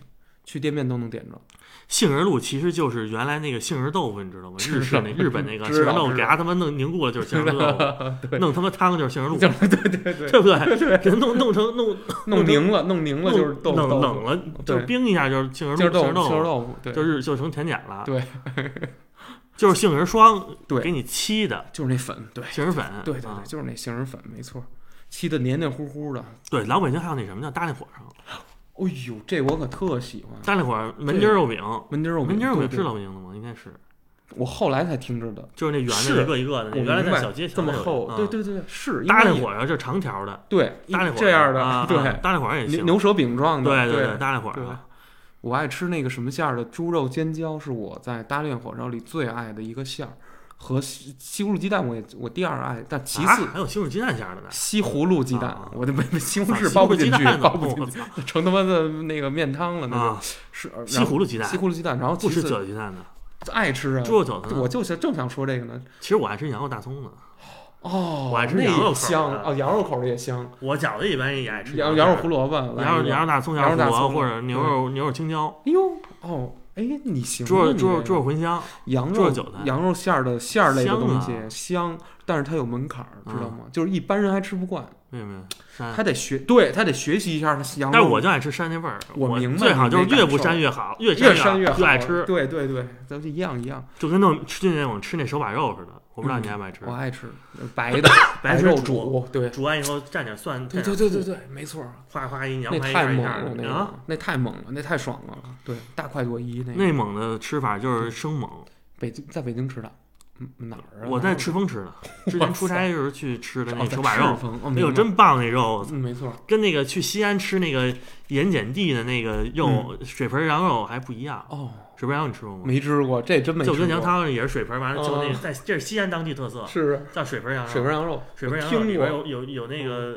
A: 去店面都能点着。
B: 杏仁露其实就是原来那个杏仁豆腐，你知道吗？
A: 知道
B: 日式那日本那个
A: 知道
B: 杏仁豆腐，
A: 知道
B: 给它他妈弄凝固了就是杏 仁豆腐，弄他妈汤就是杏仁 露，
A: 就是
B: 对
A: 对对对，
B: 不对？给它弄弄成弄
A: 弄凝了，弄凝了
B: 弄
A: 就是豆腐，
B: 冷
A: 豆
B: 冷
A: 腐，
B: 了，就是
A: 对
B: 冰一下就是杏仁露
A: 就
B: 杏
A: 是豆腐，
B: 仁
A: 杏仁
B: 豆
A: 豆腐，对
B: 腐，就，是就成甜点了。
A: 对，
B: 就是杏仁霜，
A: 对
B: 给你沏的
A: 就是那粉，对，
B: 杏仁粉，
A: 对对对
B: 啊，
A: 就是那杏仁粉，没错，沏的黏黏糊糊的。
B: 对老北京还有那什么叫搭那火烧，
A: 哎呦，这我可特喜欢。
B: 搭那火烧门筋儿肉饼，
A: 门筋肉饼，
B: 门筋儿肉饼
A: 对
B: 是
A: 对
B: 老北京的吗？应该是，
A: 我后来才听着的。
B: 就是那圆
A: 是
B: 的一个一个的，
A: 我
B: 那原来
A: 明
B: 在
A: 白
B: 小街
A: 这么厚，对
B: 对。
A: 对对，是
B: 啊搭那
A: 那
B: 火烧就是长条的，
A: 对
B: 搭那火烧
A: 这样
B: 啊
A: 的，
B: 啊
A: 对，
B: 搭那火烧也
A: 牛
B: 行，
A: 牛舌饼状的，
B: 对
A: 对
B: 对，搭那会
A: 对
B: 儿，
A: 我爱吃那个什么馅儿的猪肉尖椒，是我在搭炼火烧里最爱的一个馅儿，和西西葫芦鸡蛋我也我第二爱，但其次、
B: 啊还有西红柿鸡蛋馅儿的呢，
A: 西葫芦鸡蛋，
B: 啊
A: 我就没没西红
B: 啊
A: 柿包不进
B: 西葫芦
A: 去
B: 鸡蛋，呢
A: 包不进
B: 我
A: 去，
B: 操
A: 成他妈的那个面汤了，那就
B: 啊！
A: 是
B: 西
A: 然后
B: 葫芦鸡蛋
A: 西葫芦鸡蛋，然后
B: 不
A: 其
B: 吃
A: 次
B: 韭菜鸡蛋的，
A: 爱吃啊，
B: 猪肉饺子呢
A: 我就想正想说这个呢。
B: 其实我爱吃羊肉大葱的，
A: 哦，
B: 我爱吃
A: 那
B: 羊肉口
A: 也
B: 的
A: 香哦，羊肉口的也香，
B: 我饺子一般也爱吃
A: 羊羊肉胡萝卜，来
B: 羊
A: 一
B: 肉
A: 个
B: 羊肉大葱、
A: 羊肉
B: 羊肉
A: 大
B: 胡萝
A: 葱
B: 卜或者牛肉牛肉青椒、
A: 哎呦，哦，哎，你行啊，
B: 猪肉
A: 你
B: 猪肉
A: 这
B: 猪肉茴香，
A: 羊
B: 猪
A: 肉
B: 肉韭菜
A: 羊肉馅儿的馅儿类的
B: 香
A: 东
B: 啊
A: 西香，但是它有门槛儿，知道
B: 嗯
A: 吗？就是一般人还吃不惯，
B: 没有没有山。
A: 他得学，对他得学习一下羊肉。
B: 但是我就爱吃山那味儿，
A: 我明白
B: 最好
A: 你
B: 就是
A: 那
B: 越
A: 感
B: 不
A: 受
B: 膻越好，
A: 越
B: 越膻
A: 膻越
B: 越爱
A: 好
B: 吃，
A: 对对对，咱们一样一样。
B: 就跟那种吃进那种吃那手把肉似的。我不知道
A: 嗯
B: 你爱不爱吃，
A: 我爱吃呃 白的
B: 白
A: 肉
B: 水煮，
A: 煮，对
B: 煮完以后蘸点蒜，蘸
A: 对对
B: 点
A: 对对
B: 醋，
A: 对，没错儿，
B: 哗哗一
A: 那
B: 凉拌一
A: 太
B: 下
A: 猛
B: 一下
A: 了，那
B: 儿啊
A: 个。那太猛了，那太爽了，对，大快朵颐那
B: 内
A: 个。
B: 蒙的吃法就是生猛，
A: 北京在北京吃的，嗯哪儿啊？
B: 我在
A: 哪儿
B: 赤峰吃的，之前出差的时候去吃的
A: 哦
B: 那
A: 在
B: 手把
A: 赤
B: 肉，
A: 峰，哦
B: 哎呦，
A: 明白
B: 真棒那肉，
A: 嗯没错儿，
B: 跟那个去西安吃那个盐碱地的那个肉水盆羊肉还不一样。
A: 哦，
B: 水盆羊肉你吃过吗？
A: 嗯没吃过，这真没吃
B: 就
A: 过。
B: 跟羊汤也是水盆，完了就那个
A: 嗯
B: 在这是西安当地特色，
A: 是不是
B: 叫水盆羊肉。
A: 水盆羊肉，
B: 啊水盆羊肉
A: 听
B: 里
A: 过嗯
B: 边有有有那个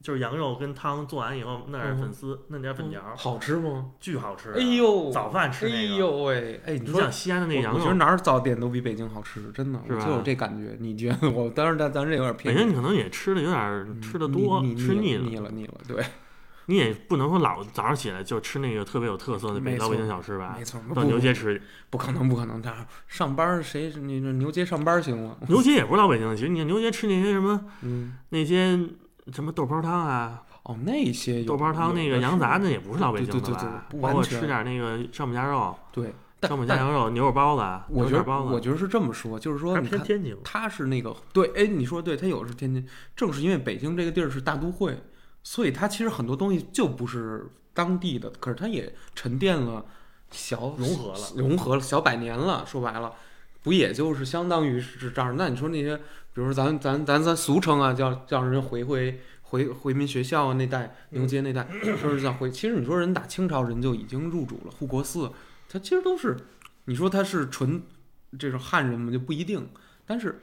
B: 就是羊肉跟汤做完以后弄点粉丝，弄点粉条，
A: 好吃吗？
B: 巨好吃。
A: 嗯
B: 啊
A: 哎，呦，
B: 早饭吃
A: 哎
B: 那个。
A: 呦喂，哎，你
B: 你
A: 说
B: 像西安的那
A: 我
B: 羊
A: 我觉得
B: 肉，
A: 哪儿早点都比北京好吃，真的，
B: 是
A: 我
B: 吧
A: 就有这感觉。你觉得我？当然，咱咱这有点
B: 北
A: 偏
B: 京
A: 见。
B: 你可能也吃的有点儿
A: 嗯
B: 吃的多，
A: 腻
B: 吃
A: 腻
B: 腻
A: 了，
B: 了。
A: 腻了，腻了，对，
B: 你也不能说老早上起来就吃那个特别有特色的
A: 没
B: 北
A: 错
B: 道北京小吃吧
A: 没？错，不
B: 到牛街吃去，
A: 不可能，不可能，这样上班儿谁你这牛街上班儿行吗？
B: 牛街也不是老北京的。其实你牛街吃那些什么
A: 嗯，
B: 那些什么豆泡汤啊，
A: 哦，那些有
B: 豆泡汤那个羊杂，那也不是老北京的
A: 对对对对
B: 吧？
A: 不
B: 包
A: 完
B: 括
A: 全
B: 吃点那个丈母家肉、
A: 有的是对，
B: 丈母
A: 但
B: 家
A: 但
B: 羊肉、牛肉包子、啊
A: 我
B: 牛
A: 觉
B: 角包
A: 得
B: 子，
A: 我觉得是这么说，就是说
B: 还
A: 你
B: 偏
A: 看
B: 天津。
A: 他是那个对，哎，你说对，他有的是天津，正是因为北京这个地儿是大都会，所以它其实很多东西就不是当地的，可是它也沉淀了小
B: 融合了
A: 融合了小百年了。说白了，不也就是相当于是这样？那你说那些，比如说咱咱咱咱俗称啊，叫叫人回回回回民学校啊那代牛街那代，说是叫回，其实你说人打清朝人就已经入主了护国寺，它其实都是，你说它是纯这种汉人嘛，就不一定，但是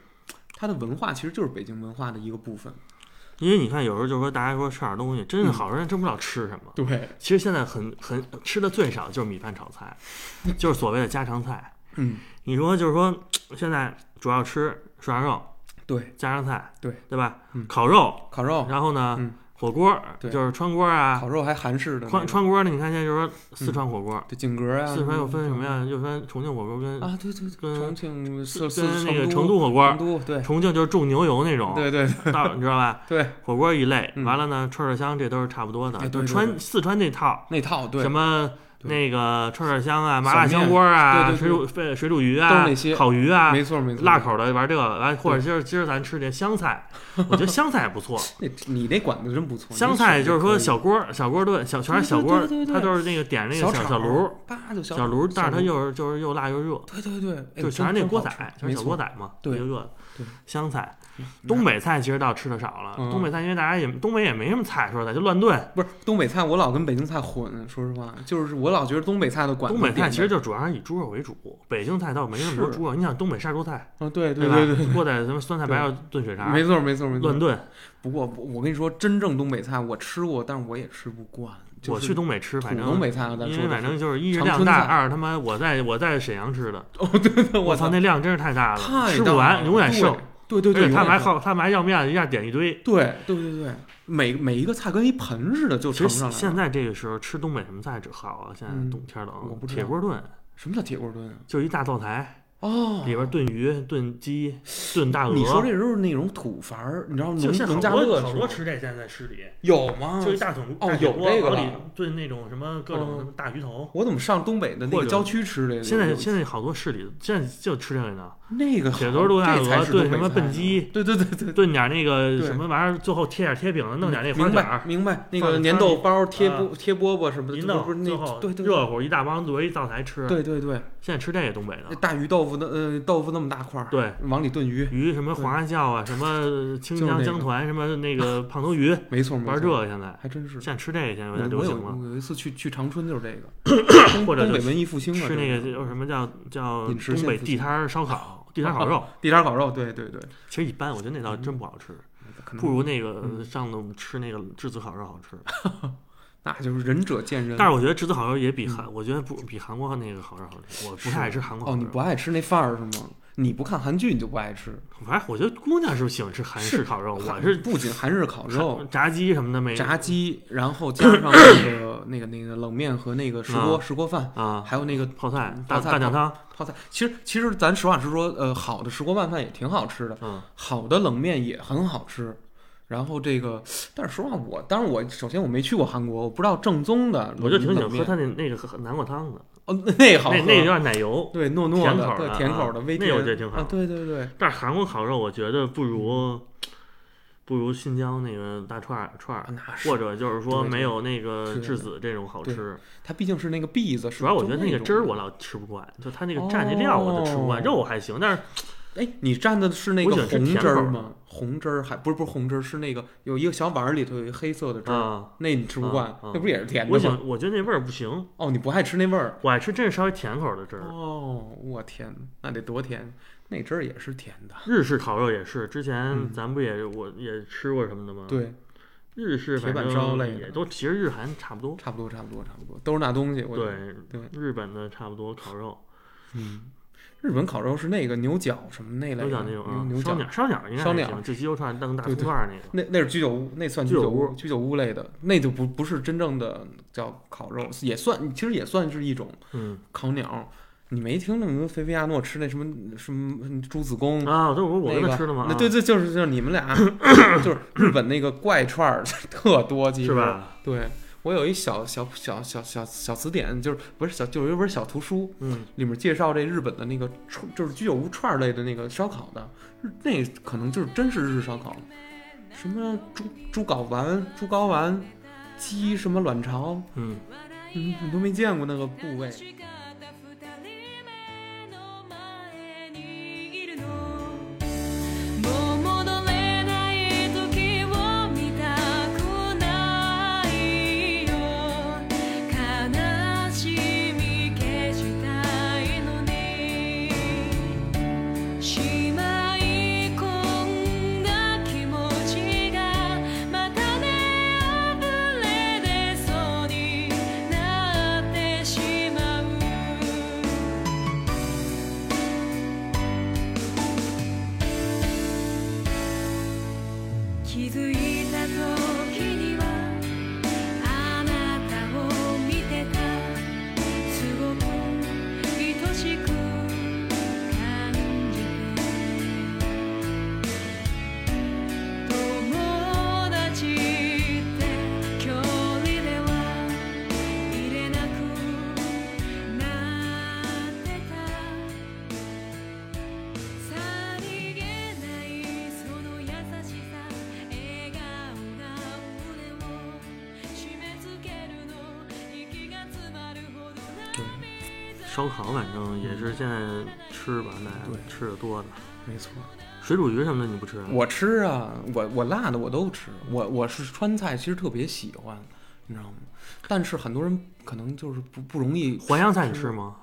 A: 它的文化其实就是北京文化的一个部分。
B: 因为你看，有时候就说大家说吃点东西，真是
A: 嗯
B: 好多人真不知道吃什么。
A: 对，
B: 其实现在很很吃的最少就是米饭炒菜，就是所谓的家常菜。
A: 嗯，
B: 你说就是说现在主要吃涮羊肉、
A: 对，
B: 家常菜，
A: 对
B: 对吧？
A: 嗯
B: 烤肉，
A: 烤肉，
B: 然后呢，
A: 嗯
B: 火锅
A: 对
B: 就是川锅啊
A: 烤，肉还韩式的那
B: 川
A: 种
B: 川锅呢，你看现在就是说四川火锅，
A: 对锦格呀，
B: 四川又分什么呀？又分重庆火锅
A: 啊
B: 跟
A: 嗯啊，对对对，
B: 跟
A: 重庆四
B: 跟
A: 四
B: 那个
A: 成
B: 成都火锅
A: 成，都对
B: 重庆就是重牛油那种，
A: 对对
B: 到你知道吧？
A: 对，
B: 火锅一类，
A: 嗯
B: 完了呢，串串香这都是差不多
A: 哎
B: 的，
A: 对
B: 就
A: 对对
B: 川四川那套。
A: 那套对
B: 什么
A: 对
B: 那个串串香啊、麻
A: 小
B: 辣
A: 面
B: 香锅
A: 对
B: 啊、
A: 对对
B: 水煮肺水煮鱼啊、
A: 都是那些
B: 烤鱼啊、
A: 没错没错，
B: 辣口的玩这个，完或者今儿今儿咱吃这 香菜，我觉得香菜也不错。
A: 那你那管子真不错，
B: 香菜就是说小锅小锅炖，小全是小锅
A: 对对对对，对
B: 它就是那个点那个
A: 小
B: 小
A: 炒
B: 小炉，
A: 叭就小
B: 小炉，但是它
A: 小
B: 又是就是又辣又热，
A: 对对对，哎
B: 就全是那
A: 真
B: 锅
A: 真好
B: 仔，
A: 吃
B: 全
A: 没
B: 是小
A: 错
B: 锅仔嘛，
A: 对
B: 一个个
A: 对
B: 香菜。东北菜其实倒吃的少了，
A: 嗯
B: 东北菜因为大家也东北也没什么菜，说实在就乱炖。
A: 不是东北菜，我老跟北京菜混，说实话，就是我老觉得东北菜的管
B: 东
A: 子
B: 北菜
A: 点
B: 其实
A: 的，
B: 就主要是以猪肉为主，北京菜倒没那么多
A: 是
B: 猪肉。你想东北杀猪菜，
A: 嗯，对
B: 对
A: 对
B: 吧？
A: 对对，
B: 锅仔什么酸菜白肉炖水肠，
A: 没错没错没错
B: 乱。炖。
A: 不过我我跟你说，真正东北菜我吃过，但是我也吃不惯。就
B: 我
A: 是
B: 去东北吃，
A: 土
B: 反
A: 东
B: 正
A: 北菜啊，咱
B: 因
A: 说的
B: 为反
A: 是
B: 正就是一是
A: 长
B: 量
A: 春
B: 大，
A: 菜
B: 二他妈我在我在沈阳吃的，
A: 哦，对对，
B: 我
A: 我
B: 操，那量真是太大了，
A: 太
B: 啊吃
A: 大
B: 不完，
A: 了
B: 永远剩。。
A: 对对
B: 而
A: 对
B: 且
A: 对，
B: 他们还
A: 好。
B: 好，他们还要面子，一下点一堆。
A: 对对对对，每每一个菜跟一盆似的就
B: 其
A: 盛上
B: 实
A: 来了。
B: 现在这个时候吃东北什么菜好啊？现
A: 嗯
B: 在冬天
A: 我
B: 冷
A: 不，知道
B: 铁锅炖
A: 什么叫铁锅炖啊？
B: 就是一大灶台，
A: 哦，
B: 里边炖鱼、炖鸡、炖大鹅。
A: 你说这都是那种土法儿，你知道农
B: 就现在
A: 农
B: 好
A: 家
B: 多
A: 乐
B: 好
A: 是
B: 多
A: 吗
B: 吃这现在市里，
A: 有吗
B: 就？一大桶
A: 哦
B: 大铁
A: 有
B: 锅
A: 这个
B: 往
A: 了哦
B: 里炖那种什么各种什么大鱼头。
A: 我怎么上东北的那
B: 或
A: 个
B: 者
A: 郊区吃这个？
B: 现在
A: 有
B: 现在好多市里现在就吃这个呢，
A: 那个
B: 铁
A: 好
B: 头炖大啊
A: 这才
B: 鹅，
A: 是
B: 炖
A: 东
B: 什
A: 北
B: 么
A: 菜
B: 笨
A: 呢
B: 鸡，
A: 对对对对对，
B: 炖点那个
A: 对
B: 什么玩意儿，最后贴点贴饼，弄点那花
A: 明
B: 卷儿
A: 白，明白，那
B: 放
A: 个
B: 点
A: 粘
B: 汤
A: 豆
B: 里
A: 包、贴
B: 啊
A: 饽贴饽饽什么的，
B: 一
A: 这不是
B: 弄，最
A: 那
B: 后
A: 对对
B: 热乎一啊大帮作为灶台吃。
A: 对对对，
B: 现在吃这个东北
A: 那
B: 的，
A: 大鱼豆腐那呃豆腐那么大块儿，
B: 对
A: 往里炖鱼，
B: 鱼什么华教啊，什么清
A: 就是那
B: 江
A: 个
B: 江团，什么 那个胖头鱼，
A: 没错没
B: 玩这
A: 错，
B: 个现在
A: 还真是。
B: 现在吃这个现在有
A: 我
B: 点流
A: 我有
B: 行了，
A: 我有一次去去长春就是这个东，
B: 或者
A: 东
B: 就
A: 北文艺复兴嘛，这
B: 吃那个
A: 是
B: 叫什么叫叫
A: 饮食
B: 东北
A: 现
B: 地摊儿烧烤，地摊
A: 哦
B: 儿烤肉，
A: 地摊烤肉，对对对，
B: 其实一般，我觉得那道真不好吃，
A: 嗯可能
B: 不如那个
A: 嗯
B: 上次我们吃那个栀子烤肉好吃。
A: 那就是仁者见仁。
B: 但是我觉得栀子烤肉也比韩，我觉得不比韩国那个烤肉好吃。我不太爱吃韩国
A: 嗯哦，
B: 烤
A: 你
B: 肉
A: 不，爱吃那范儿是吗？你不看韩剧你就不爱吃，
B: 反正我觉得姑娘是不是喜欢吃韩式烤肉，哦我
A: 韩
B: 是
A: 不仅韩日烤肉
B: 韩、炸鸡什么的没
A: 炸鸡，然后加上那个那个那个冷面和那个石锅
B: 嗯
A: 石锅饭，
B: 啊，
A: 还有那个
B: 泡菜
A: 嗯、
B: 大
A: 泡菜
B: 大酱汤，
A: 泡菜。其实其实咱实话实说，呃，好的石锅拌饭也挺好吃的，
B: 嗯，
A: 好的冷面也很好吃。然后这个，但是说实话我，当然我首先我没去过韩国，我不知道正宗的
B: 嗯我就挺喜欢
A: 冷
B: 喝
A: 面。
B: 他那那个南瓜汤的，
A: 哦，那那好喝
B: 那那有点奶油。
A: 对糯糯
B: 甜口
A: 的，
B: 儿的
A: 对甜口
B: 啊
A: 的微
B: 那
A: 甜，
B: 我觉得挺好
A: 啊，对对对，
B: 但是韩国烤肉我觉得不如不如新疆那个大串儿串
A: 啊
B: 儿，
A: 那
B: 或
A: 是
B: 者就是
A: 对
B: 说
A: 对
B: 没有那个
A: 是的
B: 栀子这种好
A: 对
B: 吃。
A: 它毕竟是那个篦子，是
B: 主要我觉得
A: 就
B: 那个
A: 种
B: 汁儿我老吃不惯，就它那个蘸那料我都吃不惯，
A: 哦
B: 肉还行，但是
A: 哎，你蘸的是那
B: 我
A: 个
B: 喜欢
A: 红
B: 吃甜
A: 汁儿
B: 口儿的
A: 吗？红汁儿还不是不是红汁儿，是那个有一个小碗儿里头有一个黑色的汁儿，
B: 啊，
A: 那你吃不惯
B: 啊啊，
A: 那不是也是甜
B: 我
A: 的
B: 喜
A: 吗？
B: 欢，我觉得那味儿不行，
A: 哦，你不爱吃那味儿。
B: 我爱吃真是稍微甜口的汁儿。
A: 哦，我天，那得多甜！那汁儿也是甜的。
B: 日式烤肉也是，之前
A: 嗯
B: 咱不也我也吃过什么的吗？，
A: 对，
B: 日式
A: 铁
B: 反
A: 板
B: 正
A: 烧类的
B: 也都其实日韩差不多，
A: 差不多，差不多，差不多，都是那东西。我觉得，
B: 对
A: 对
B: 日本的差不多烤肉，
A: 嗯，日本烤肉是那个牛角什么那类的，
B: 都讲那种啊
A: 牛牛
B: 烧
A: 角
B: 鸟，烧鸟应该
A: 烧
B: 还
A: 鸟
B: 行，就鸡肉串弄大
A: 对对
B: 葱段儿那个。
A: 那那是居酒屋，那算
B: 居
A: 居
B: 酒
A: 酒
B: 屋
A: 屋，居酒屋类的，那就不不是真正的叫烤肉，也算其实也算是一种
B: 嗯
A: 烤鸟。你没听那么菲菲亚诺吃那什么什么猪子宫
B: 啊，我这不是我
A: 那
B: 跟他
A: 个
B: 吃的吗？
A: 那
B: 啊
A: 对对，就是就是你们 俩，就是日本那个怪串儿 特多，其实
B: 是？吧？
A: 对，我有一小小小小小小词典，就是不是小，就是有一本小图书，
B: 嗯，
A: 里面介绍这日本的那个串，就是居酒屋串儿类的那个烧烤的，日那可能就是真是日烧烤，什么猪猪睾丸、猪睾丸、鸡什么卵巢，
B: 嗯，
A: 嗯，你都没见过那个部位。
D: 間違った二人目の前にいるのもう戻れない時を見たくないよ悲しみ消したいのにしまい込んだ気持ちがまたねあぶれ出そうになってしまう気づいた時にはあなたを見てたすごく愛しく感じて友達って距離ではいれなくなってたさりげないその優しさ笑顔が胸を締め付けるの息が詰まるほど
B: 烧烤反正也是现在吃吧，那
A: 对
B: 吃的多的。
A: 没错，
B: 水煮鱼什么的你不吃啊？
A: 我吃啊，我我辣的我都吃，我我是川菜，其实特别喜欢，你知道吗？但是很多人可能就是不不容易
B: 淮扬菜你吃吗？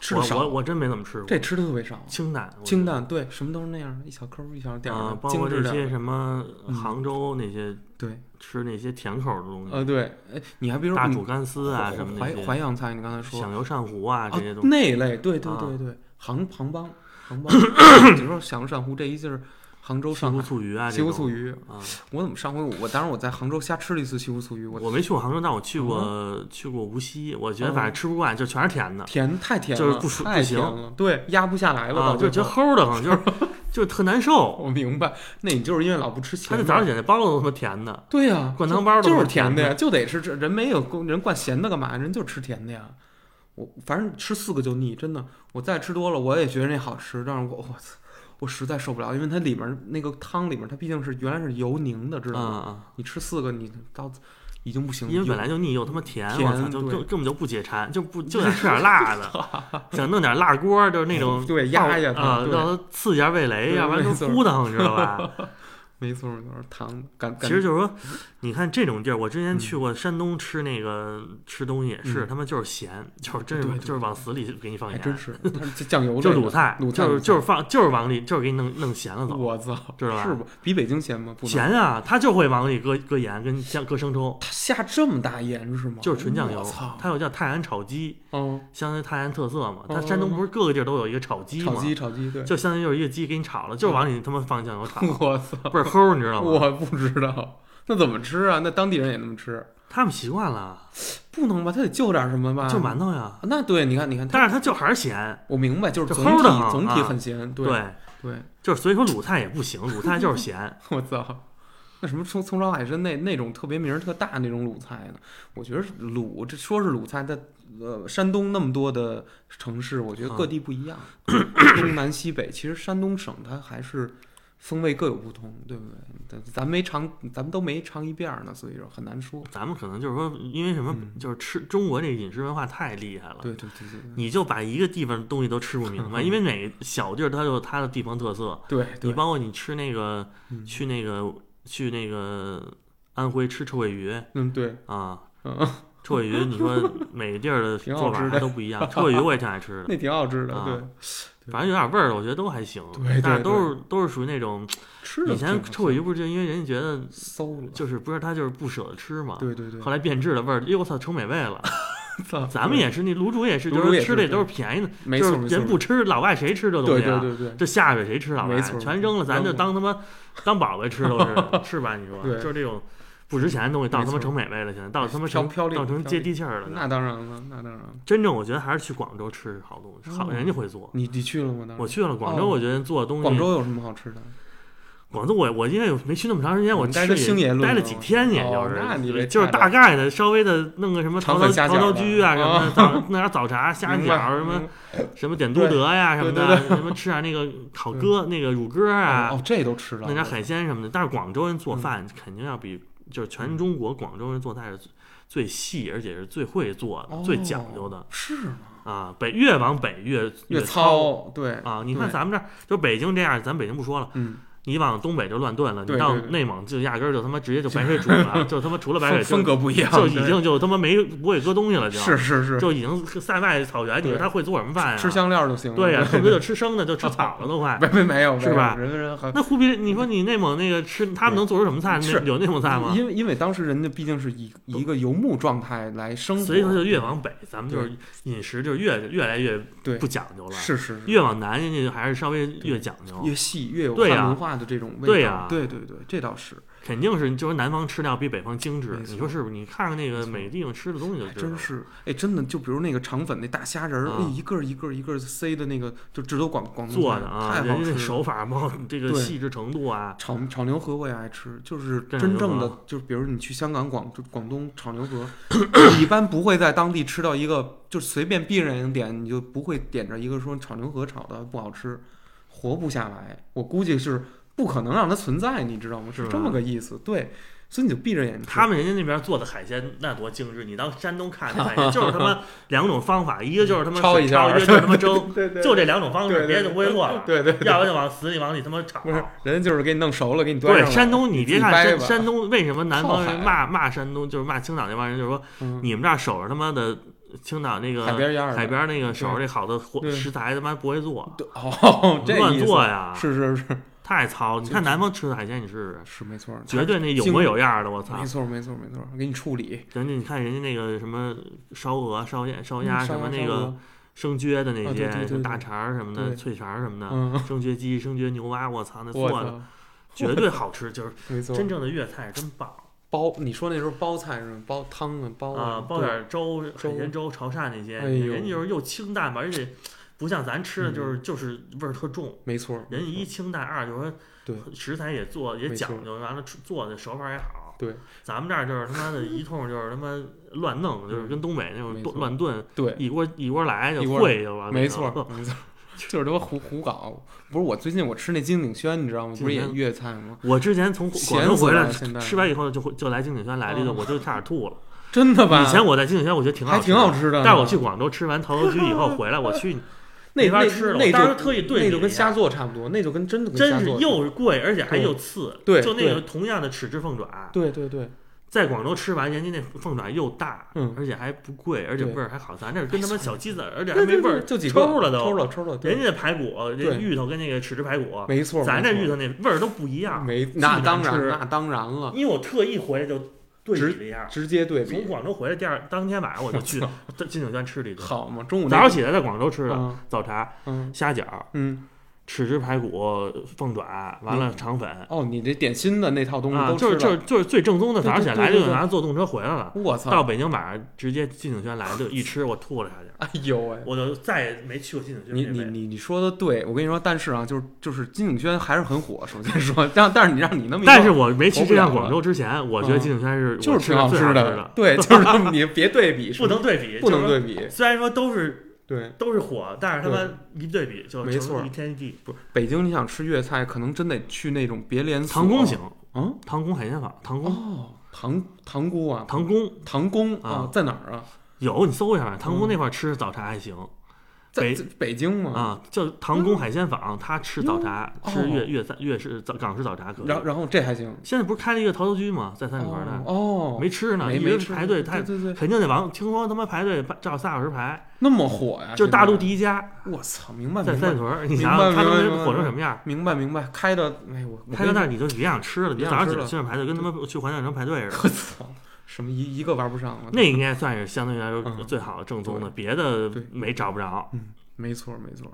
A: 吃
B: 我
A: 的
B: 我
A: 少，
B: 我真没怎么吃过。
A: 这吃的特别少。
B: 清淡，我
A: 清
B: 觉得
A: 淡，对，什么都是那样，一小抠儿一小点儿
B: 啊
A: 的，，
B: 包
A: 精
B: 括
A: 致
B: 这
A: 点
B: 些
A: 儿的。
B: 什么
A: 嗯
B: 杭州那些
A: 对，
B: 吃那些甜口的东
A: 呃，
B: 西，
A: 对，哎，你还别说
B: 嗯大
A: 你
B: 煮干丝啊什么那
A: 淮淮
B: 些，
A: 扬菜，你刚才说
B: 响油鳝糊啊这些
A: 啊
B: 东西。
A: 那一类，对对
B: 啊
A: 对对，杭杭帮杭 帮，你说响上湖这一劲儿，杭州
B: 西
A: 上
B: 湖
A: 海
B: 醋鱼啊，
A: 西湖醋
B: 鱼
A: 鱼，
B: 啊，
A: 我怎么上回我我当然我在杭州瞎吃了一次西湖醋鱼，
B: 我没去过杭州，但我去过去过无锡，我觉得
A: 嗯
B: 反正吃不惯，就全是甜的，
A: 甜太甜
B: 就是
A: 了，
B: 不舒
A: 太
B: 不行
A: 甜了，对，压不下来了，
B: 啊，
A: 到
B: 就觉
A: 最
B: 得
A: 后
B: 齁的慌，就是 就是特难受。
A: 我明白，那你就是因为老不吃
B: 他
A: 咸
B: 那
A: 的，
B: 早上起来包子都他妈甜的，
A: 对呀，
B: 灌
A: 就
B: 汤包都
A: 就是是甜
B: 甜的
A: 呀，就得吃这人没有人灌咸的干嘛？人就吃甜的呀。我反正吃四个就腻，真的。我再吃多了，我也觉得那好吃，但是我我操我实在受不了，因为它里面那个汤里面它毕竟是原来是油凝的，知啊道吗？
B: 嗯
A: 你吃四个你到已经不行
B: 嗯，
A: 了，
B: 因为本
A: 有
B: 来就腻又他妈甜，
A: 甜
B: 我操，就
A: 对
B: 根根本就不解馋，就不 就想吃点辣的，想弄点辣锅，就是那种
A: 对嗯压压它，
B: 啊，
A: 对，
B: 让它刺激下味蕾，
A: 对
B: 要不然
A: 没
B: 都
A: 错
B: 扑腾，知道 吧？
A: 没错没错，糖感
B: 其
A: 感
B: 实就是说，你看这种地儿，我之前
A: 嗯
B: 去过山东吃那个吃东西也
A: 嗯
B: 是，他们就是咸，就是真是
A: 对对对
B: 就是往死里给你放
A: 还
B: 盐，
A: 真是，它是酱油
B: 就
A: 这
B: 是
A: 个
B: 卤菜，
A: 卤菜
B: 就是就是是放就是往里就是给你弄弄咸了走，
A: 我操，
B: 知道吧
A: 是不比北京咸吗？不能
B: 咸啊，他就会往里搁搁盐跟香搁生抽，
A: 它下这么大盐是吗？
B: 就是纯酱油
A: 我操，，
B: 它有叫泰安炒鸡，
A: 嗯，
B: 相当于泰安特色嘛，
A: 哦
B: 它山东不是各个地儿都有一个炒鸡
A: 炒
B: 嘛，
A: 鸡炒鸡，对，
B: 就相当于就是一个鸡给你炒了，就是往里他妈放酱油炒，
A: 我操，
B: 倍儿齁，你知道吗？
A: 我 不知道，那怎么吃啊？那当地人也那么吃？
B: 他们习惯了，
A: 不能吧？他得就点什么吧？啊
B: 就馒头呀，
A: 那对，你看，你看，
B: 但
A: 他
B: 是它就还是咸，
A: 我明白，就是
B: 就
A: 总
B: 齁
A: 体
B: 的啊
A: 总体
B: 啊
A: 很咸，对
B: 对。
A: 对，
B: 就是所以说卤菜也不行，卤菜就是咸。
A: 我操。那什么葱葱烧海参那那种特别名儿特大那种卤菜呢？我觉得是卤这说是卤菜，但呃山东那么多的城市，我觉得各地不一样，
B: 啊
A: 东南西北，其实山东省它还是风味各有不同，对不对？咱咱没尝，咱们都没尝一遍儿呢，所以说很难说。
B: 咱们可能就是说，因为什么，
A: 嗯
B: 就是吃中国这饮食文化太厉害了。
A: 对对对对
B: 你就把一个地方的东西都吃不 明白，因为每个小地儿它有它的地方特色。
A: 对对，
B: 你包括你吃那个
A: 嗯
B: 去那个去那个安徽吃臭鳜鱼
A: 嗯对，
B: 啊，
A: 嗯，
B: 臭鳜鱼，你 说每个地儿的
A: 挺
B: 做
A: 好
B: 法
A: 吃的
B: 还都不一样。臭鳜鱼我也挺爱吃的，
A: 那挺好吃的，
B: 啊
A: 对，
B: 反正有点味儿的，我觉得都还行
A: 对对。
B: 但是都是都是属于那种
A: 吃的
B: 以前臭鳜鱼不是就因为人家觉得
A: 馊了，
B: 就是不是他就是不舍得吃嘛，
A: 对对对，
B: 后来变质的味儿，哟我操，成美味了。
A: 操
B: 咱们也是，那卤煮也是，
A: 卤
B: 就
A: 煮也
B: 是
A: 是
B: 吃的也都是便宜的，
A: 没
B: 就
A: 错
B: 是
A: 没错，
B: 人不吃，老外谁吃这东
A: 对
B: 西
A: 对
B: 啊？
A: 对对，
B: 这下水谁吃老外
A: 没？错
B: 全扔了，咱就当他 妈当宝贝吃都是，是吧？你说
A: 对
B: 就是这种不值钱的东西，到
A: 没
B: 他
A: 错
B: 妈成美味了，现在到他妈成
A: 飘飘零
B: 到成
A: 飘
B: 接
A: 零
B: 地气儿了。
A: 那当然了，那当然了，
B: 真正我觉得还是去广州吃好东西，好
A: 哦
B: 人家会做。
A: 你你去了吗？当时
B: 我去了广州，
A: 哦
B: 我觉得做的东西，
A: 广州有什么好吃的？
B: 广州我我因为没去那么长时间，我
A: 你
B: 吃
A: 待在星
B: 也
A: 野路
B: 待了
A: 吗
B: 几天，也
A: 哦
B: 就是、
A: 那你这
B: 就是
A: 太
B: 大概的稍微的弄个什么
A: 肠
B: 桃
A: 粉
B: 桃
A: 虾
B: 桃
A: 饺
B: 桃
A: 的
B: 居啊什么
A: 啊
B: 的，早弄点早茶虾
A: 明
B: 饺
A: 白
B: 什么
A: 明
B: 什么点都德呀什么
A: 对
B: 的，什么吃点那个烤鸽那个乳鸽
A: 白
B: 啊，
A: 哦，这都吃了，
B: 弄点海鲜什么的。但是广州人
A: 嗯
B: 做饭肯定要比就是全中国广州人做菜是最最细，而且是最会做的、
A: 哦
B: 最讲究的
A: 是吗？
B: 啊。北越往北越
A: 越
B: 糙
A: 糙，对，
B: 啊！你看
A: 对
B: 咱们这儿就北京这样，咱北京不说了。
A: 嗯，
B: 你往东北就乱炖了，
A: 对
B: 你到
A: 对对
B: 内蒙就压根儿就他妈直接就白水煮了，就他妈除了白水
A: 风
B: 就
A: 风格不一样，
B: 就已
A: 对
B: 经就他妈没不会搁东西了，就是
A: 是是，
B: 就已经塞外草原，你说
A: 对
B: 他会做什么饭呀？啊
A: 吃香啊料就行了，
B: 对呀，恨不得就吃生的， 就吃草了都快。
A: 没没没有，
B: 是吧
A: 没有人人 很。
B: 那忽必烈，你说你内蒙那个吃，他们能做出什么菜？
A: 是
B: 那有内蒙菜吗？
A: 因为因为当时人家毕竟是以一个游牧状态来生活，
B: 所以说就越往北，咱们就是饮食就越越来越
A: 对
B: 不讲究了。
A: 是是是
B: 越往南，人家还是稍微越讲究，
A: 越细越有
B: 对呀
A: 汉文化的这种味道，
B: 对呀
A: 对对对，这倒是，
B: 肯定是就是南方吃的要比北方精致
A: 没。错
B: 你说是不是？你看看那
A: 没
B: 个
A: 错
B: 每个地方吃的东西就
A: 还
B: 知道
A: 真
B: 了。
A: 是，哎，真的，就比如那个肠粉那大虾仁儿，
B: 啊
A: 哎一个儿一个儿一个儿塞的那个，就只都广广东
B: 做
A: 菜
B: 的啊，
A: 太好
B: 人家
A: 吃
B: 那
A: 了。
B: 手法包括这个
A: 对
B: 细致程度啊，
A: 炒炒牛河我也爱吃，就是
B: 蘸
A: 真
B: 牛
A: 正的
B: 河，啊
A: 就是比如你去香港、广就广东炒牛 河，你一般不会在当地吃到一个，就是随便闭着眼睛点，你就不会点着一个说炒牛河炒的不好吃，活不下来。我估计是不可能让它存在，你知道吗？
B: 是
A: 是
B: 吧
A: 这么个意思。对，所以你就闭着眼吃。
B: 他们人家那边做的海鲜那多精致，你当山东看那海 鲜就是他妈两种方法，一个就是他妈
A: 焯
B: 水
A: 嗯一下 儿
B: 焯，一个就是他妈蒸，
A: 对对，
B: 就这两种方式，
A: 对对
B: 别的不会做了。
A: 对对对
B: 要不就往死里往里他妈炒。
A: 不是人家就是给你弄熟了，给你端上
B: 哦
A: 来
B: 对，山东你别看
A: 掰
B: 山
A: 吧
B: 山东为什么南方人
A: 靠海啊
B: 骂骂山东，就是骂青岛那帮人，就是说
A: 嗯
B: 你们这儿守着他妈的青岛那个
A: 海边儿样儿的
B: 海边儿那个守着这好的货
A: 对
B: 食材，他妈不会做，
A: 对哦，这
B: 乱
A: 意思
B: 做呀，
A: 是是是
B: 太糙。你看南方吃的海鲜，你试试，
A: 是没错，
B: 绝对那有模有样儿的，我操
A: 没！错没错没错，给你处理
B: 人家你看人家那个什么烧鹅、烧鸭、烧鸭
A: 嗯
B: 哎什么
A: 烧
B: 那
A: 烧
B: 个
A: 鹅
B: 生撅的
A: 啊
B: 那
A: 对对
B: 些，
A: 对
B: 什
A: 对
B: 么大肠儿什么的、
A: 对
B: 脆肠儿什么的，
A: 嗯，
B: 生撅鸡、生撅牛蛙，我操，那
A: 我
B: 啊做的
A: 操，
B: 绝对好吃，就是
A: 没错，
B: 真正的粤菜是真棒
A: 包，你说那时候包菜是吗？包汤啊，包
B: 啊！包点儿粥、
A: 粥
B: 海鲜粥、潮汕那些，
A: 哎呦嗯
B: 人家就是又清淡吧，而且不像咱吃的就是就是味儿特重
A: 对，没错，
B: 人家一清淡，二就是
A: 对
B: 说食材也做也
A: 没错
B: 讲究，完了出做的手法也好，
A: 对
B: 咱们这儿就是他妈的一通就是他妈乱弄，就是跟东北那种
A: 嗯没错
B: 炖乱炖
A: 对，
B: 一锅一锅来就
A: 一锅
B: 烩去了，
A: 没错儿，没错儿， 就是他妈胡胡搞。不是我最近我吃那金鼎轩，你知道吗？不是也
B: 金鼎轩
A: 粤菜吗？
B: 我之前从广
A: 咸
B: 州
A: 死
B: 回来
A: 了，，现在嗯
B: 吃完以后就回就来金鼎轩来了一顿，我就差点吐了。
A: 真的吧？
B: 以前我在金鼎轩我觉得挺好
A: 还
B: 的，
A: 挺好吃的，
B: 但是我去广州吃完陶楼居以后回来，我去
A: 那
B: 没法
A: 那
B: 吃了，
A: 那
B: 我当时
A: 就
B: 特意对比
A: 那就
B: 了
A: 跟
B: 一下
A: 瞎做差不多，那就跟真的跟
B: 真
A: 瞎
B: 是
A: 做。
B: 又贵，而且还又次。
A: 对
B: 就那个同样的豉汁凤爪，
A: 对对对，
B: 在广州吃完，人家那凤爪又大，
A: 嗯
B: 而且还不贵，而且
A: 对
B: 味儿还好。咱这儿跟他妈小鸡子儿，而且还
A: 对
B: 没
A: 对
B: 味
A: 对，
B: 儿，
A: 就几个
B: 抽了都。哎
A: 抽了抽了，对
B: 人家的排骨，
A: 对
B: 人芋头跟那个豉汁排骨，
A: 没错，
B: 咱这
A: 没错
B: 芋头那味儿都不一样。
A: 没
B: 巨
A: 那
B: 难
A: 当然
B: 吃
A: 那当然了，
B: 因为我特意回来就对比了一下，
A: 直接对
B: 从
A: 比
B: 广州回来第二当天晚上我就去金鼎轩吃了一顿。
A: 好嘛，中午那
B: 早上起来在广州吃的
A: 嗯
B: 早茶，
A: 嗯
B: 虾饺、
A: 嗯
B: 豉汁排骨、凤爪，完了肠粉，
A: 哦，你这点心的那套东西
B: 啊，
A: 都
B: 就是
A: 吃
B: 就是
A: 了，
B: 就是最正宗的，
A: 对
B: 早上起来
A: 对对
B: 来就
A: 对对
B: 拿坐动车回来了，
A: 我操，
B: 到北京晚上直接金鼎轩来了，就一吃我吐了差点儿，
A: 哎呦喂！
B: 我就再也没去过金鼎轩
A: 你
B: 这
A: 你
B: 位。
A: 你你说的对，我跟你说，但是啊，就是就是金鼎轩还是很火。首先说，但但是你让你那么一说，
B: 但是我没去
A: 活不
B: 这
A: 了
B: 趟广州之前，我觉得
A: 嗯
B: 金鼎轩是
A: 就
B: 我
A: 是挺好吃
B: 吃的最好
A: 的，对，就是这么你别对比，
B: 不能对比，
A: 不能
B: 就是
A: 对比
B: 说。。虽然说都是
A: 对，
B: 都是火，但是他们一对比就
A: 没
B: 成
A: 错
B: 一天一地。
A: 北京你想吃粤菜，可能真得去那种别连锁
B: 唐宫行，
A: 嗯，
B: 唐宫海鲜坊，唐宫
A: 哦，唐唐姑啊，
B: 唐宫
A: 唐宫
B: 啊
A: 啊，在哪儿啊？
B: 有你搜一下吧，唐
A: 嗯
B: 宫那块儿吃早茶还行
A: 在
B: 北
A: 在北京嘛。
B: 啊，叫唐宫海鲜坊，他吃早茶，
A: 嗯哟
B: 吃
A: 哦
B: 粤粤菜粤式早港式早茶可以。
A: 然后然后这还行，
B: 现在不是开了一个陶陶居吗？在三里屯那儿
A: 哦，
B: 没吃呢，
A: 没
B: 一人
A: 没吃
B: 排队，
A: 对
B: 他
A: 对对，
B: 肯定得往。听说他妈排队照仨小时排，
A: 那么火呀，
B: 就
A: 现在
B: 大陆，第一家，
A: 我操，明白
B: 在
A: 明
B: 三
A: 白
B: 里屯儿，你
A: 明
B: 想
A: 白
B: 想他
A: 明白
B: 们
A: 明白
B: 火成什么样？
A: 明白明白，开的哎我我
B: 开到
A: 跟
B: 那
A: 你
B: 儿你就别想吃了，你
A: 别
B: 就
A: 想
B: 早上
A: 吃
B: 起
A: 了
B: 来去那儿排队，跟他们去环球影城排队 似的。
A: 我操，什么一一个玩不上了，
B: 那应该算是相对来说
A: 嗯
B: 最好的正宗的，
A: 对
B: 别的
A: 对
B: 没找不着。
A: 没错没错，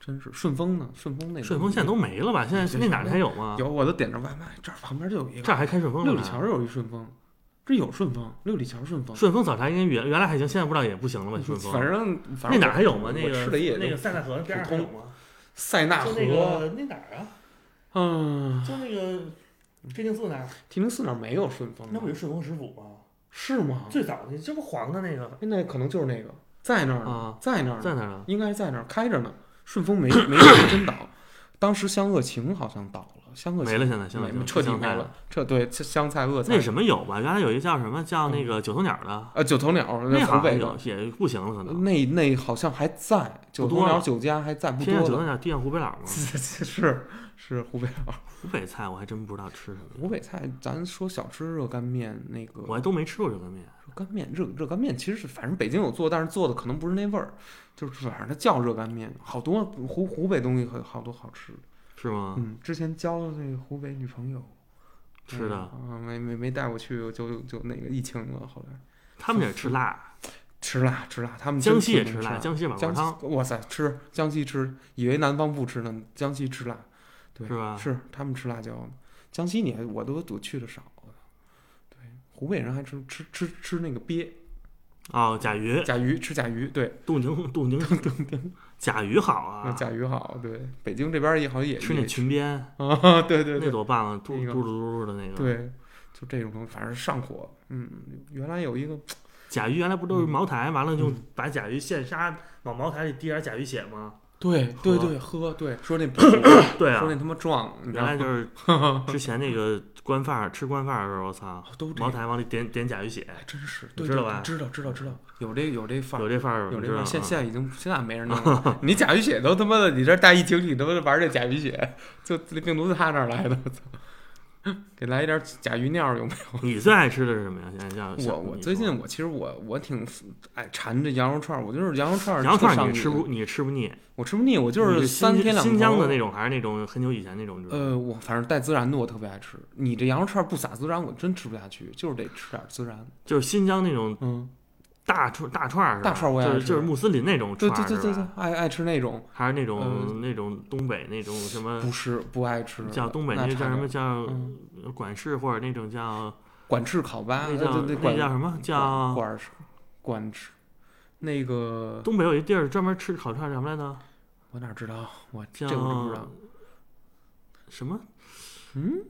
A: 真是顺丰呢，顺丰那个
B: 顺丰现在都没了吧？现在那哪儿还有吗？
A: 有，我都点着外卖，这儿旁边就有一
B: 这
A: 个，
B: 儿还开顺丰呢
A: 六里桥有一顺丰，这有顺丰，六里桥顺丰，
B: 顺丰早茶应该原原来还行，现在不知道也不行了吧？顺丰
A: 反正反
B: 那
A: 正
B: 哪儿还有吗？
A: 我
B: 那个
A: 吃的也
B: 那
A: 就
B: 个塞纳河边上还有吗？
A: 塞纳
B: 就
A: 河，
B: 那个那哪儿啊？
A: 嗯，
B: 就那个天宁寺那儿，
A: 天宁寺那儿没有顺丰啊，
B: 那不是顺丰食府吗？
A: 是吗？
B: 最早那这不黄的那个
A: 哎那可能就是那个在那儿呢
B: 啊，
A: 在那儿呢
B: 在哪儿呢？
A: 应该是在那儿开着呢。顺丰没没没真倒，当时湘鄂情好像倒了，湘鄂
B: 没
A: 情
B: 了，现在现在
A: 没彻底没了。，这对这湘菜鄂菜
B: 那什么有吧？原来有一个叫什么叫那个九头鸟的，
A: 呃九头鸟
B: 那
A: 湖
B: 好像
A: 北
B: 有
A: 的，
B: 也不行了，可能。
A: 那那好像还在九头
B: 多
A: 鸟
B: 了
A: 酒家还在不
B: 天下
A: 多
B: 九头
A: 了。？
B: 鸟，地上湖北佬吗
A: 是是湖北佬，
B: 湖北菜我还真不知道吃什么，
A: 湖北菜咱说小吃热干面那个
B: 我还都没吃过这个面。
A: 热干面热热干面其实是反正北京有做，但是做的可能不是那味儿，就是反正它叫热干面，好多湖湖北东西很好多好吃的。
B: 是吗？
A: 嗯，之前交的那个湖北女朋友
B: 吃的，
A: 嗯啊，没没没带我去，就就就那个疫情了，后来
B: 他们也吃辣，
A: 吃辣吃辣，他们嗯
B: 江
A: 真
B: 西也
A: 挺
B: 吃
A: 能
B: 辣，
A: 吃
B: 江西马
A: 江
B: 灌汤
A: 西哇塞吃江西吃，以为南方不吃呢，江西吃辣，对
B: 是吧
A: 是他们吃辣椒呢，江西你还我都我去的少对，湖北人还吃吃吃吃那个鳖
B: 哦，甲鱼、
A: 甲鱼，吃甲鱼，对，
B: 杜 宁、杜宁、甲鱼好
A: 那
B: 啊，
A: 甲鱼好，对，北京这边也好像也
B: 吃那
A: 也
B: 裙边，
A: 啊， 对对
B: 那
A: 对
B: 多棒啊，嘟
A: 那个
B: 嘟噜噜噜的那个。
A: 对，就这种东西，反正上火，嗯，原来有一个。
B: 甲鱼原来不
A: 嗯
B: 都是茅台，完了就把甲鱼现杀，往茅台里滴点甲鱼血吗？
A: 对对
B: 喝
A: 对，喝对，说 那
B: 对啊
A: 说，那他妈壮，你知
B: 原
A: 道
B: 来就
A: 吗？
B: 是 之前那个官贩儿吃官贩儿的时候，我操，
A: 哦都这
B: 茅
A: 样，
B: 台往里点点甲鱼血，
A: 还哎真是，
B: 你
A: 对
B: 知
A: 对
B: 道吧
A: 对知道知道知道，有这有这范
B: 有
A: 儿，
B: 这范儿，
A: 有
B: 你
A: 这
B: 知
A: 范
B: 道啊
A: 儿，现
B: 吗
A: 现在已经现在没人弄了。你甲鱼血都他妈的，你这大疫情，你他妈的玩这甲鱼血，就这病毒是他那儿来的，我操！给来一点甲鱼尿有没有？
B: 你最爱吃的是什么呀？现在叫
A: 我我最
B: 啊
A: 近我其实我我挺爱馋这羊肉串儿，我就是羊肉串儿
B: 羊肉
A: 特
B: 串儿
A: 上
B: 你吃
A: 瘾
B: 不你吃不腻，
A: 我吃不腻，我就
B: 你
A: 是三
B: 新
A: 天两
B: 新疆
A: 头
B: 的那种，还是那种很久以前那种，就是
A: 呃，我反正带孜然的我特别爱吃。你这羊肉串不撒孜然，我真吃不下去，就是得吃点孜然。
B: 就是新疆那种
A: 嗯，
B: 大串大串儿是吧，
A: 大串儿我也爱
B: 就是
A: 吃
B: 就是穆斯林那种
A: 对对
B: 串儿
A: 对
B: 是
A: 对对
B: 吧？，
A: 爱爱吃那种，
B: 还是那种
A: 嗯
B: 那种东北那种什么
A: 不是不爱吃。
B: 叫嗯东北
A: 那
B: 那
A: 差
B: 叫什
A: 点
B: 么
A: 儿？
B: 叫
A: 嗯
B: 管事或者那种叫
A: 管翅烤吧，
B: 那
A: 呃
B: 叫
A: 对对
B: 那
A: 管
B: 叫什么
A: 管
B: 叫
A: 管翅管翅，那个
B: 东北有一地儿专门吃烤串儿叫什么来着？
A: 我哪知道？我这
B: 叫
A: 我真不知道。
B: 什么？
A: 嗯，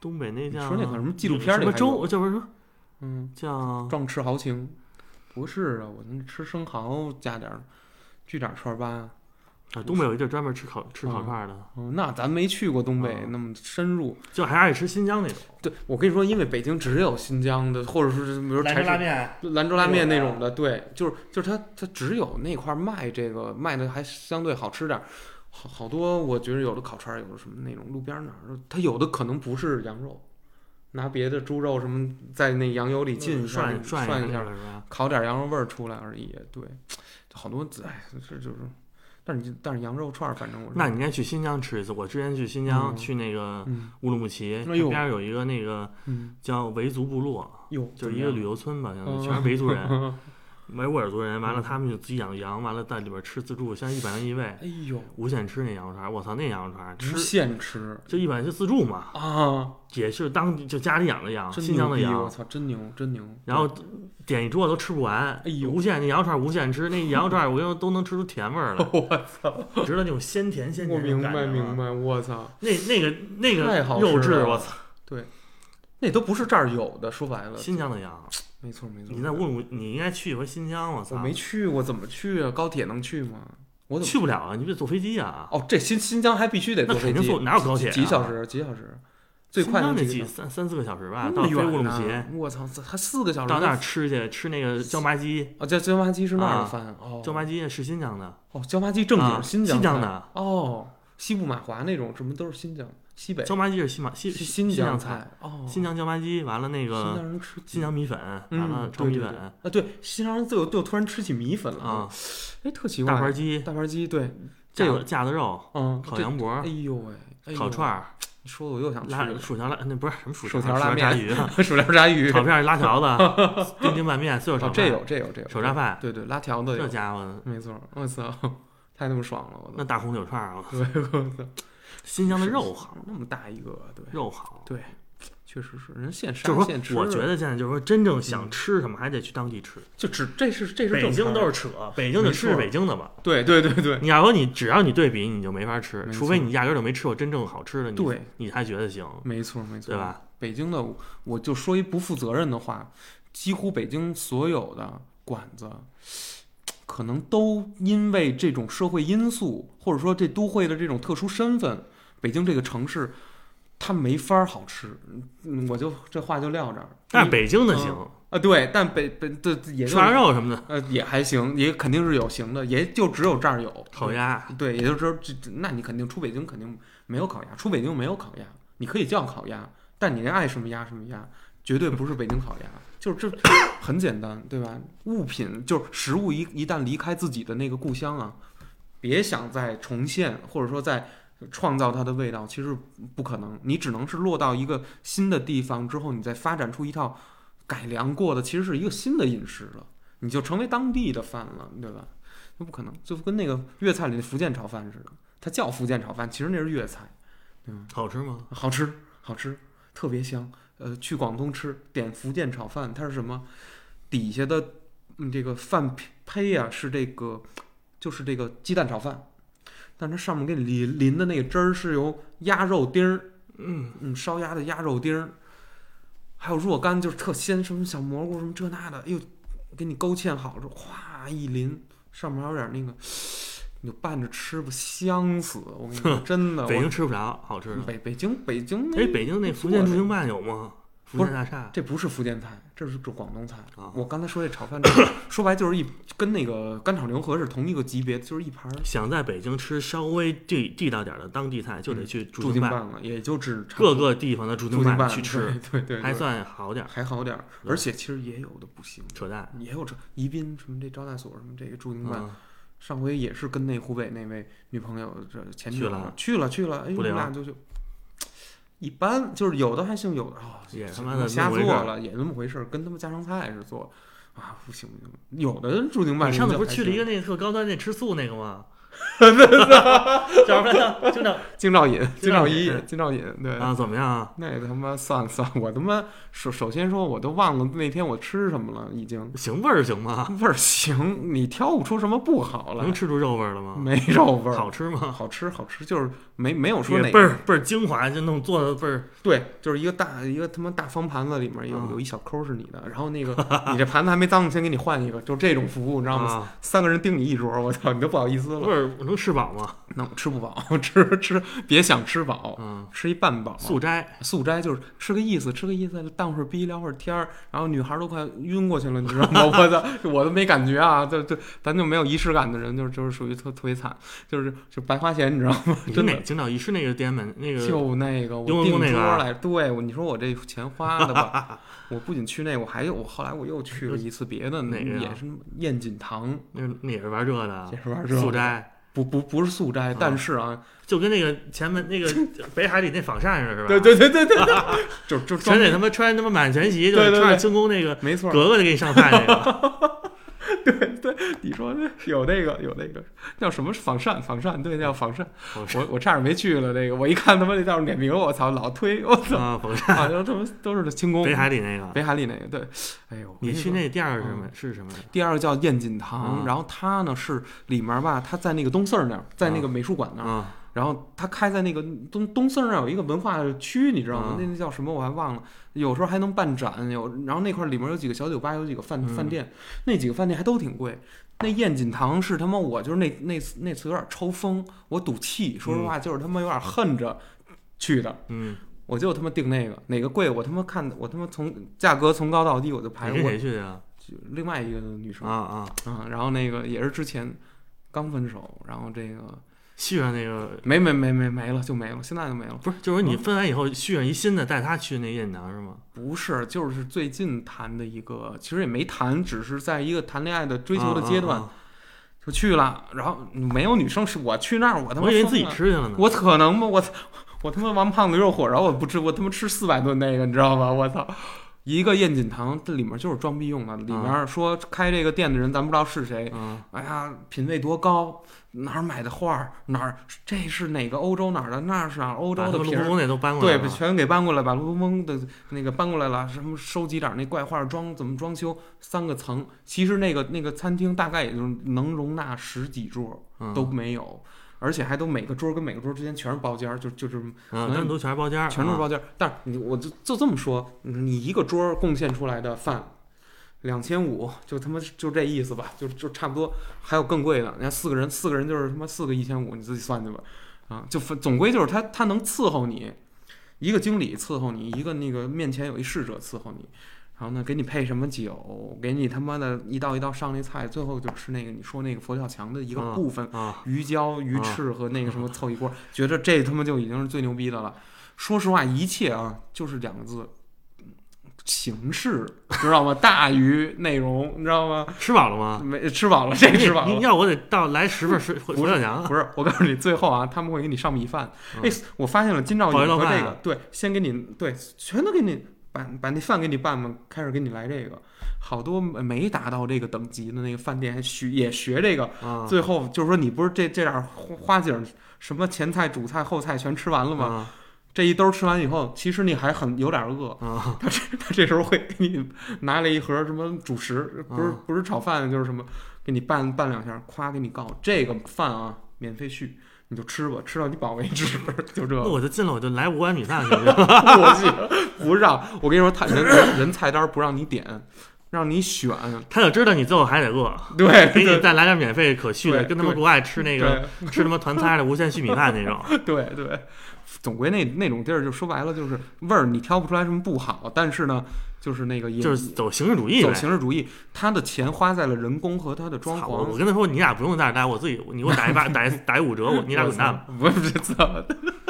B: 东北那
A: 你
B: 叫
A: 说那个什么纪录片
B: 什
A: 里
B: 么
A: 还有
B: 粥，就是说
A: 嗯，
B: 叫
A: 壮吃豪情，不是啊，我能吃生蚝加点儿，聚点儿串儿吧。
B: 啊，东北有一地儿专门吃烤吃烤串的，
A: 嗯，那咱没去过东北
B: 啊
A: 那么深入。
B: 就还爱吃新疆那种
A: 对，我跟你说，因为北京只有新疆的，或者说是比如柴水、
B: 面，
A: 兰州拉面啊
B: 那
A: 那
B: 种
A: 种的，对，就是就是它它只有那块儿卖这个卖的还相对好吃点儿。好好多，我觉得有的烤串儿，有的什么那种路边儿哪儿，它有的可能不是羊肉，拿别的猪肉什么在那羊油里浸一下
B: 嗯涮
A: 涮
B: 涮
A: 一下
B: 下，是吧？
A: 烤点羊肉味儿出来而已。对，好多哎，这就是，但是你但是羊肉串儿，反正我是
B: 那你应该去新疆吃一次。我之前去新疆，
A: 嗯
B: 去那个
A: 嗯
B: 乌鲁木齐，
A: 哎
B: 那
A: 呦
B: 边儿有一个那个
A: 嗯
B: 叫维族部落，
A: 哟，
B: 就是一个旅
A: 游
B: 游村吧，相
A: 嗯
B: 当于全是维族人、
A: 人，
B: 维吾尔族人。完了，
A: 嗯
B: 他们就自己养羊，完了在里边吃自助，现在一百元一位，
A: 哎呦，
B: 无限吃那羊肉串儿。我操，那羊肉串儿
A: 无
B: 吃
A: 限吃
B: 就一百元就自助嘛，
A: 啊！
B: 也是当地就家里养的羊，
A: 真
B: 啊新疆
A: 牛
B: 的
A: 逼！
B: 羊
A: 我。操，真牛，真牛！
B: 然后点一桌子都吃不完，
A: 哎呦
B: 无限那羊肉串儿无限吃，那羊肉串儿我跟你说都能吃出甜味 儿来，
A: 我操，
B: 知 道那种鲜甜鲜
A: 我
B: 甜
A: 明
B: 的感觉
A: 白
B: 吗
A: 明。白，我操，
B: 那那个那
A: 太
B: 个
A: 好
B: 肉
A: 吃
B: 质，
A: 了
B: 我操！
A: 那都不是这儿有的，说白了，
B: 新疆的羊，
A: 没错没错。
B: 你在乌鲁，你应该去一回新疆，我
A: 我
B: 操！
A: 没去过，怎么去啊？高铁能去吗？我怎么
B: 去不了啊，你不得坐飞机啊？
A: 哦，这新新疆还必须得
B: 那
A: 坐飞
B: 肯定坐，
A: 机，
B: 哪有高铁？啊
A: 几小？时？几小时？最快
B: 新疆
A: 能
B: 得
A: 几
B: 几
A: 个小时
B: 三三四个小时吧，
A: 那
B: 到
A: 么
B: 飞
A: 远
B: 乌鲁木
A: 呢
B: 齐，
A: 我操，这还四个小时
B: 到那儿吃去吃那个椒麻鸡，
A: 哦，叫椒麻鸡是那儿
B: 啊
A: 的饭哦，
B: 椒麻鸡是新疆的，
A: 哦，椒麻鸡正经
B: 啊
A: 是疆
B: 新疆
A: 菜
B: 的
A: 哦，西部马华那种什么都是新疆西北
B: 椒麻鸡是新马西
A: 是
B: 新
A: 疆
B: 疆，
A: 菜哦，
B: 新疆椒麻鸡，完了那
A: 新
B: 个
A: 疆人吃
B: 新疆米粉，完了
A: 嗯，
B: 炒
A: 对
B: 米
A: 对对
B: 粉
A: 啊，对，新疆人就又突然吃起米粉了
B: 啊，，
A: 哎，特奇怪，
B: 大盘鸡，
A: 大盘鸡对，这
B: 架子
A: 个
B: 架子肉，
A: 嗯，
B: 烤
A: 这
B: 羊脖
A: 哎，呦喂，哎呦
B: 烤串，儿，
A: 你说的我又想吃
B: 拉
A: 了
B: 薯条拉，那不是什么薯
A: 薯
B: 条
A: 条拉
B: 薯条炸鱼啊，
A: 薯条炸鱼，
B: 炒
A: 哦，
B: 片拉 条子，丁丁拌面，碎肉炒
A: 这
B: 饭，
A: 有这有这有
B: 手抓，饭，
A: 对对，拉条子
B: 这
A: 有，
B: 家伙
A: 没错，我操，太他妈爽了，我操，
B: 那大红柳串儿，啊
A: 对我操，
B: 新疆的肉好，
A: 那么大一个，对，
B: 肉好。
A: 对，确实是人现杀
B: 就是
A: 现吃，
B: 说，我觉得现在嗯就是说，真正想吃什么，还得去当地吃。
A: 就只这是这是
B: 北
A: 正
B: 京
A: 常
B: 都啊嗯是扯，北京就吃
A: 没错
B: 北京的吧。
A: 对对对对
B: 你要说你只要你对比，你就没法吃，
A: 没错
B: 除非你压根儿就没吃过真正好吃的，你
A: 对
B: 你还觉得行，
A: 没错没错，
B: 对？吧？
A: 北京的，我就说一不负责任的话，几乎北京所有的馆子，可能都因为这种社会因素，或者说这都会的这种特殊身份，北京这个城市，它没法儿好吃。嗯，我就这话就撂这儿。
B: 但是北京的
A: 嗯
B: 行，
A: 啊，对，但北北这这也
B: 涮
A: 就
B: 羊肉什么的，
A: 呃也还行，也肯定是有行的，也就只有这儿有
B: 烤鸭，
A: 对，也就是说，这这那你肯定出北京肯定没有烤鸭，出北京没有烤鸭，你可以叫烤鸭，但你爱什么鸭什么鸭，绝对不是北京烤鸭，就是这很简单，对吧？物品就是食物一一旦离开自己的那个故乡啊，别想再重现或者说再创造它的味道，其实不可能，你只能是落到一个新的地方之后，你再发展出一套改良过的，其实是一个新的饮食了，你就成为当地的饭了，对吧？那不可能，就跟那个粤菜里的福建炒饭似的，它叫福建炒饭，其实那是粤菜，
B: 好吃吗？
A: 好吃，好吃，特别香。呃，去广东吃点福建炒饭，它是什么？底下的嗯这个饭胚啊是这个，就是这个鸡蛋炒饭，但它上面给你淋淋的那个汁儿是由鸭肉丁儿，
B: 嗯，
A: 嗯，烧鸭的鸭肉丁儿，还有若干就是特鲜什么小蘑菇什么这那的，哎呦，给你勾芡好了，哗一淋，上面还有点那个， 你就拌着吃吧，香死！我跟你说，真的，
B: 北京
A: 我嗯
B: 吃不着好吃的。
A: 北北京北京那
B: 哎，北京那
A: 不
B: 福
A: 错
B: 建
A: 的
B: 驻京办有吗？福
A: 不
B: 建
A: 是
B: 大厦，
A: 这不是福建菜，这是广东菜。
B: 啊
A: 我刚才说这炒饭，说白就是一跟那个干炒牛河是同一个级别，就是一盘儿
B: 想在北京吃稍微地地道点儿的当地菜，就得
A: 嗯
B: 去驻
A: 驻京
B: 办，
A: 办了，也就只差
B: 各个地方的驻
A: 驻京
B: 办
A: 办
B: 去吃，，
A: 对对对对，
B: 还算好点儿。
A: 还好点儿，
B: 对
A: 而且其实也有的不行。
B: 扯淡，
A: 也有这宜宾什么这招待所什么这个驻京办，
B: 嗯，
A: 上回也是跟那湖北那位女朋友这前女友去
B: 去了
A: 了去了，哎呦
B: 不啊聊
A: 那就就一般，就是有的还行，有的啊、
B: 也他妈的
A: 瞎
B: 那么
A: 做
B: 回事儿
A: 了，也那么回事儿，跟他们家常菜似的做啊，不行不行，有的人驻京办
B: 你
A: 人
B: 上次
A: 家
B: 不是
A: 还
B: 去了一
A: 行
B: 个那特高端那吃素那个吗？啊
E: 叫什么来着？就那
A: 金兆尹，金
E: 金兆
A: 兆
E: 尹
A: 一，金兆尹，对，
B: 啊，怎么样啊？
A: 那他妈算了算了，我他妈首首先说，我都忘了那天我吃什么了，已经
B: 行味儿行 吗？
A: 味儿行，你挑不出什么不好来
B: 啊能，吃出肉味儿了吗？
A: 没肉味儿，
B: 好吃吗？
A: 好吃好吃，就是没没有说
B: 也
A: 哪
B: 倍
A: 个
B: 儿倍儿精华，就弄做的倍儿
A: 对，就是一个大一个他妈大方盘子里面有、
B: 嗯
A: 有一小抠是你的，然后那个你这盘子还没脏，先给你换一个，就这种服务，你知道吗？
B: 啊，
A: 三个人盯你一桌，我操，你都不好意思
B: 味
A: 了，
B: 儿能吃饱吗？
A: 能吃不饱，吃吃别想吃饱，
B: 嗯，
A: 吃一半饱，
B: 素斋
A: 素斋就是吃个意思，吃个意思，淡会儿逼，聊会儿天儿，然后女孩儿都快晕过去了，你知道吗？ 我的我都没感觉啊，就就咱就没有仪式感的人，就是就是属于特特别惨，就是就白花钱，你知道吗？
B: 你是
A: 哦真
B: 哪
A: 的
B: 个青岛一是那个店门那个
A: 就那个我
B: 雍和
A: 订
B: 宫那个啊
A: 桌来，对，我你说我这钱花的 吧，我不仅去那，我还有我后来我又去了一次别的，
B: 哪个呀
A: 也是燕锦堂，
B: 那那也是玩这的啊
A: 也，是玩这个
B: 素，斋
A: 不不不是素斋，但是啊，
B: 就跟那个前门 那个北海里那仿膳似的，是吧？
A: 对对对对对，对 就就
B: 全
A: 装
B: 得他妈穿他妈满全席，就
A: 对对对
B: 穿着清宫那个
A: 没错儿，
B: 格格就给你上菜那个，
A: 你说的有那个有那个叫什么仿膳仿膳，对，叫仿膳。
B: 仿
A: 我我差点没去了，这个我一看他妈那叫点名，我操，老推，我操，
B: 啊，仿膳
A: 好像他们都是清宫
B: 北海里那个。
A: 北海里那个，对，哎呦，
B: 你
A: 我跟
B: 去
A: 说
B: 那店儿是什
A: 嗯
B: 么？是什么？
A: 第二个叫燕锦堂，
B: 嗯
A: 然后它呢是里面吧，它在那个东四儿那儿，在那个美术馆那儿，
B: 啊，
A: 然后它开在那个东东四儿那儿有一个文化区，你知道吗？
B: 嗯
A: 那那叫什么我还忘了，有时候还能办展，有然后那块儿里面有几个小酒吧，有几个饭、
B: 嗯
A: 饭店，那几个饭店还都挺贵。那燕锦堂是他妈我就是那那次那次有点抽风，我赌气，说实话就是他妈有点恨着去的，
B: 嗯，
A: 我就他妈订那个哪个贵，我他妈看我他妈从价格从高到低我就排
B: 你 跟
A: 我
B: 谁去的呀？
A: 另外一个女生
B: 啊啊，
A: 啊，然后那个也是之前刚分手，然后这个
B: 续上那个
A: 没没没没没了就没了，现在就没了。
B: 不是，就是说你
A: 嗯
B: 分完以后续上一新的，带他去那宴堂是吗？
A: 不是，就是最近谈的一个，其实也没谈，只是在一个谈恋爱的追求的阶段
B: 啊，啊
A: 就去了。然后没有女生是我去那儿，我
B: 啊
A: 他妈
B: 我以为
A: 疯
B: 自己
A: 了，
B: 吃去了呢。
A: 我可能吗？我我他妈王胖子肉火烧，我不吃，我他妈吃四百顿那个，你知道吗？我操！一个燕锦堂，这里面就是装逼用的。里面说开这个店的人，咱不知道是谁，
B: 啊，
A: 哎呀，品味多高，哪儿买的画儿，哪儿这是哪个欧洲哪儿的，那是哪儿欧
B: 欧
A: 洲的
B: 卢
A: 瓶
B: 浮
A: 儿。
B: 宫那都搬过来
A: 对，
B: 了。
A: 把全给搬过来，把卢浮宫的那个搬过来了，什么收集点儿那怪画儿装怎么装修，三个层。其实那个那个餐厅大概也就是能容纳十几桌，
B: 嗯
A: 都没有，而且还都每个桌跟每个桌之间全是包间儿，就就这么
B: 嗯，单独全是包间儿，
A: 全都是
B: 啊
A: 包间儿。但是你我就就这么说，嗯你一个桌儿贡献出来的饭，两千五，就他妈就这意思吧，就就差不多。还有更贵的，你看四个人，四个人就是他妈四个一千五，你自己算去吧。啊，就分总归就是他他能伺候你，一个经理伺候你，一个那个面前有一侍者伺候你。然后呢，给你配什么酒，给你他妈的一道一道上那菜，最后就吃那个你说那个佛跳墙的一个
B: 嗯
A: 部分，
B: 啊，
A: 鱼胶、鱼翅
B: 嗯
A: 和那个什么凑一锅，觉着这他妈就已经是最牛逼的了。说实话，一切啊，就是两个字，形式，知道吗？大于内容，你知道吗？
B: 吃饱了 吗？
A: 没吃饱了，这个吃饱
B: 啊 你
A: 了。
B: 要我得到来十份水回小啊娘，
A: 不是，我告诉你，最后啊，他们会给你上米饭。
B: 嗯
A: 哎、我发现了金兆
B: 保
A: 宇
B: 育
A: 和
B: 浪漫
A: 这
B: 啊
A: 个，对，先给你，对，全都给你把把那饭给你拌嘛，开始给你来这个。好多没达到这个等级的那个饭店还学也学这个，
B: 啊，
A: 最后就是说，你不是这这点儿花花景儿，什么前菜、主菜、后菜全吃完了吗？
B: 啊
A: 这一兜吃完以后，其实你还很有点饿。
B: 啊，
A: 他这他这时候会 给你拿来一盒什么主食，不是、
B: 啊
A: 不是炒饭就是什么，给你拌拌两下，夸给你告这个饭啊免费续，你就吃吧，吃到你饱为止， 就这
B: 那
A: 个。
B: 我就进了，我就来五碗米饭行不行？
A: 我去， 不让我跟你说，他人人人菜单不让你点，让你 选。
B: 他就知道你最后还得饿，
A: 对，
B: 给你
A: 对
B: 再来点免费可续的，
A: 对
B: 跟他们
A: 对
B: 国外吃那个吃他妈团餐的无限续米饭那种。
A: 对对，总归那那种地儿，就说白了就是味儿，你挑不出来什么不好，但是呢，就是那个也
B: 就是走形式主义
A: 走
B: 呗。
A: 形式主义，他的钱花在了人工和他的装
B: 操我我
A: 潢。
B: 跟他说，你俩不用在这儿待，我自己，你给我 打一八打一打一五折，我你俩滚蛋吧，
A: 我操！不是操，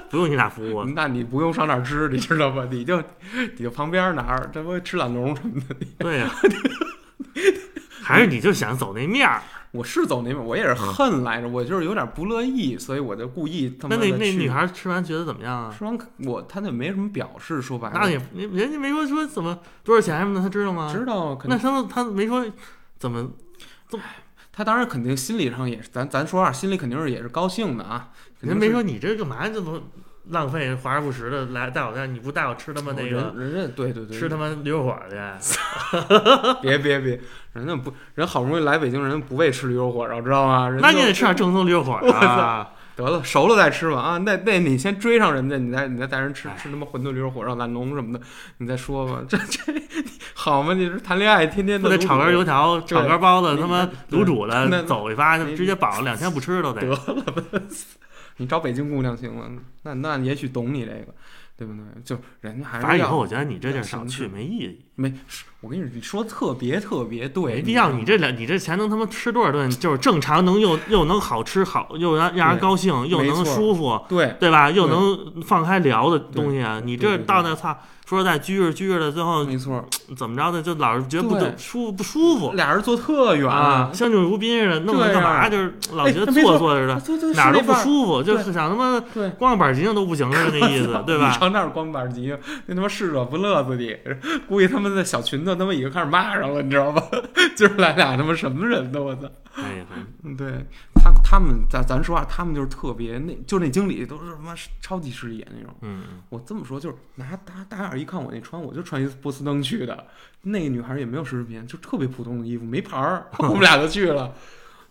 B: 不用你俩服务我。
A: 那你不用上哪儿吃，你知道吧？你就你就旁边哪儿，这不吃懒龙什么的。
B: 对呀、还是你就想走那面儿？
A: 我是走那边，我也
B: 嗯
A: 是恨来着，我就是有点不乐意，所以我就故意他妈
B: 那
A: 的
B: 那那
A: 去
B: 女孩吃完觉得怎么样啊？
A: 说完我，她就没什么表示，说白了，
B: 那也人人家没说说怎么多少钱什么的，她知道吗？
A: 知道肯定
B: 那他们他没说怎么
A: 他当然肯定心理上也是，咱咱说话心里肯定是也是高兴的啊。肯
B: 人
A: 定
B: 没
A: 是
B: 说你这干嘛这么浪费华而不实的来带我家，你不带我吃他妈那
A: 哦人
B: 个
A: 人家对对对，
B: 吃他妈驴肉火去？
A: 别别别，人家不人好不容易来北京，人家不为吃驴肉火烧，知道吗？人
B: 那
A: 就
B: 你得吃点正宗驴 肉火啊！
A: 得了，熟了再吃吧啊！那那你先追上人家，你再你再带人吃
B: 哎
A: 吃他妈馄饨、驴肉火烧、懒龙什么的，你再说吧。这这好吗？你是谈恋爱天天
B: 不
A: 的
B: 得炒根油条、
A: 对
B: 炒根包子，
A: 你
B: 他妈
A: 对
B: 卤煮
A: 那
B: 了走一发，
A: 那
B: 直接绑了两天不吃都
A: 得
B: 得。
A: 你找北京姑娘行了，那那也许懂你这个，对不对？就人家还
B: 反正
A: 是
B: 以
A: 要
B: 后我觉得你这地儿少
A: 要
B: 去
A: 形式
B: 没意义，
A: 没，是我跟你你说特别特别对，
B: 没必要。你这两你这钱能他妈吃多少顿？就是正常能又又能好吃好，又让让人
A: 对
B: 高兴，又
A: 没错
B: 能舒服，
A: 对
B: 对吧？又能放开聊的
A: 对
B: 东西啊！你
A: 对
B: 这
A: 对
B: 到
A: 对
B: 那操，说实在拘着拘着的，最后
A: 没错，
B: 怎么着呢？就老是觉得不
A: 对
B: 得舒服不舒服
A: 俩人坐特远
B: 啊，相敬如宾似的，弄得
A: 对呀
B: 干嘛就是老
A: 哎
B: 觉得
A: 没错
B: 坐坐着的，
A: 坐坐
B: 哪儿都
A: 是
B: 不
A: 那范
B: 舒服，就
A: 对
B: 是想他妈
A: 对。
B: 光个板儿筋都不行似的那 意思，对吧
A: 你？上那儿光板急，那他妈是惹不乐自己，估计他们的小群众他们已经开始骂上了，你知道 吧？今儿来俩他妈什么人呢？我操！
B: 哎呀，反
A: 嗯，对他他们咱咱说话，啊他们就是特别那，就那经理都是他妈超级势利眼那种。
B: 嗯，
A: 我这么说就是拿大大眼一看我那穿，我就穿一波司登去的，那个女孩也没有奢侈品，就特别普通的衣服，没牌儿，我们俩就去了。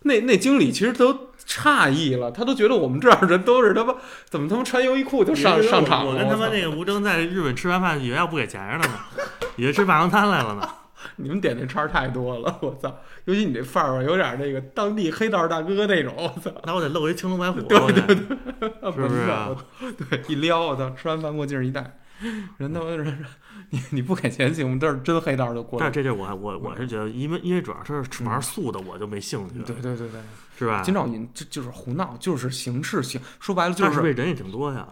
A: 那那经理其实都诧异了，他都觉得我们这样的人都是他妈怎么他妈穿优衣库就上
B: 我
A: 上场了？
B: 我跟他妈
A: 操
B: 那个吴征在日本吃完饭，以为要不给钱了呢，以为吃霸王餐来了呢。
A: 你们点那叉儿太多了，我操！尤其你这范儿啊吧，有点那个当地黑道大哥那种，我操，
B: 那我得露一青龙白虎， 啊对对对，是不是啊
A: 我操？ 对，一撩，我操！吃完饭墨镜一戴，人都人 人，你你不给钱行吗？这是真黑道就过来
B: 但
A: 了。
B: 这地儿我我我是觉得，因为因为主要是吃玩素的，我就没兴趣，
A: 对对对对，
B: 是吧？
A: 金兆尹这就是胡闹，就是形式行，说白了就
B: 但是
A: 是
B: 这人也挺多呀，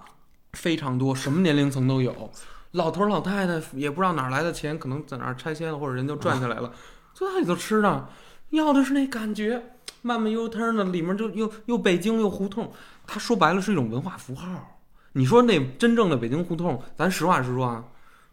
A: 非常多，什么年龄层都有，老头儿老太太也不知道哪儿来的钱，可能在哪儿拆迁了，或者人就赚下来了，坐那里头吃呢，要的是那感觉，慢慢悠腾的，里面就又又北京又胡同，它说白了是一种文化符号。你说那真正的北京胡同，咱实话实说啊，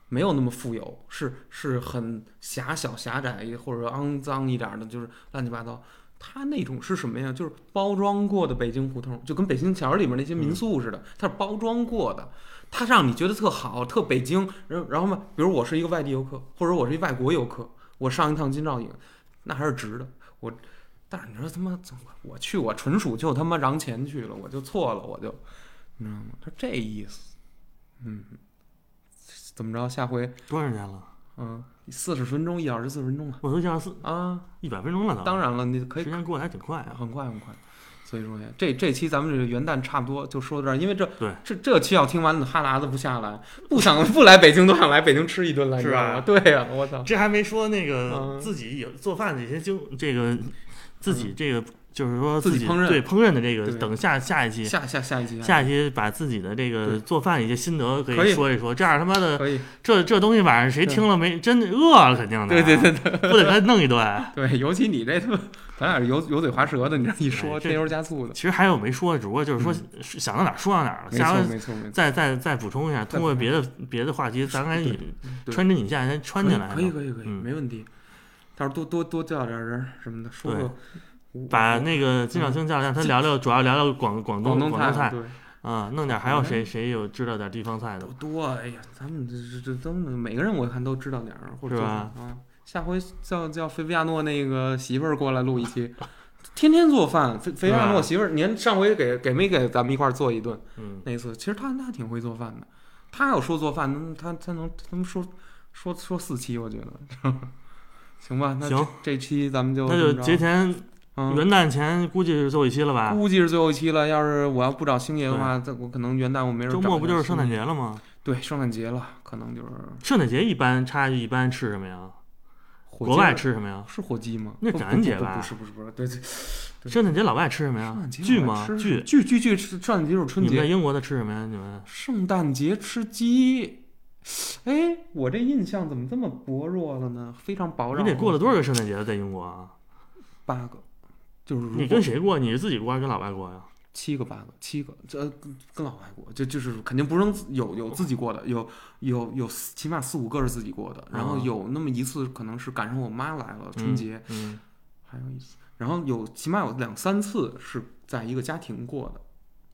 A: 没有那么富有，是是很狭小狭窄或者肮脏一点儿的，就是乱七八糟。它那种是什么呀？就是包装过的北京胡同，就跟北京桥里面那些民宿似的，它是包装过的，它让你觉得特好、特北京。然后然后嘛，比如我是一个外地游客，或者我是一外国游客，我上一趟金兆尹，那还是值的。我，但是你说他妈怎么我去，我纯属就他妈嚷钱去了，我就错了，我就，你知道吗？他这意思，嗯，怎么着？下回
B: 多少年了？
A: 嗯，四十分钟，一小时四十分钟吧。
B: 我都要四
A: 啊，
B: 一百分钟了都。
A: 当然了，你可以
B: 时间过得还挺快啊。
A: 很快很快。所以说呀，这这期咱们这个元旦差不多就说到这儿，因为这
B: 对
A: 这这期要听完，哈喇子不下来，不想不来北京都想来北京吃一顿来，
B: 是
A: 你知道
B: 吧
A: 吗？对呀、我操，
B: 这还没说那个
A: 嗯
B: 自己有做饭的一些经，这个自己这个就是说
A: 自己
B: 己
A: 烹饪
B: 嗯对烹饪的这个，
A: 对
B: 等下下一期
A: 下下下一期
B: 下一期把自己的这个
A: 对
B: 做饭一些心得可
A: 可以
B: 说一说，这样他妈的
A: 可以，
B: 这这东西晚上谁
A: 对
B: 听了没真的饿了肯定的，
A: 对对对对
B: 不得给他弄一顿。
A: 对，尤其你这他妈，咱俩是油油嘴滑舌的，你这一说
B: 哎这
A: 添油加醋的，
B: 其实还有没说的，只不过就是说想到哪儿说到哪儿了，
A: 嗯没
B: 下
A: 错
B: 回
A: 没错没错，
B: 再再再补充一下，通过别的别的话题，咱赶
A: 对
B: 紧
A: 对
B: 穿针引线先穿进来，
A: 可以可以可以，
B: 嗯
A: 没问题。到时候多多多叫点人什么的，说
B: 对
A: 个
B: 把那个金小青教练他聊聊，主要聊聊广广东
A: 广
B: 东
A: 东
B: 菜
A: 对。
B: 啊，弄点还有谁谁有知道点地方菜的
A: 多，多啊，哎呀，咱们这这这咱们每个人我看都知道点儿，或者
B: 是
A: 多
B: 吧
A: 少啊，下回叫叫菲比亚诺那个媳妇儿过来录一期， 天天做饭。菲菲比亚
B: 是吧
A: 诺媳妇儿，您上回给给没给咱们一块儿做一顿？
B: 嗯，
A: 那次其实他他挺会做饭的，他要说做饭，能他他能他能说说说四期，我觉得。 行吧，那
B: 行
A: 这这期咱们就
B: 那
A: 这么
B: 就
A: 着
B: 节前
A: 嗯，
B: 元旦前估计是最后一期了吧？
A: 估计是最后一期了。要是我要不找星爷的话，这我可能元旦我没人。
B: 周末不就是圣
A: 嗯
B: 诞？节了吗？
A: 对，圣诞节了，可能就是
B: 圣诞节一般差一般吃什么呀？
A: 火
B: 国
A: 鸡
B: 外
A: 肉
B: 吃什么呀？
A: 是火鸡吗？
B: 那
A: 不
B: 感恩节
A: 不不不不
B: 吧
A: 是不是不是，对对，对
B: 圣诞节老外吃什么呀
A: 圣诞？节
B: 剧
A: 我
B: 吗？
A: 吃
B: 剧？
A: 剧剧剧，圣诞节就是春
B: 你们在
A: 节，
B: 英国的吃什么呀？你们？
A: 圣诞节吃鸡。哎，我这印象怎么这么薄弱了呢？非常薄弱。
B: 你得过了多少个圣诞节在英国啊？
A: 八个，就是如
B: 你
A: 果嗯
B: 跟谁过？你是自己过还是跟老外过呀？
A: 七个八个七个，这呃跟跟老外过，就就是肯定不能自有有自己过的，有有有四起码四五个是自己过的，然后
B: 嗯
A: 有那么一次可能是赶上我妈来了春节，
B: 嗯，
A: 还还有一次，然后有起码有两三次是在一个家庭过的，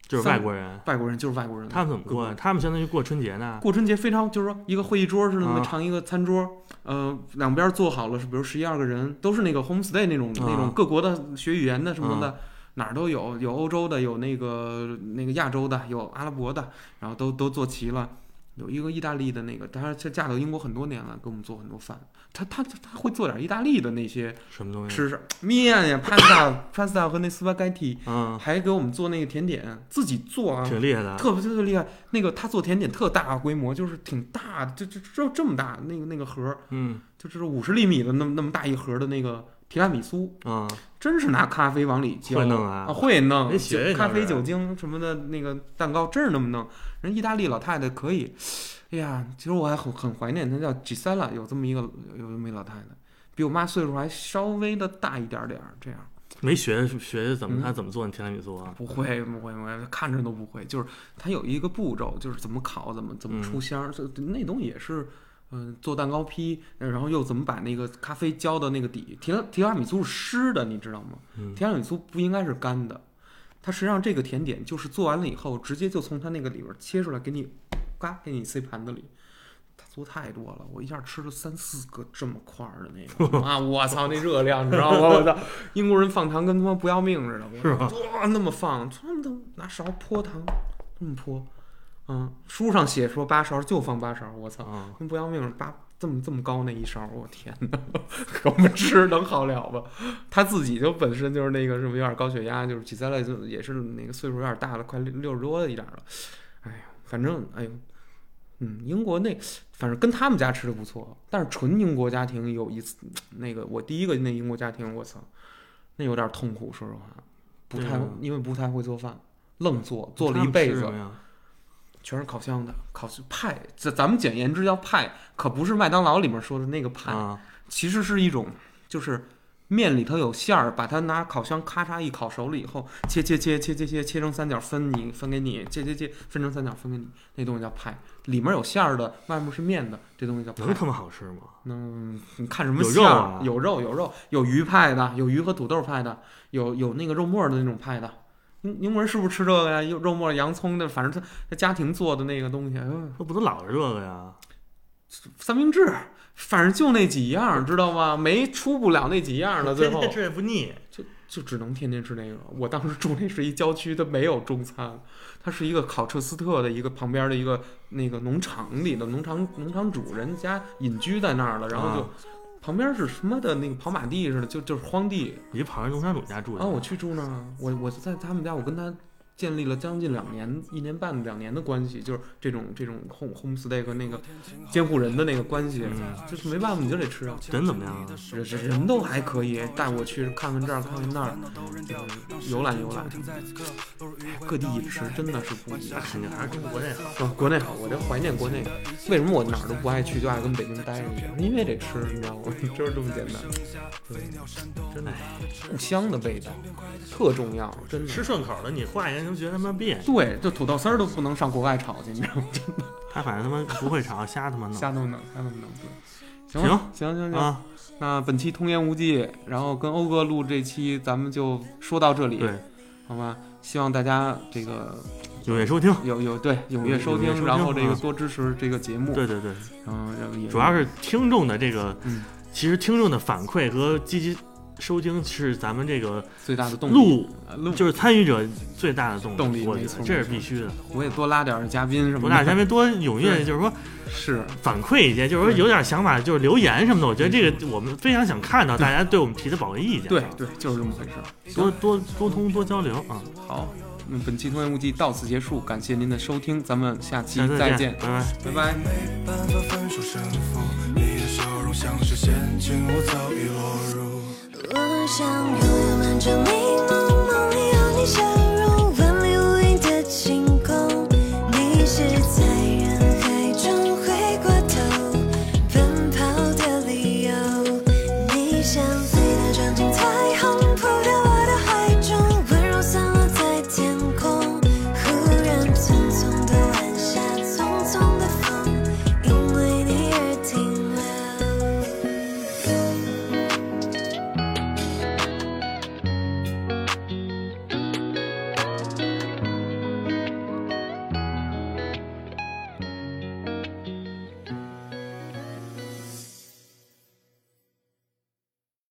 B: 就是
A: 三
B: 外国人，
A: 外国人就是外国人，
B: 他们怎么过呀？他们相当于过春节呢。
A: 过春节非常就是说一个会议桌似的，那么
B: 啊
A: 长一个餐桌，呃，两边坐好了是比如十一二个人，都是那个 homestay 那种
B: 啊
A: 那种各国的学语言的什么的，哪儿都有，有欧洲的，有那个那个亚洲的，有阿拉伯的，然后都都坐齐了。有一个意大利的那个，她她嫁到英国很多年了，给我们做很多饭。她她她会做点意大利的那些
B: 什么东西？
A: 吃食，面呀、pasta、pasta 和那 spaghetti，
B: 嗯，
A: 还给我们做那个甜点，自己做啊，
B: 挺厉害的。
A: 特别特别厉害。那个他做甜点特大规模，就是挺大，就就就这么大，那个那个盒儿，
B: 嗯
A: 就是五十厘米的那么那么大一盒的那个提拉米苏，
B: 嗯，
A: 真是拿咖啡往里浇，
B: 会弄啊
A: 啊，会弄
B: 得学
A: 酒
B: 一下
A: 咖啡、
B: 呗
A: 酒精什么的，那个蛋糕真是那么弄。人意大利老太太可以，哎呀，其实我还很很怀念她叫 Gisela，有这么一个有这么一老太太，比我妈岁数还稍微的大一点点儿，这样。
B: 没学学怎
A: 嗯
B: 么他怎么做那提拉米苏啊？
A: 不会，不会，不会，看着都不会。就是它有一个步骤，就是怎么烤，怎么怎么出香儿，这、那东西也是，嗯、做蛋糕坯，呃然后又怎么把那个咖啡浇到那个底。提拉提拉米苏是湿的，你知道吗？
B: 嗯
A: 提拉米苏不应该是干的。它实际上这个甜点就是做完了以后，直接就从它那个里边儿切出来，给你，嘎，给你塞盘子里。它做太多了，我一下吃了三四个这么块儿的那个 啊！我操，那热量你知道吗？我操，英国人放糖跟他妈不要命似的，我
B: 是吗
A: 哇，那么放，他们都拿勺泼糖，这么泼，嗯，书上写说八勺就放八勺，我操，
B: 啊，
A: 跟不要命似的，八这么这么高那一勺，我天哪，给我们吃能好了吧？ 他自己就本身就是那个什么有点高血压，就是几三类就也是那个岁数有点大了，快六六十多一点了，哎呀，反正哎呦。嗯，英国那反正跟他们家吃的不错，但是纯英国家庭有一次，那个我第一个那英国家庭，我操，那有点痛苦，说实话，不太、
B: 对啊
A: 因为不太会做饭，愣做，做了一辈
B: 他们
A: 子
B: 吃啊什，么呀
A: 全是烤箱的，烤派，这咱们简言之叫派，可不是麦当劳里面说的那个派，
B: 啊，
A: 其实是一种就是面里头有馅儿，把它拿烤箱咔嚓一烤熟了以后，切切切切切切切成三角分你分给你，切切切分成三角分给你，那东西叫派，里面有馅儿的，外面是面的，这东西叫派
B: 能。他妈好吃吗？
A: 那嗯你看什么
B: 有
A: 馅
B: 肉
A: 儿
B: 啊
A: 有肉有肉，有鱼派的，有鱼和土豆派的，有有那个肉末的那种派的。英英国人是不是吃这个呀？有肉末、洋葱的，反正他他家庭做的那个东西，嗯，
B: 那不都老是这个呀？
A: 三明治，反正就那几样，知道吗？没出不了那几样的，最
E: 天
A: 后
E: 天吃也不腻。
A: 就就只能天天吃那个。我当时住那是一郊区，它没有中餐，它是一个考彻斯特的一个旁边的一个那个农场里的农场农场主人家隐居在那儿了，然后就、
B: 啊
A: 旁边是什么的那个跑马地似的，就就是荒地。
B: 你就跑人农场主家住去
A: 啊，我去住那儿啊，我我在他们家，我跟他建立了将近两年、一年半、两年的关系，就是这种这种 home home stay 和那个监护人的那个关系，就是没办法，你就得吃啊。
B: 人怎么样啊？
A: 人人都还可以，带我去看看这儿，看看那儿，就是游览游览。哎各地饮食真的是不一样，
B: 肯定还是中国那好。
A: 啊，国内好，我这怀念国内。为什么我哪儿都不爱去，就爱跟北京待着去？因为得吃，你知道吗？ 就是这么简单。真的，故乡的味道特重要，真的。
B: 哎吃顺口的，你换一个人都觉得他妈别扭。
A: 对，就土豆丝儿都不能上国外炒去，你知道 吗？
B: 他反正他妈不会炒，瞎他妈弄
A: 瞎弄弄，瞎弄弄。对行
B: 行
A: 行行行，
B: 啊！
A: 那本期童言无忌，然后跟欧哥录这期，咱们就说到这里。
B: 对，
A: 好吧，希望大家这个
B: 踊跃收听。
A: 有有对踊跃收
B: 踊跃
A: 听，
B: 收听
A: 然后这个
B: 啊
A: 多支持这个节目，
B: 对对对，
A: 嗯，然后也
B: 主要是听众的这个
A: 嗯，
B: 其实听众的反馈和积极收听是咱们这个
A: 最大的动力。
B: 录
A: 呃录，
B: 就是参与者最大的动力，
A: 动力
B: 我觉
A: 没错
B: 得这是必须的。
A: 我也多拉点儿嘉宾什么的。
B: 多大嘉宾多踊
A: 对
B: 跃，就是说
A: 是
B: 反馈一些，就是说有点想法，就是留言什么的。我觉得这个我们非常想看到大家对我们提的宝贵意见。
A: 对对，就是这么回事儿。
B: 多多沟通多交流啊！
A: 好，那本期《童言无忌》到此结束，感谢您的收听，咱们下期
B: 下次
A: 再
B: 见
A: 见，，
B: 拜拜。
A: 拜拜。
F: 没办法分手胜负，你的笑容像是陷阱，我早已落入。
G: 我想永远完整你我